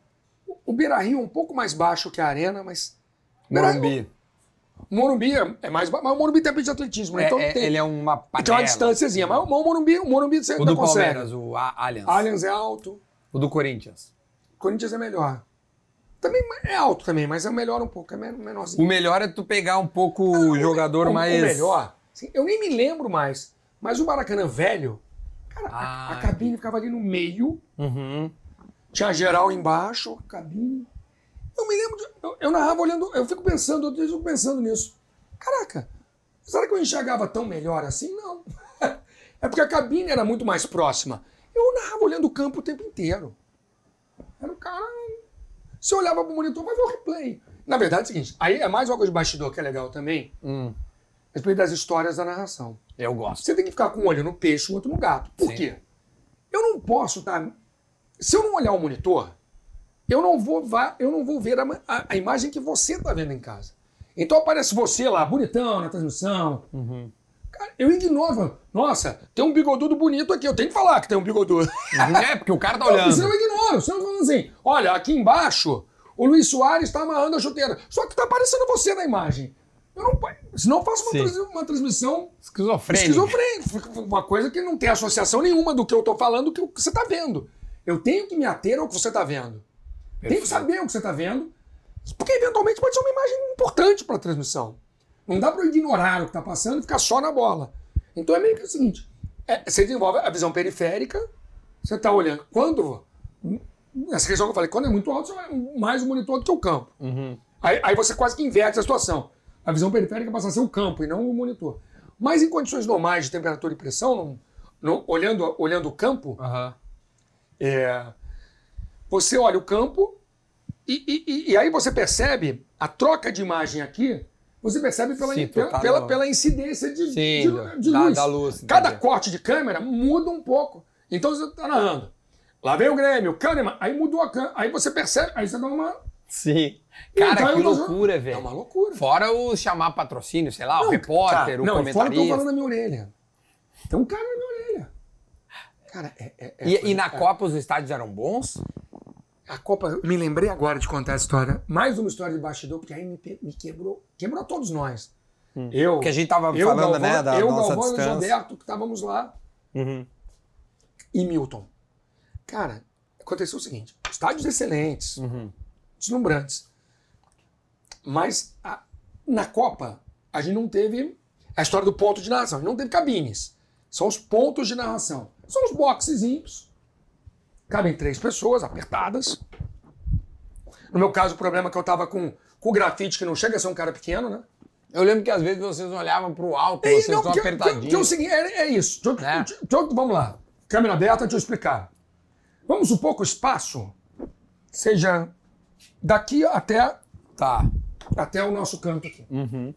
Speaker 1: o- o Beira Rio é um pouco mais baixo que a Arena, mas.
Speaker 2: Morumbi.
Speaker 1: O Morumbi é é mais baixo, mas o Morumbi tem pista de atletismo, né?
Speaker 2: É,
Speaker 1: então
Speaker 2: é-
Speaker 1: tem,
Speaker 2: Ele é uma panela.
Speaker 1: tem uma distânciazinha. Mas o o Morumbi, o Morumbi você
Speaker 2: O
Speaker 1: ainda
Speaker 2: do
Speaker 1: consegue.
Speaker 2: Palmeiras, o A- Allianz.
Speaker 1: Allianz é alto,
Speaker 2: O do Corinthians.
Speaker 1: Corinthians é melhor. Também é alto também, mas é melhor um pouco, é men- menorzinho.
Speaker 2: O melhor é tu pegar um pouco o jogador
Speaker 1: o,
Speaker 2: mais.
Speaker 1: o melhor, assim, eu nem me lembro mais, mas o Maracanã velho, Cara, a-
Speaker 2: Ah,
Speaker 1: a cabine ficava ali no meio,
Speaker 2: Uhum.
Speaker 1: tinha geral embaixo, a cabine. Eu me lembro, de, eu, eu narrava olhando, eu fico pensando, outro dia eu fico pensando nisso. Caraca, será que eu enxergava tão melhor assim? Não. é porque a cabine era muito mais próxima. Eu narrava olhando o campo o tempo inteiro. Era o cara. Você olhava pro monitor, vai ver o replay. Na verdade é o seguinte, aí é mais algo de bastidor que é legal também,
Speaker 2: Hum.
Speaker 1: a respeito das histórias da narração.
Speaker 2: Eu gosto.
Speaker 1: Você tem que ficar com um olho no peixe e o outro no gato. Por
Speaker 2: Sim.
Speaker 1: quê? Eu não posso estar. Se eu não olhar o monitor, eu não vou, va- eu não vou ver a, ma- a- a imagem que você está vendo em casa. Então aparece você lá, bonitão, na transmissão.
Speaker 2: Uhum.
Speaker 1: Cara, eu ignoro. Nossa, tem um bigodudo bonito aqui. Eu tenho que falar que tem um bigodudo.
Speaker 2: é, porque o cara tá
Speaker 1: Não, Isso eu
Speaker 2: olhando.
Speaker 1: ignoro. Você não falando assim, olha, aqui embaixo, o Luiz Soares está amarrando a chuteira. Só que está aparecendo você na imagem. Eu não, po- senão eu faço uma
Speaker 2: Sim.
Speaker 1: trans- uma transmissão
Speaker 2: Esquizofrênico.
Speaker 1: Esquizofrênico. Uma coisa que não tem associação nenhuma do que eu tô falando com o que você tá vendo. Eu tenho que me ater ao que você tá vendo. Tenho que saber o que você tá vendo. Porque eventualmente pode ser uma imagem importante para a transmissão. Não dá para ignorar o que tá passando e ficar só na bola. Então é meio que o seguinte: é, você desenvolve a visão periférica, você tá olhando. Quando. Essa questão que eu falei, quando é muito alto, você vai mais o monitor do que o campo.
Speaker 2: Uhum.
Speaker 1: Aí, aí você quase que inverte a situação. A visão periférica passa a ser o campo e não o monitor. Mas em condições normais de temperatura e pressão, não- não- olhando, olhando o campo,
Speaker 2: Aham.
Speaker 1: é, você olha o campo e, e- e- e aí você percebe a troca de imagem aqui, você percebe pela,
Speaker 2: Sim,
Speaker 1: pela,
Speaker 2: total.
Speaker 1: pela, pela incidência de,
Speaker 2: Sim,
Speaker 1: de-
Speaker 2: da-
Speaker 1: de
Speaker 2: da-
Speaker 1: luz.
Speaker 2: da luz,
Speaker 1: Cada
Speaker 2: entendi.
Speaker 1: corte de câmera muda um pouco. Então você está narrando. Lá vem o Grêmio, Kahneman, aí mudou a câmera, aí você percebe, aí você dá uma...
Speaker 2: Sim. Cara,
Speaker 1: Então,
Speaker 2: que
Speaker 1: eu tô-
Speaker 2: loucura,
Speaker 1: É
Speaker 2: velho.
Speaker 1: uma loucura.
Speaker 2: Fora o chamar patrocínio, sei lá, o
Speaker 1: Não,
Speaker 2: repórter,
Speaker 1: cara,
Speaker 2: o
Speaker 1: não, e fora que eu
Speaker 2: comentarista.
Speaker 1: falando na minha orelha. Tem um cara na minha orelha. Cara, é- é- é-
Speaker 2: E, e na Copa os estádios eram bons?
Speaker 1: a Copa, eu me lembrei agora de contar a história, mais uma história de bastidor, porque aí me, pe- me quebrou, quebrou a todos nós. Eu,
Speaker 3: Porque a gente tava
Speaker 1: eu,
Speaker 3: falando,
Speaker 1: Galvão,
Speaker 3: né, da
Speaker 1: eu,
Speaker 3: nossa
Speaker 1: Galvão e o
Speaker 3: distância.
Speaker 1: Roberto, que estávamos lá,
Speaker 2: Uhum.
Speaker 1: Uhum. e Milton. Cara, aconteceu o seguinte, estádios excelentes, deslumbrantes, mas a- na Copa a gente não teve a história do ponto de narração, a gente não teve cabines, são os pontos de narração, são os boxezinhos, cabem três pessoas apertadas. No meu caso, o problema é que eu tava com, com o grafite, que não chega a ser um cara pequeno, né?
Speaker 2: Eu lembro que às vezes vocês olhavam pro alto,
Speaker 1: Ei,
Speaker 2: vocês
Speaker 1: não,
Speaker 2: estão
Speaker 1: porque- porque é o
Speaker 2: apertadinhos.
Speaker 1: seguinte, é, é isso. Deixa eu-
Speaker 2: É.
Speaker 1: deixa eu- deixa eu- vamos lá. Câmera aberta, deixa eu explicar. Vamos supor que o espaço seja daqui até,
Speaker 2: Tá.
Speaker 1: até o nosso canto aqui.
Speaker 2: Uhum.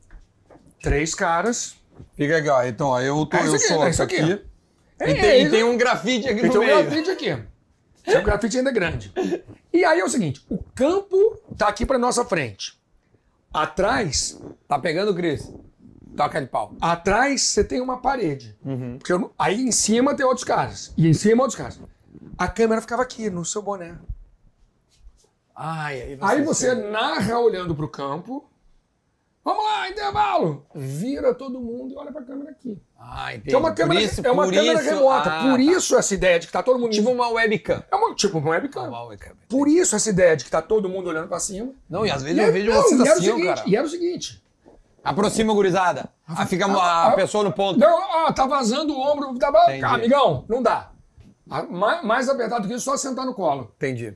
Speaker 1: Três caras.
Speaker 3: Fica aqui, ó. Então, ó, eu, tô,
Speaker 1: É isso
Speaker 3: eu
Speaker 1: aqui,
Speaker 3: sou
Speaker 1: é isso
Speaker 3: aqui.
Speaker 1: aqui.
Speaker 2: E,
Speaker 1: É,
Speaker 2: tem,
Speaker 1: é
Speaker 2: e tem um grafite aqui
Speaker 1: E
Speaker 2: no
Speaker 1: tem um
Speaker 2: meio.
Speaker 1: grafite aqui. Tem um grafite ainda grande. E aí é o seguinte, o campo tá aqui para nossa frente. Atrás
Speaker 2: Tá pegando, Cris? Toca de pau.
Speaker 1: Atrás você tem uma parede.
Speaker 2: Uhum.
Speaker 1: Porque eu não- aí em cima tem outros caras. E em cima outros caras. A câmera ficava aqui, no seu boné.
Speaker 2: Ai, aí você...
Speaker 1: Aí você narra olhando pro campo. Vamos lá, intervalo! Vira todo mundo e olha pra câmera aqui.
Speaker 2: Ah, entendi.
Speaker 1: Que é uma
Speaker 2: Por
Speaker 1: câmera,
Speaker 2: isso-
Speaker 1: é uma
Speaker 2: por
Speaker 1: câmera
Speaker 2: isso-
Speaker 1: remota.
Speaker 2: Ah,
Speaker 1: por
Speaker 2: tá.
Speaker 1: isso essa ideia de que tá todo mundo.
Speaker 2: Tipo Tá uma webcam.
Speaker 1: é uma, tipo uma webcam.
Speaker 2: Uma webcam.
Speaker 1: Por isso essa ideia de que tá todo mundo olhando pra cima.
Speaker 2: Não, e às vezes
Speaker 1: E
Speaker 2: eu
Speaker 1: aí-
Speaker 2: vejo
Speaker 1: não,
Speaker 2: vocês
Speaker 1: e era o
Speaker 2: assim, ó,
Speaker 1: seguinte,
Speaker 2: cara.
Speaker 1: E era o seguinte.
Speaker 2: Aproxima a gurizada. Ah, fica a,
Speaker 1: ah,
Speaker 2: pessoa no ponto.
Speaker 1: Não, ó, tá vazando o ombro. Tá, ba-
Speaker 2: Entendi.
Speaker 1: amigão, não dá. Ah, Mais, mais apertado que isso, só sentar no colo.
Speaker 2: Entendi.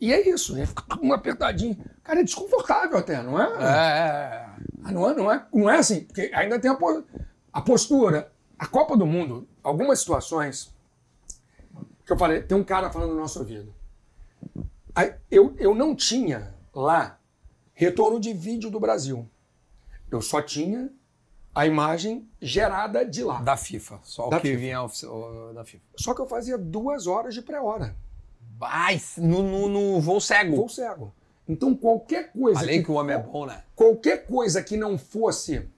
Speaker 1: E é isso, né? Fica um apertadinho. Cara, é desconfortável até, não
Speaker 2: É,
Speaker 1: é?
Speaker 2: é, é.
Speaker 1: Ah, Não, é, não, é, não é assim, porque ainda tem a, po- a postura. A Copa do Mundo, algumas situações, que eu falei, tem um cara falando no nosso ouvido. Aí, eu, eu não tinha lá retorno de vídeo do Brasil. Eu só tinha a imagem gerada de lá.
Speaker 2: é. Da FIFA. Só
Speaker 1: Da
Speaker 2: o que
Speaker 1: FIFA.
Speaker 2: vinha ofici- o- da FIFA.
Speaker 1: Só que eu fazia duas horas de pré-hora.
Speaker 2: Vai, no, no, no voo cego.
Speaker 1: Vou cego. Então qualquer coisa.
Speaker 2: Falei que o homem é bom, né?
Speaker 1: qualquer coisa que não fosse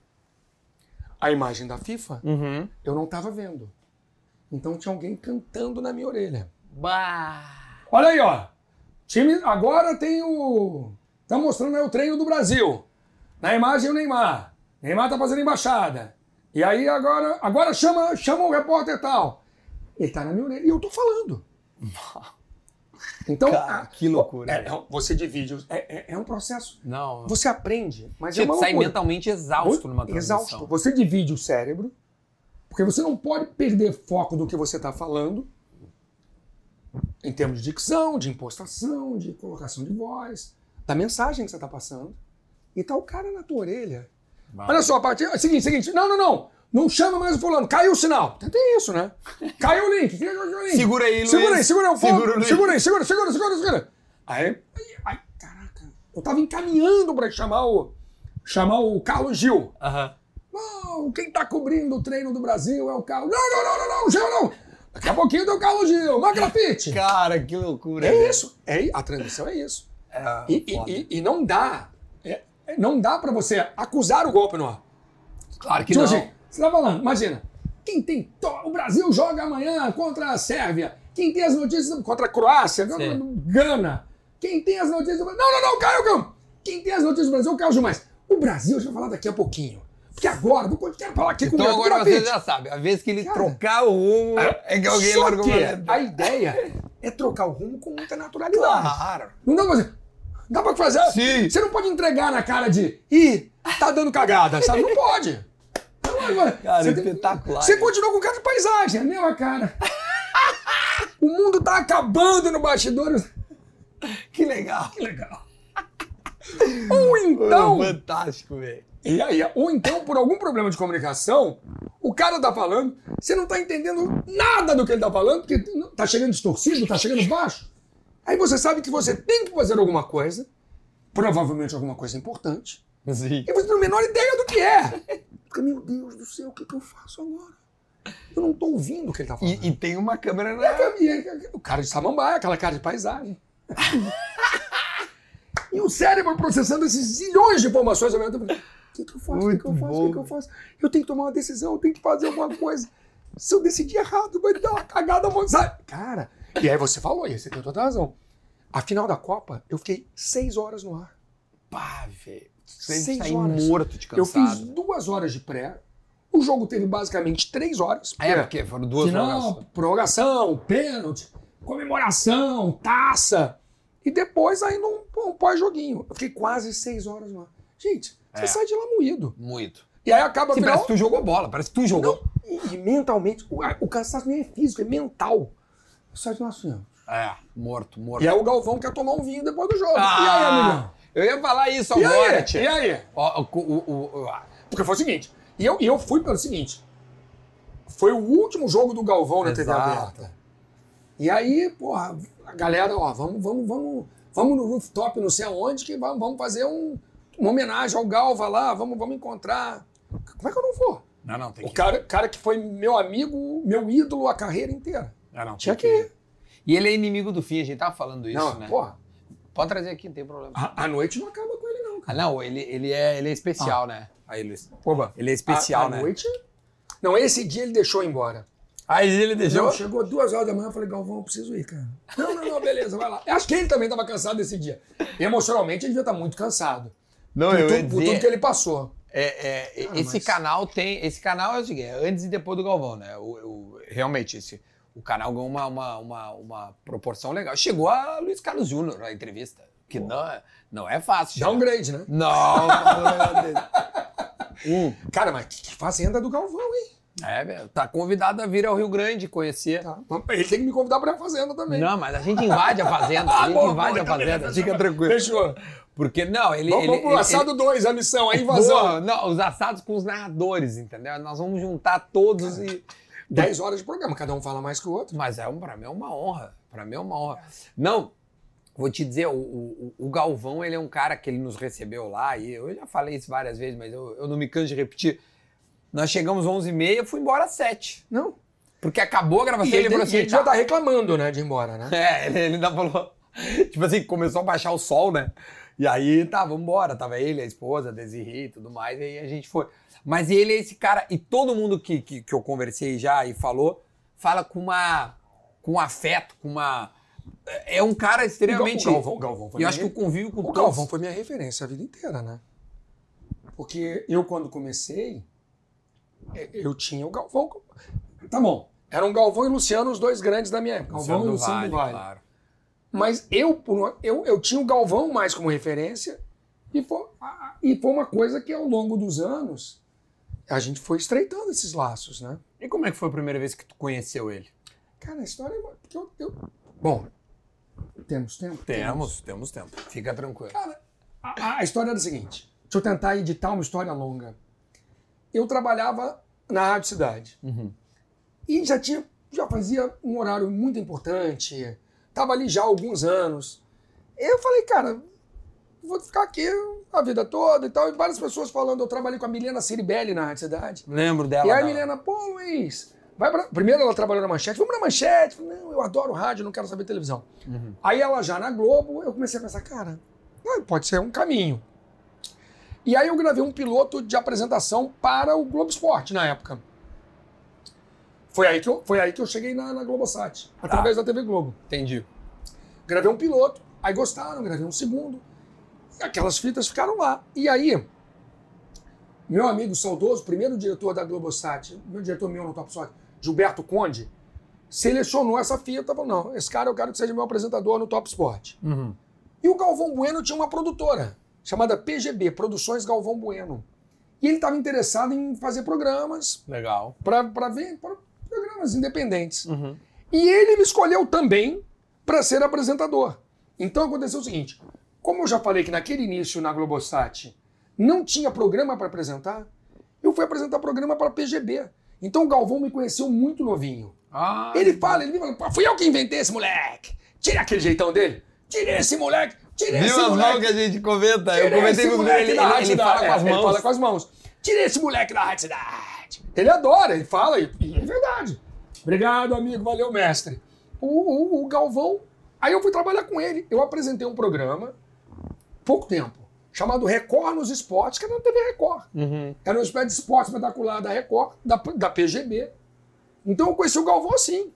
Speaker 1: a imagem da FIFA,
Speaker 2: Uhum.
Speaker 1: eu não estava vendo. Então tinha alguém cantando na minha orelha.
Speaker 2: Bah.
Speaker 1: Olha aí, ó. Time agora tem o tá mostrando aí o treino do Brasil. Na imagem o Neymar. Neymar tá fazendo embaixada. E aí agora, agora chama, chama o repórter tal. Ele tá na minha orelha e eu tô falando. Então,
Speaker 2: Cara,
Speaker 1: a-
Speaker 2: que loucura.
Speaker 1: é, é, você divide. os- É, é, é um processo.
Speaker 2: Não.
Speaker 1: Você aprende, mas
Speaker 2: Você
Speaker 1: é uma
Speaker 2: Tipo, sai
Speaker 1: loucura.
Speaker 2: mentalmente exausto
Speaker 1: Muito
Speaker 2: numa transmissão.
Speaker 1: Exausto. Você divide o cérebro, Porque você não pode perder foco do que você está falando em termos de dicção, de impostação, de colocação de voz, da mensagem que você está passando. E tá o cara na tua orelha.
Speaker 2: Ah.
Speaker 1: Olha só, a partir. É o seguinte, seguinte. Não, não, não. Não chama mais o fulano. Caiu o sinal. Tem- Tem isso, né? Caiu o link. Caiu o link.
Speaker 2: Segura aí, Luiz.
Speaker 1: Segura aí, segura aí. o
Speaker 2: Segura o
Speaker 1: fone.
Speaker 2: Luiz.
Speaker 1: Segura aí, segura, segura, segura, segura. Aí, aí, aí, caraca. Eu tava encaminhando pra chamar o. Chamar o Carlos Gil.
Speaker 2: Aham.
Speaker 1: Não, quem tá cobrindo o treino do Brasil é o Carlos. Não, não, não, não, não, Gil, não. Daqui a pouquinho tem o Carlos Gil. Magrafite.
Speaker 2: Cara, que loucura.
Speaker 1: É
Speaker 2: velho.
Speaker 1: isso. É, a transmissão é isso.
Speaker 2: É,
Speaker 1: E, e-
Speaker 2: foda.
Speaker 1: e- e não dá. é, é, não dá pra você acusar o golpe no ar.
Speaker 2: Claro que
Speaker 1: Tipo
Speaker 2: não.
Speaker 1: assim, você tá falando, imagina. Quem tem. to- O Brasil joga amanhã contra a Sérvia. Quem tem as notícias contra a Croácia, contra a Gana. Quem tem as notícias do Brasil. Não, não, não, Caio Campos! Quem tem as notícias do Brasil é o Caio Gilmais. O Brasil, a gente vai falar daqui a pouquinho. Porque agora, vou quero falar aqui com
Speaker 2: Então
Speaker 1: o meu
Speaker 2: agora
Speaker 1: grafite.
Speaker 2: você já sabe. A vez que ele
Speaker 1: Cara.
Speaker 2: trocar o rumo, é que alguém
Speaker 1: Só
Speaker 2: largou
Speaker 1: que
Speaker 2: uma letra.
Speaker 1: a ideia é trocar o rumo com muita
Speaker 2: Tá. Ah,
Speaker 1: naturalidade.
Speaker 2: Claro.
Speaker 1: Não dá pra fazer. Dá pra fazer.
Speaker 2: Sim.
Speaker 1: Você não pode entregar na cara de. Ih, tá dando cagada, sabe? Não pode. Não, agora,
Speaker 2: Cara,
Speaker 1: você tem-
Speaker 2: espetacular.
Speaker 1: Você continua com cara de paisagem, é a mesma cara. o mundo tá acabando no bastidor.
Speaker 2: Que legal.
Speaker 1: Que legal. Ou então.
Speaker 2: Fantástico, velho.
Speaker 1: E aí, ou então, por algum problema de comunicação, o cara tá falando, você não tá entendendo nada do que ele tá falando, porque tá chegando distorcido, tá chegando baixo. Aí você sabe que você tem que fazer alguma coisa, provavelmente alguma coisa importante,
Speaker 2: Sim.
Speaker 1: e você não tem a menor ideia do que é. Fica, meu Deus do céu, o que, que eu faço agora? Eu não tô ouvindo o que ele tá falando.
Speaker 2: E, e tem uma câmera na.
Speaker 1: E aí, O cara de samambaia, aquela cara de paisagem. e o cérebro processando esses zilhões de informações ao mesmo tempo. O que, que eu faço? O que, que eu
Speaker 2: Muito
Speaker 1: faço? O
Speaker 2: bom.
Speaker 1: que, que eu faço? Eu tenho que tomar uma decisão, eu tenho que fazer alguma coisa. Se eu decidir errado, vai dar uma cagada monstro. Cara, e aí você falou, e você tem toda a razão. A final da Copa, eu fiquei seis horas no ar.
Speaker 2: Pá, velho. Você
Speaker 1: Seis
Speaker 2: tá
Speaker 1: horas.
Speaker 2: morto de
Speaker 1: Eu fiz
Speaker 2: cansado.
Speaker 1: duas horas de pré. O jogo teve basicamente três horas.
Speaker 2: É, porque foram duas
Speaker 1: Final,
Speaker 2: horas.
Speaker 1: prorrogação, pênalti, comemoração, taça. E depois ainda um, um pós-joguinho. Eu fiquei quase seis horas lá. Gente, você
Speaker 2: É.
Speaker 1: sai de lá moído.
Speaker 2: Muito.
Speaker 1: E aí acaba a
Speaker 2: Sim, parece
Speaker 1: final.
Speaker 2: que tu jogou bola, parece que tu jogou.
Speaker 1: E, e mentalmente, o, o cansaço nem é físico, é mental. Eu saio de lá assim. ó.
Speaker 2: É, morto, morto.
Speaker 1: E aí o Galvão quer tomar um vinho depois do jogo.
Speaker 2: Ah, eu ia falar isso
Speaker 1: e aí, amigão? E
Speaker 2: agora,
Speaker 1: aí?
Speaker 2: tia.
Speaker 1: E aí?
Speaker 2: Ó, o- o- o- ah, o- a-
Speaker 1: Porque foi o seguinte. E eu, e eu fui pelo seguinte. Foi o último jogo do Galvão na TV
Speaker 2: Exato.
Speaker 1: aberta. E aí, porra, a galera, ó, vamos, vamos, vamos, vamos no rooftop, não sei aonde, que vamos, vamos fazer um, uma homenagem ao Galva lá, vamos, vamos encontrar. Como é que eu não vou?
Speaker 2: Não, não, tem
Speaker 1: O
Speaker 2: que.
Speaker 1: cara, cara que foi meu amigo, meu ídolo a carreira inteira.
Speaker 2: Não, não,
Speaker 1: Tinha
Speaker 2: tem
Speaker 1: que ir.
Speaker 2: E ele é inimigo do fim, a gente tava falando isso,
Speaker 1: não,
Speaker 2: né?
Speaker 1: porra,
Speaker 2: Pode trazer aqui, não tem problema.
Speaker 1: a, a noite não acaba com ele, não,
Speaker 2: Ah,
Speaker 1: cara.
Speaker 2: não, ele, ele, é, ele é especial, né? Aí, Luiz.
Speaker 1: Oba,
Speaker 2: Ele é especial,
Speaker 1: a, a
Speaker 2: né?
Speaker 1: noite. Não, esse dia ele deixou embora.
Speaker 2: Aí ele
Speaker 1: Não, chegou duas horas da manhã, eu falei, Galvão, eu preciso ir, cara. Não, não, não, beleza, vai lá. Eu Acho que ele também estava cansado desse dia. Emocionalmente, ele devia estar muito cansado.
Speaker 2: Não,
Speaker 1: Por,
Speaker 2: eu ia
Speaker 1: tudo, por tudo que
Speaker 2: dizer,
Speaker 1: ele passou.
Speaker 2: é, é,
Speaker 1: Cara,
Speaker 2: esse
Speaker 1: mas-
Speaker 2: canal tem. Esse canal é o seguinte, é antes e depois do Galvão, né? O, o- realmente, esse, o canal ganhou uma, uma, uma, uma proporção legal. Chegou a Luiz Carlos Júnior na entrevista. Que não, é- não é fácil.
Speaker 1: Dá um grade, né?
Speaker 2: Não, um.
Speaker 1: Cara, mas que, que fazenda do Galvão, hein?
Speaker 2: É, velho, tá convidado a vir ao Rio Grande conhecer.
Speaker 1: Tá. Ele tem que me convidar pra fazenda também.
Speaker 2: Não, mas a gente invade a fazenda, a gente
Speaker 1: boa,
Speaker 2: invade
Speaker 1: boa,
Speaker 2: a fazenda,
Speaker 1: beleza.
Speaker 2: Tá então fica tranquilo.
Speaker 1: Fechou.
Speaker 2: Porque não, ele.
Speaker 1: vamos,
Speaker 2: ele,
Speaker 1: vamos pro
Speaker 2: ele-
Speaker 1: assado 2, a missão, a
Speaker 2: ele-
Speaker 1: invasão.
Speaker 2: Boa, não, os assados com os narradores, entendeu? Nós vamos juntar todos e.
Speaker 1: 10 horas de programa, cada um fala mais que o outro.
Speaker 2: Mas é um, pra mim é uma honra. Pra mim é uma honra. Não, vou te dizer, o, o- o Galvão, ele é um cara que ele nos recebeu lá, e eu já falei isso várias vezes, mas eu, eu não me canso de repetir. Nós chegamos 11h30, eu fui embora às 7.
Speaker 1: Não.
Speaker 2: Porque acabou a gravação,
Speaker 1: E ele,
Speaker 2: falou
Speaker 1: tem-
Speaker 2: assim,
Speaker 1: e ele já
Speaker 2: "Tá,
Speaker 1: tá reclamando, né, de ir embora, né?
Speaker 2: É, ele, ele ainda falou. Tipo assim, começou a baixar o sol, né? E aí, tá, vambora. Tava ele, a esposa, a Desirri e tudo mais. E aí a gente foi. Mas ele é esse cara. E todo mundo que, que, que eu conversei já e falou, fala com uma. com um afeto, com uma. É um cara extremamente.
Speaker 1: O Galvão, o Galvão foi
Speaker 2: e eu acho que
Speaker 1: bem.
Speaker 2: o convívio com
Speaker 1: O
Speaker 2: todos-
Speaker 1: Galvão foi minha referência a vida inteira, né? Porque eu, quando comecei, eh, eu tinha o Galvão. como- Tá bom. Eram Galvão e Luciano, os dois grandes da minha época. Galvão
Speaker 2: Luciano
Speaker 1: e
Speaker 2: do
Speaker 1: Luciano
Speaker 2: Vale,
Speaker 1: do Vale.
Speaker 2: claro.
Speaker 1: Mas eu, por uma- eu, eu tinha o Galvão mais como referência, e foi, a- a- e foi uma coisa que ao longo dos anos a gente foi estreitando esses laços, né?
Speaker 2: E como é que foi a primeira vez que tu conheceu ele?
Speaker 1: Cara, a história é. uma- porque eu- eu- Bom, temos tempo?
Speaker 2: Temos, temos tempo. Fica tranquilo.
Speaker 1: Cara, a, a história era a seguinte. Deixa eu tentar editar uma história longa. Eu trabalhava na Rádio Cidade. E já tinha, já fazia um horário muito importante. Tava ali já há alguns anos. Eu falei, cara, vou ficar aqui a vida toda e tal. E várias pessoas falando, eu trabalhei com a Milena Ciribelli na Rádio Cidade.
Speaker 2: Lembro dela.
Speaker 1: E aí a
Speaker 2: não.
Speaker 1: Milena, pô, Luiz, vai pra... primeiro ela trabalhou na manchete, vamos na manchete. Falei, não, eu adoro rádio, não quero saber televisão.
Speaker 2: Uhum.
Speaker 1: Aí ela já na Globo, eu comecei a pensar, cara, ah, pode ser um caminho. E aí eu gravei um piloto de apresentação para o Globo Esporte na época. Foi aí que eu, foi aí que eu cheguei na, na Globosat, através da TV Globo.
Speaker 2: Ah. Entendi.
Speaker 1: Gravei um piloto, aí gostaram, gravei um segundo. E aquelas fitas ficaram lá. E aí, meu amigo saudoso, primeiro diretor da Globosat, meu diretor meu no Top Soccer, Gilberto Conde, selecionou essa fita e falou: não, esse cara eu quero que seja meu apresentador no Top Sport.
Speaker 2: Uhum.
Speaker 1: E o Galvão Bueno tinha uma produtora chamada PGB, Produções Galvão Bueno. E ele estava interessado em fazer programas
Speaker 2: Legal.
Speaker 1: para ver pra programas independentes.
Speaker 2: Uhum.
Speaker 1: E ele me escolheu também para ser apresentador. Então aconteceu o seguinte: como eu já falei que naquele início na Globosat não tinha programa para apresentar, eu fui apresentar programa para PGB. Então o Galvão me conheceu muito novinho.
Speaker 2: Ah,
Speaker 1: Ele fala, ele me fala, "Pô, fui eu que inventei esse moleque. Tira aquele jeitão dele. Tirei esse moleque. Tirei
Speaker 3: Viu
Speaker 1: esse
Speaker 3: as mãos
Speaker 1: moleque.
Speaker 3: que a gente comenta?
Speaker 1: Tira
Speaker 3: Eu comentei
Speaker 1: esse
Speaker 3: com o
Speaker 1: moleque
Speaker 3: ele, ele,
Speaker 1: da Rádio
Speaker 3: ele fala
Speaker 1: Cidade.
Speaker 3: com as
Speaker 1: É, Ele fala
Speaker 3: mãos.
Speaker 1: com as mãos. Tira esse moleque da Rádio Cidade. Ele adora, ele fala, e, e é verdade. Obrigado, amigo, valeu, mestre. O, o- o Galvão. Aí eu fui trabalhar com ele. Eu apresentei um programa, pouco tempo, chamado Record nos Esportes, que era na TV Record.
Speaker 2: Uhum.
Speaker 1: Era um espécie de esporte espetacular da Record, da, da PGB. Então eu conheci o Galvão assim.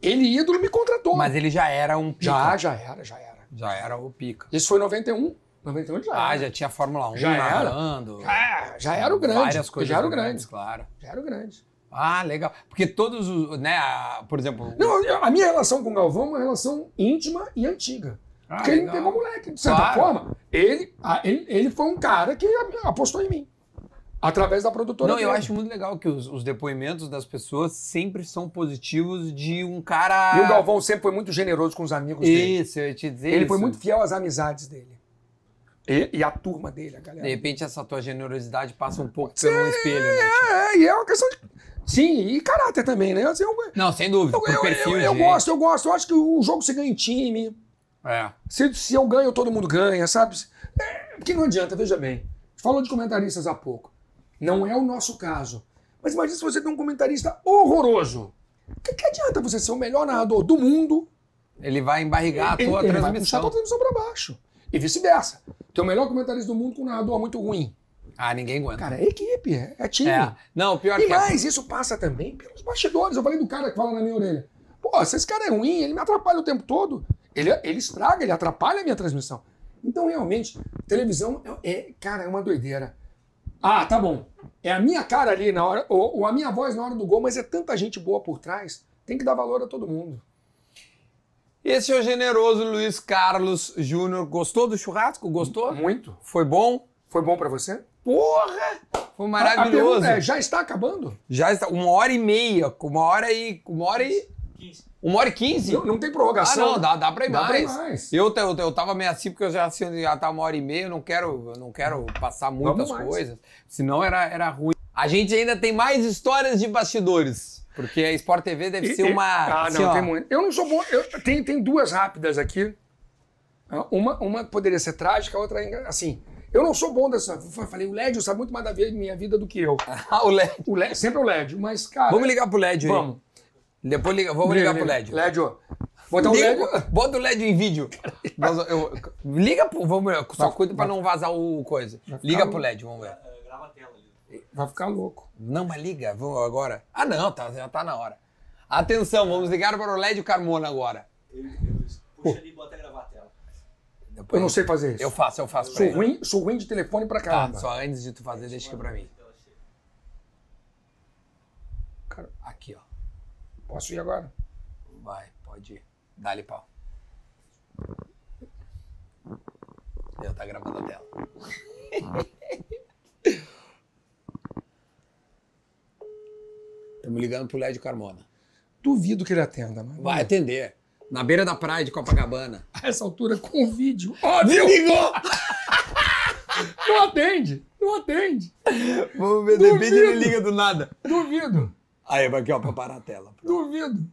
Speaker 1: Ele, ídolo, me contratou.
Speaker 2: Mas ele já era um pica.
Speaker 1: já, já era, já era.
Speaker 2: Já era o pica.
Speaker 1: Isso foi um? em 91. 91 já
Speaker 2: Ah,
Speaker 1: era.
Speaker 2: já tinha Fórmula 1
Speaker 1: Já era.
Speaker 2: narrando.
Speaker 1: É, já era o grande.
Speaker 2: Várias coisas.
Speaker 1: Já era o
Speaker 2: grandes,
Speaker 1: grande.
Speaker 2: Claro.
Speaker 1: Já era o grande.
Speaker 2: Ah, legal. Porque todos os, né, a- por exemplo... o-
Speaker 1: Não, eu- a minha relação com o Galvão é uma relação íntima e antiga.
Speaker 2: Ah,
Speaker 1: porque ele me
Speaker 2: legal.
Speaker 1: pegou moleque. De certa
Speaker 2: Claro.
Speaker 1: forma, ele, a- ele, ele foi um cara que a- apostou em mim. Através da produtora.
Speaker 2: Não, eu
Speaker 1: dele.
Speaker 2: acho muito legal que os, os depoimentos das pessoas sempre são positivos de um cara...
Speaker 1: E o Galvão sempre foi muito generoso com os amigos dele.
Speaker 2: Isso, eu ia te dizer
Speaker 1: Ele
Speaker 2: isso.
Speaker 1: foi muito fiel às amizades dele. E, e à turma dele, a galera.
Speaker 2: De repente essa tua generosidade passa um pouco pelo espelho, né?
Speaker 1: É, é, e é uma questão de. Sim, e caráter também, né? Assim, eu, eu,
Speaker 2: Não, sem dúvida.
Speaker 1: eu-
Speaker 2: Por perfil
Speaker 1: eu-
Speaker 2: de
Speaker 1: eu
Speaker 2: gente.
Speaker 1: gosto, eu gosto. Eu acho que o jogo se ganha em time.
Speaker 2: É.
Speaker 1: Se, se eu ganho, todo mundo ganha, sabe? É, porque não adianta, veja bem. Falou de comentaristas há pouco. Não é o nosso caso. Mas imagina se você tem um comentarista horroroso. Que, que adianta você ser o melhor narrador do mundo?
Speaker 2: Ele vai embarrigar É a
Speaker 1: ele,
Speaker 2: tua
Speaker 1: ele vai puxar a
Speaker 2: transmissão.
Speaker 1: tua transmissão pra baixo. E vice-versa. Ter o melhor comentarista do mundo com um narrador muito ruim.
Speaker 2: Ah, ninguém aguenta.
Speaker 1: Cara, é equipe, é, é time.
Speaker 2: É. Não, o pior
Speaker 1: E
Speaker 2: que é.
Speaker 1: mais, isso passa também pelos bastidores. Eu falei do cara que fala na minha orelha. Pô, se esse cara é ruim, ele me atrapalha o tempo todo. Ele, ele estraga, ele atrapalha a minha transmissão. Então, realmente, televisão é, é- cara, é uma doideira. Ah, tá bom. É a minha cara ali na hora, ou, ou a minha voz na hora do gol, mas é tanta gente boa por trás. Tem que dar valor a todo mundo.
Speaker 2: Esse é o generoso Luiz Carlos Júnior. Gostou do churrasco? Gostou?
Speaker 1: Muito.
Speaker 2: Foi bom?
Speaker 1: Foi bom pra você?
Speaker 2: Porra! Foi
Speaker 1: A pergunta
Speaker 2: maravilhoso.
Speaker 1: é, já está acabando?
Speaker 2: Já está uma hora e meia, com uma hora e. com Uma hora e. Uma hora e quinze?
Speaker 1: Não, não tem
Speaker 2: Ah,
Speaker 1: prorrogação.
Speaker 2: não, dá, dá pra ir
Speaker 1: Dá pra ir
Speaker 2: mais.
Speaker 1: mais.
Speaker 2: Eu, eu, eu tava meio assim, porque eu já, assim, já tá uma hora e meia, eu não quero, eu não quero passar muitas
Speaker 1: Vamos mais.
Speaker 2: coisas. Senão era, era ruim. A gente ainda tem mais histórias de bastidores. Porque a Sport TV deve
Speaker 1: E-
Speaker 2: ser
Speaker 1: e-
Speaker 2: uma.
Speaker 1: Ah,
Speaker 2: assim,
Speaker 1: não,
Speaker 2: ó,
Speaker 1: tem muito. Eu não sou bom. Eu, tem, tem duas rápidas aqui. Ah, Uma, uma poderia ser trágica, a outra é engra- assim. Eu não sou bom dessa. eu Falei, o Lédio sabe muito mais da vi- minha vida do que eu.
Speaker 2: Ah, o LED.
Speaker 1: O Lédio, sempre é o Lédio, mas, cara.
Speaker 2: Vamos ligar pro LED aí.
Speaker 1: Vamos.
Speaker 2: Depois liga, vamos
Speaker 1: Liga,
Speaker 2: ligar pro
Speaker 1: liga.
Speaker 2: LED.
Speaker 1: Lédio. Botar tá o
Speaker 2: Liga-
Speaker 1: Lédio.
Speaker 2: Bota o LED em vídeo. Nós- eu- liga pro. Vamos, só cuida pra não vazar o coisa. Liga pro LED, vamos ver.
Speaker 1: Vai ficar louco.
Speaker 2: Não, mas liga, vamos agora. Ah, não, tá, já tá na hora. Atenção, vamos ligar para o LED Carmona agora.
Speaker 4: Ele, ele puxa ali e bota a gravar a tela.
Speaker 1: Eu
Speaker 2: Depois-
Speaker 1: não sei fazer isso.
Speaker 2: Eu faço, eu faço. pra
Speaker 1: sou,
Speaker 2: ele.
Speaker 1: ruim, sou ruim de telefone pra
Speaker 2: Tá,
Speaker 1: caramba.
Speaker 2: só antes de tu fazer, deixa aqui pra mim.
Speaker 1: Cara,
Speaker 2: Aqui, ó.
Speaker 1: posso ir agora?
Speaker 2: Vai, pode ir. Dá-lhe pau. Deu, tá gravando a tela. Estamos ligando pro Léo Carmona.
Speaker 1: Duvido que ele atenda, mas.
Speaker 2: Vai atender. Na beira da praia de Copacabana.
Speaker 1: A essa altura, com o vídeo.
Speaker 2: Ah,
Speaker 1: Óbvio!
Speaker 2: Ligou!
Speaker 1: Não atende! Não atende!
Speaker 2: Vamos ver, de repente ele liga do nada.
Speaker 1: Duvido!
Speaker 2: Aí, vai aqui, ó, pra parar a tela.
Speaker 1: Duvido!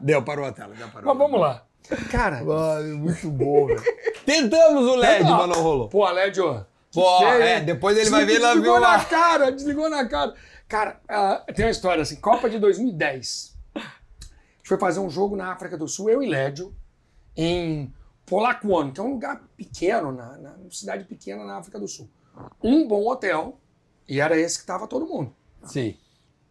Speaker 2: Deu, parou a tela, já parou.
Speaker 1: Mas vamos lá. Cara,
Speaker 2: Mano, muito bom, velho. Tentamos o LED, mas não rolou.
Speaker 1: pô, Alédio.
Speaker 2: Pô,
Speaker 1: feio,
Speaker 2: é,
Speaker 1: hein?
Speaker 2: depois ele vai ver lá, viu
Speaker 1: Desligou na
Speaker 2: lá.
Speaker 1: cara, desligou na cara. Cara, ah, tem uma história assim, Copa de 2010. A gente foi fazer um jogo na África do Sul, eu e Lédio, em Polakwane, que é um lugar pequeno, na, na- uma cidade pequena na África do Sul. Um bom hotel, e era esse que tava todo mundo.
Speaker 2: Sim.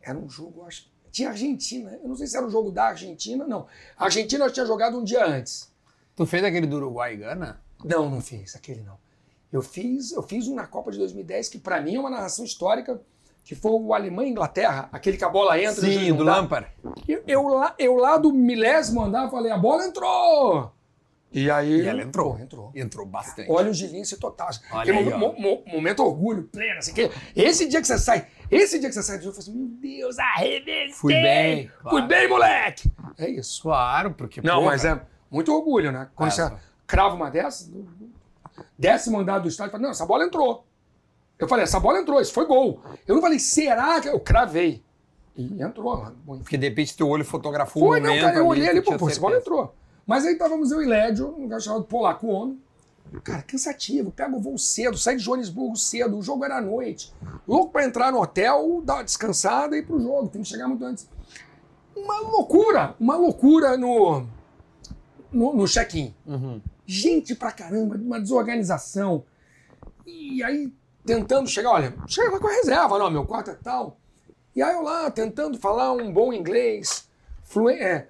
Speaker 1: Era um jogo, acho que de Argentina. Eu não sei se era um jogo da Argentina, não. A Argentina tinha jogado um dia antes.
Speaker 2: Tu fez aquele do Uruguai e Gana?
Speaker 1: Não, não fiz aquele não. Eu fiz, eu fiz um na Copa de 2010 que pra mim é uma narração histórica, que foi o Alemanha e Inglaterra, aquele que a bola entra e o juiz
Speaker 2: Sim,
Speaker 1: não
Speaker 2: do
Speaker 1: dá.
Speaker 2: Lampard.
Speaker 1: Eu, eu lá, eu lá do milésimo andar falei, a bola entrou. E aí
Speaker 2: E ela entrou.
Speaker 1: entrou.
Speaker 2: Entrou bastante.
Speaker 1: Olha o Gilinho se total. um
Speaker 2: Olha aí, ó.
Speaker 1: momento orgulho pleno, assim que esse dia que você sai, esse dia que você sai do jogo, eu falo assim, meu Deus, arrebentei.
Speaker 2: Fui bem,
Speaker 1: Fui
Speaker 2: claro.
Speaker 1: bem, moleque. É isso.
Speaker 2: Claro, porque.
Speaker 1: Não,
Speaker 2: porra,
Speaker 1: mas é muito orgulho, né? Quando
Speaker 2: Claro.
Speaker 1: você crava uma dessas, décimo andar do estádio, fala, não, essa bola entrou. Eu falei, essa bola entrou, isso foi gol. Eu não falei, será que. Eu cravei. E entrou. Bom,
Speaker 2: Porque de repente teu olho fotografou o
Speaker 1: Foi, não,
Speaker 2: momento.
Speaker 1: cara, eu olhei
Speaker 2: tu
Speaker 1: ali, pô,
Speaker 2: tinha
Speaker 1: pô, essa bola
Speaker 2: certeza.
Speaker 1: entrou. Mas aí estávamos eu e Lédio, um lugar chamado Polaco Homem. Cara, cansativo, pega o voo cedo, sai de Joanesburgo cedo, o jogo era à noite. Louco pra entrar no hotel, dar uma descansada e ir pro jogo, tem que chegar muito antes. Uma loucura, uma loucura no, no, no check-in
Speaker 2: Uhum.
Speaker 1: gente pra caramba, uma desorganização. E aí, tentando chegar, olha, chega lá com a reserva, não, meu quarto é tal. E aí eu lá, tentando falar um bom inglês, fluen é,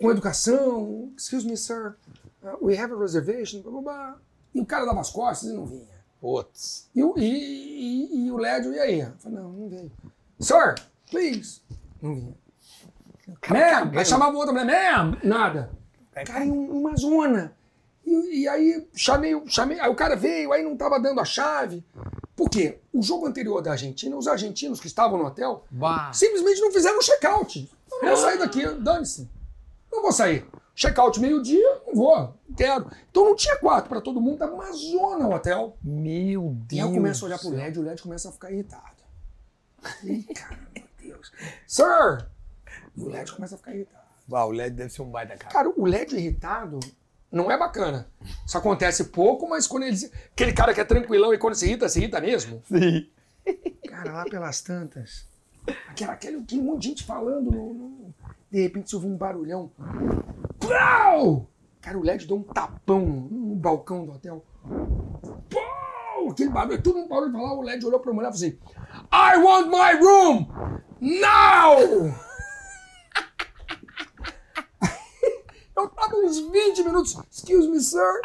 Speaker 1: com educação, excuse me, sir, uh, we have a reservation, blá, blá, blá. E o cara dava as costas e não vinha.
Speaker 2: Putz.
Speaker 1: E, o- e, e- e o Lédio, e aí? Eu falei, não, não veio. Sir, please. Não vinha. Ma'am, aí chamava outra mulher, né? ma'am, nada. Cara, em um- uma zona. E, e aí chamei, o- chamei, aí o cara veio, aí não tava dando a chave. Por quê? O jogo anterior da Argentina, os argentinos que estavam no hotel,
Speaker 2: Bah.
Speaker 1: simplesmente não fizeram o check-out. Eu não vou sair daqui, dane-se. Não vou sair. Check-out meio-dia, não vou, não quero. Então não tinha quarto pra todo mundo, tava uma zona o hotel.
Speaker 2: Meu
Speaker 1: E
Speaker 2: Deus.
Speaker 1: eu começo a olhar pro LED, o LED começa a ficar irritado. Ih, cara, meu Deus. Sir! E o LED começa a ficar irritado.
Speaker 2: Ah, o LED deve ser um baita cara.
Speaker 1: Cara, o LED irritado não é bacana. Isso acontece pouco, mas quando ele. Aquele cara que é tranquilão e quando se irrita, se irrita mesmo.
Speaker 2: Sim.
Speaker 1: Cara, lá pelas tantas. Aquela, aquele, aquele monte de gente falando. no- no- de repente se ouve um barulhão. Pau! Cara, o LED deu um tapão no balcão do hotel. Pau! Aquele barulho, todo mundo parou de falar. O LED olhou pra mulher e falou assim: I want my room! Now! Eu tava uns 20 minutos. Excuse me, sir.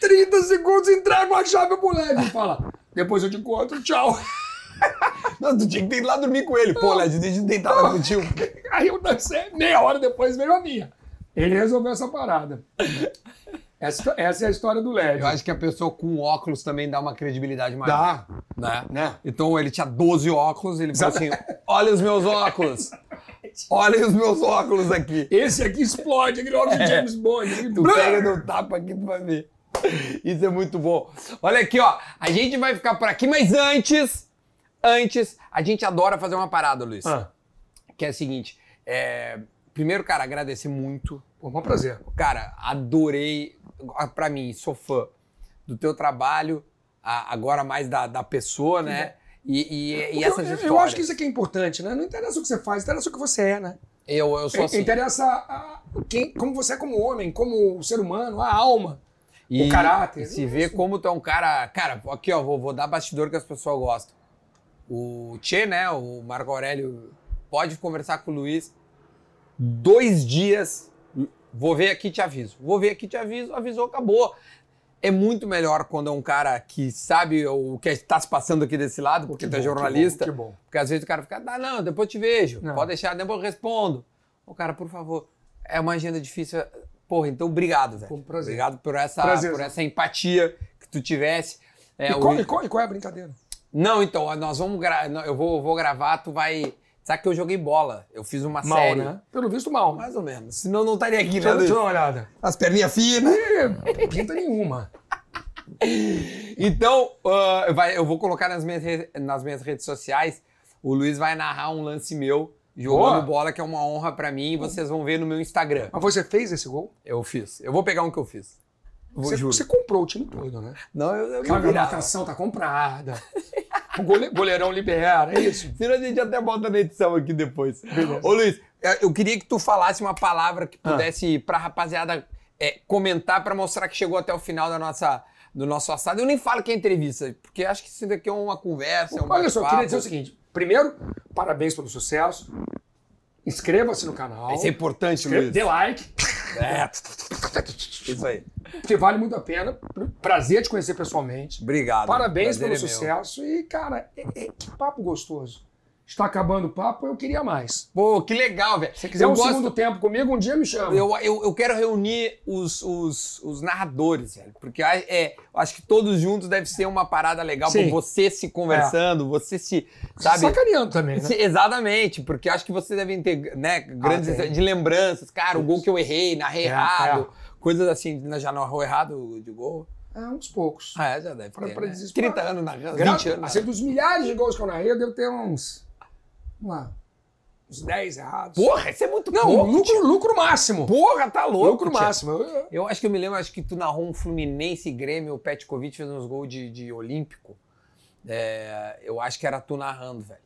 Speaker 1: 30 segundos, entrego a chave pro LED. e Fala, depois eu te encontro, tchau.
Speaker 2: Não, tu tinha que ir lá dormir com ele. Pô, LED, deixa eu deitar lá contigo.
Speaker 1: Aí eu dancei, meia hora depois veio a minha. Ele resolveu essa parada. Essa, essa é a história do LED.
Speaker 2: Eu acho que a pessoa com óculos também dá uma credibilidade maior.
Speaker 1: Dá,
Speaker 2: Dá. Né?
Speaker 1: né?
Speaker 2: Então ele tinha 12 óculos, ele falou assim: olha os meus óculos! Olha os meus óculos aqui!
Speaker 1: Esse aqui explode, aquele óculos de James Bond. Ele-
Speaker 2: É. Tu pega no tapa aqui, tu vai ver. Isso é muito bom. Olha aqui, ó. A gente vai ficar por aqui, mas antes. Antes, a gente adora fazer uma parada, Luiz.
Speaker 1: Ah,
Speaker 2: Que é o seguinte: é, primeiro, cara, agradecer muito.
Speaker 1: pô, um prazer.
Speaker 2: Cara, adorei. ah, Pra mim, sou fã do teu trabalho, a- agora mais da, da pessoa, né? E, e, e essas
Speaker 1: eu,
Speaker 2: histórias.
Speaker 1: eu acho que isso aqui é importante, né? Não interessa o que você faz, interessa o que você é, né?
Speaker 2: Eu, eu sou assim.
Speaker 1: Interessa a- quem, como você é como homem, como ser humano, a alma.
Speaker 2: E-
Speaker 1: O caráter.
Speaker 2: E se vê como tu é um cara. Cara, aqui, ó, vou, vou dar bastidor que as pessoas gostam. O Tchê, né? O Marco Aurélio pode conversar com o Luiz. Dois dias. Vou ver aqui e te aviso. Vou ver aqui e te aviso. Avisou, acabou. É muito melhor quando é um cara que sabe o que está se passando aqui desse lado, porque tu é
Speaker 1: bom,
Speaker 2: jornalista.
Speaker 1: Que bom. que bom.
Speaker 2: Porque às vezes o cara fica, ah, não, depois eu te vejo,
Speaker 1: Não.
Speaker 2: pode deixar, depois eu respondo. O cara, por favor, é uma agenda difícil. Porra, então obrigado, velho.
Speaker 1: Foi um prazer.
Speaker 2: Obrigado por essa,
Speaker 1: Prazer.
Speaker 2: por essa empatia que tu tivesse. É,
Speaker 1: e,
Speaker 2: o-
Speaker 1: qual, e qual- e qual é a brincadeira?
Speaker 2: Não, então, nós vamos gra... não, eu vou, vou gravar, tu vai. Sabe que eu joguei bola. Eu fiz uma
Speaker 5: Mal,
Speaker 2: série.
Speaker 5: né?
Speaker 1: Pelo visto, mal.
Speaker 2: Mais ou menos. Senão não estaria aqui, né,
Speaker 5: Deixa eu
Speaker 2: Luiz?
Speaker 5: dar uma olhada.
Speaker 3: As perninhas finas.
Speaker 1: Pinta nenhuma.
Speaker 2: Então, ah, vai- eu vou colocar nas minhas, re- nas minhas redes sociais. O Luiz vai narrar um lance meu jogando
Speaker 5: Boa.
Speaker 2: bola, que é uma honra pra mim. E vocês vão ver no meu Instagram.
Speaker 1: Mas você fez esse gol?
Speaker 2: Eu fiz. Eu vou pegar um que eu fiz. Vou,
Speaker 1: Você,
Speaker 2: juro.
Speaker 1: você comprou o time todo, né?
Speaker 2: Não, eu, eu
Speaker 1: Cara, a
Speaker 2: virava.
Speaker 1: marcação tá comprada. O gole- goleirão libera, é isso?
Speaker 2: Senão a gente até bota na edição aqui depois. Ô Luiz, eu- eu queria que tu falasse uma palavra que
Speaker 1: Ah.
Speaker 2: pudesse pra rapaziada é, comentar pra mostrar que chegou até o final da nossa, do nosso assado. Eu nem falo que é entrevista, porque acho que isso daqui é uma conversa, é um
Speaker 1: Olha só, eu queria
Speaker 2: bate-papo.
Speaker 1: dizer o seguinte. Primeiro, parabéns pelo sucesso. Inscreva-se no canal.
Speaker 2: Isso é importante,
Speaker 1: Inscreva-
Speaker 2: Luiz.
Speaker 1: Dê like,
Speaker 2: É, isso aí.
Speaker 1: porque vale muito a pena. Prazer te conhecer pessoalmente.
Speaker 2: Obrigado.
Speaker 1: Parabéns
Speaker 2: Prazer
Speaker 1: pelo
Speaker 2: é meu.
Speaker 1: sucesso. E, cara, é- é- que papo gostoso. Está acabando o papo, eu queria mais.
Speaker 2: Pô, que legal, velho.
Speaker 1: Se quiser
Speaker 2: eu
Speaker 1: um
Speaker 2: gosto-
Speaker 1: segundo tempo comigo, um dia me chama.
Speaker 2: Eu, eu, eu quero reunir os, os, os narradores, velho. Porque a- é, eu acho que todos juntos deve ser uma parada legal.
Speaker 1: Sim.
Speaker 2: pô, Você se conversando, você se. Sabe?
Speaker 1: Sacaneando também, né?
Speaker 2: Se- exatamente, porque acho que vocês devem ter né, grandes
Speaker 1: Ah, tem.
Speaker 2: de lembranças. Cara, o gol que eu errei, narrei
Speaker 1: É,
Speaker 2: errado, coisas assim. Já narrou errado de gol?
Speaker 1: É, uns poucos.
Speaker 2: Ah, é, já deve
Speaker 1: Pra-
Speaker 2: ter.
Speaker 1: pra
Speaker 2: né?
Speaker 1: desesperar.
Speaker 2: 30 anos narrando,
Speaker 1: Gra-
Speaker 2: 20 anos.
Speaker 1: Assim, dos milhares de gols que eu narrei, eu devo ter uns. Vamos lá. Uns 10 errados.
Speaker 2: Porra, isso é muito
Speaker 1: não,
Speaker 2: pouco.
Speaker 1: lucro, lucro máximo.
Speaker 2: Porra, tá louco.
Speaker 1: lucro
Speaker 2: tia.
Speaker 1: máximo. Eu- eu-
Speaker 2: Eu acho que eu me lembro, acho que tu narrou um Fluminense e Grêmio, o Petkovic fez uns gols de, de Olímpico. É, eu acho que era tu narrando, velho.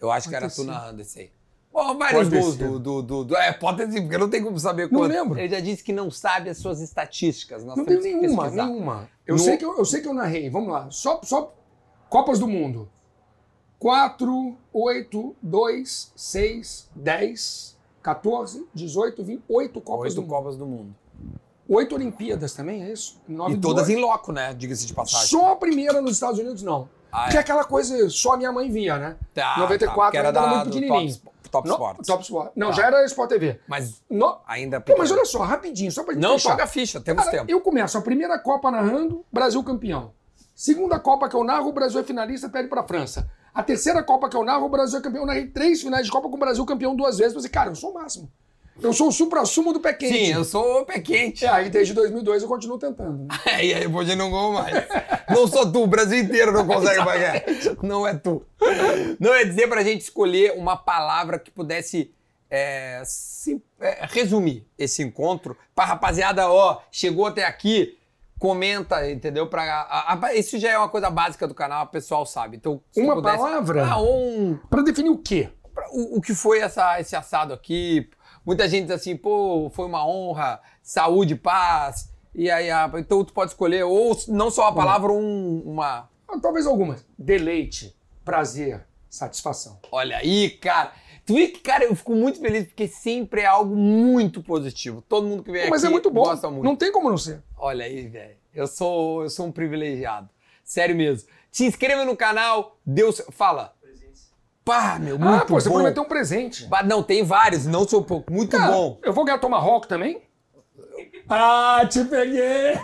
Speaker 2: Eu acho que
Speaker 1: Pode
Speaker 2: era
Speaker 1: ter
Speaker 2: tu
Speaker 1: sido.
Speaker 2: narrando esse aí. Bom, vários
Speaker 1: Pode ter
Speaker 2: gols do,
Speaker 1: sido.
Speaker 2: do, do, do- É, pode ter sido, porque não tem como saber
Speaker 1: Não
Speaker 2: quanto.
Speaker 1: lembro.
Speaker 2: Ele já disse que não sabe as suas estatísticas. Nós
Speaker 1: não tenho
Speaker 2: temos que
Speaker 1: nenhuma,
Speaker 2: pesquisar.
Speaker 1: nenhuma. Eu,
Speaker 2: No-
Speaker 1: sei que eu, eu sei que eu narrei. Vamos lá. Só, só Copas do Mundo. 4, 8, 2, 6, 10, 14, 18, 20, 8 Copas
Speaker 2: Oito
Speaker 1: do Mundo.
Speaker 2: Copas do Mundo.
Speaker 1: 8 Olimpíadas também, é isso? Nove
Speaker 2: E
Speaker 1: do-
Speaker 2: todas em loco, né? Diga-se de passagem.
Speaker 1: Só a primeira nos Estados Unidos, não.
Speaker 2: Ah,
Speaker 1: Que é aquela coisa, só a minha mãe via, né?
Speaker 2: Tá,
Speaker 1: 94
Speaker 2: tá, porque era
Speaker 1: ainda era
Speaker 2: da,
Speaker 1: muito
Speaker 2: do
Speaker 1: pequenininho.
Speaker 2: Top, top
Speaker 1: No-
Speaker 2: Sports.
Speaker 1: Top Sport. Não,
Speaker 2: Tá.
Speaker 1: já era Sport TV.
Speaker 2: Mas
Speaker 1: No-
Speaker 2: ainda
Speaker 1: Pô, mas olha só, rapidinho, só pra gente
Speaker 2: Não,
Speaker 1: fechar.
Speaker 2: joga a ficha, temos
Speaker 1: Cara,
Speaker 2: tempo.
Speaker 1: eu começo a primeira Copa narrando, Brasil campeão. Segunda Copa que eu narro, o Brasil é finalista, perde pra França. A terceira Copa que eu narro, o Brasil é campeão. Eu narrei três finais de Copa com o Brasil campeão duas vezes. Eu falei, cara, eu sou o máximo. Eu sou o supra-sumo do pé quente.
Speaker 2: Sim, eu sou o pé quente.
Speaker 1: É, aí desde 2002 eu continuo tentando. né?
Speaker 2: É, e aí hoje não ganhou mais. Não sou tu, o Brasil inteiro não consegue pagar. Não é tu. Não é dizer pra gente escolher uma palavra que pudesse é, sim- é, resumir esse encontro. Pra rapaziada, ó, chegou até aqui, comenta, entendeu? Pra, a- a- isso já é uma coisa básica do canal, o pessoal sabe. Então, se tu
Speaker 1: Uma
Speaker 2: pudesse-
Speaker 1: palavra?
Speaker 2: Ah, ou um,
Speaker 1: Pra definir o quê?
Speaker 2: pra- o, o que foi essa, esse assado aqui. Muita gente diz assim, pô, foi uma honra, saúde, paz. E aí, ah, então tu pode escolher, ou s- não
Speaker 1: Hum.
Speaker 2: só a palavra, um, uma.
Speaker 1: Ah, Talvez algumas. Deleite, prazer, satisfação.
Speaker 2: Olha aí, cara. Tu vê que, cara, eu fico muito feliz porque sempre é algo muito positivo. Todo mundo que vem
Speaker 1: Mas
Speaker 2: aqui
Speaker 1: é muito bom.
Speaker 2: gosta muito.
Speaker 1: Não tem como não ser.
Speaker 2: Olha aí, velho. Eu sou, eu sou um privilegiado. Sério mesmo. Se inscreva no canal, Deus. Fala.
Speaker 4: Presentes.
Speaker 2: Pá, meu, muito
Speaker 1: ah, pô, você
Speaker 2: bom.
Speaker 1: prometeu um presente.
Speaker 2: Bah, Não, tem vários, não sou pouco. Muito
Speaker 1: Cara,
Speaker 2: bom.
Speaker 1: Eu vou ganhar Tomahawk também? Ah, te peguei!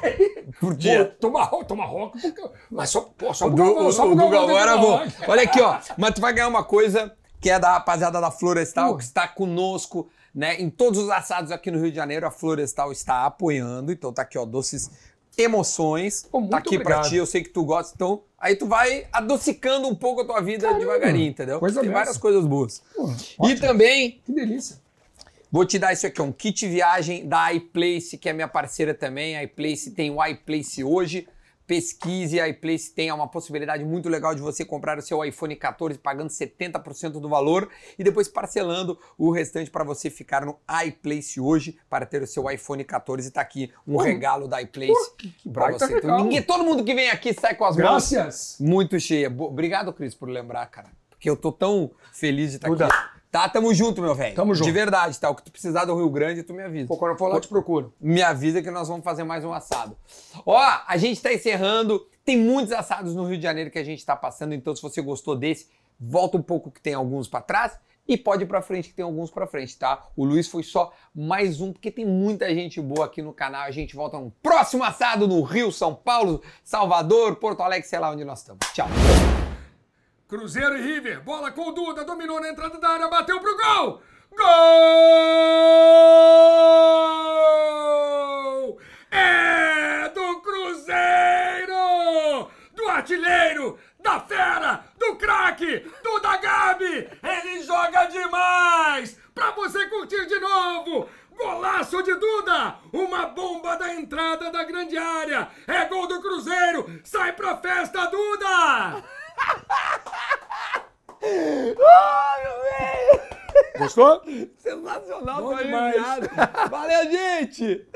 Speaker 2: Por
Speaker 1: Pô, Tomahawk, Tomahawk. porque- Mas só, pô, só
Speaker 2: O
Speaker 1: pro
Speaker 2: do,
Speaker 1: Galvão,
Speaker 2: o,
Speaker 1: só pro
Speaker 2: o do
Speaker 1: Galvão
Speaker 2: Galvão
Speaker 1: ter
Speaker 2: era bom.
Speaker 1: Tomahawk.
Speaker 2: Olha aqui, ó. Mas tu vai ganhar uma coisa que é da rapaziada da Florestal, que está conosco, né? Em todos os assados aqui no Rio de Janeiro, a Florestal está apoiando. Então tá aqui, ó, doces emoções.
Speaker 1: Pô, muito
Speaker 2: tá aqui pra
Speaker 1: obrigado.
Speaker 2: ti, eu sei que tu gosta. Então, aí tu vai adocicando um pouco a tua vida devagarinho, entendeu?
Speaker 1: coisa
Speaker 2: Tem
Speaker 1: dessa.
Speaker 2: várias coisas boas.
Speaker 1: Pô,
Speaker 2: E também
Speaker 1: Que delícia.
Speaker 2: Vou te dar isso aqui, ó, um kit viagem da iPlace, que é minha parceira também. A iPlace tem o iPlace hoje. Pesquise, a iPlace tem é uma possibilidade muito legal de você comprar o seu iPhone 14 pagando 70% do valor e depois parcelando o restante para você ficar no iPlace hoje para ter o seu iPhone 14. Tá aqui um regalo da iPlace para
Speaker 1: baita
Speaker 2: você. Então,
Speaker 1: regalo.
Speaker 2: ninguém, todo mundo que vem aqui sai com as mãos
Speaker 1: Graças.
Speaker 2: muito cheia. Bo- Obrigado, Cris, por lembrar, cara. Porque eu tô tão feliz de estar
Speaker 1: Duda.
Speaker 2: aqui. Tá, tamo junto, meu velho.
Speaker 1: Tamo junto.
Speaker 2: De verdade, tá? O que tu precisar do Rio Grande, tu me avisa.
Speaker 1: Pô, quando eu for lá, eu te procuro.
Speaker 2: Me avisa que nós vamos fazer mais um assado. Ó, a gente tá encerrando. Tem muitos assados no Rio de Janeiro que a gente tá passando, então se você gostou desse, volta um pouco que tem alguns pra trás e pode ir pra frente que tem alguns pra frente, tá? O Luiz foi só mais um, porque tem muita gente boa aqui no canal. A gente volta no próximo assado no Rio, São Paulo, Salvador, Porto Alegre, sei lá onde nós estamos. Tchau.
Speaker 1: Cruzeiro e River. Bola com o Duda. Dominou na entrada da área. Bateu pro gol. Gol! É do Cruzeiro! Do artilheiro! Da fera! Do craque! Do da Gabi! Ele joga demais! Pra você curtir de novo! Golaço de Duda! Uma bomba da entrada da grande área! É gol do Cruzeiro! Sai pra festa, Duda!
Speaker 2: Ai, meu bem!
Speaker 1: Gostou?
Speaker 2: Sensacional,
Speaker 1: Bom
Speaker 2: foi
Speaker 1: demais.
Speaker 2: enviado. Valeu, gente!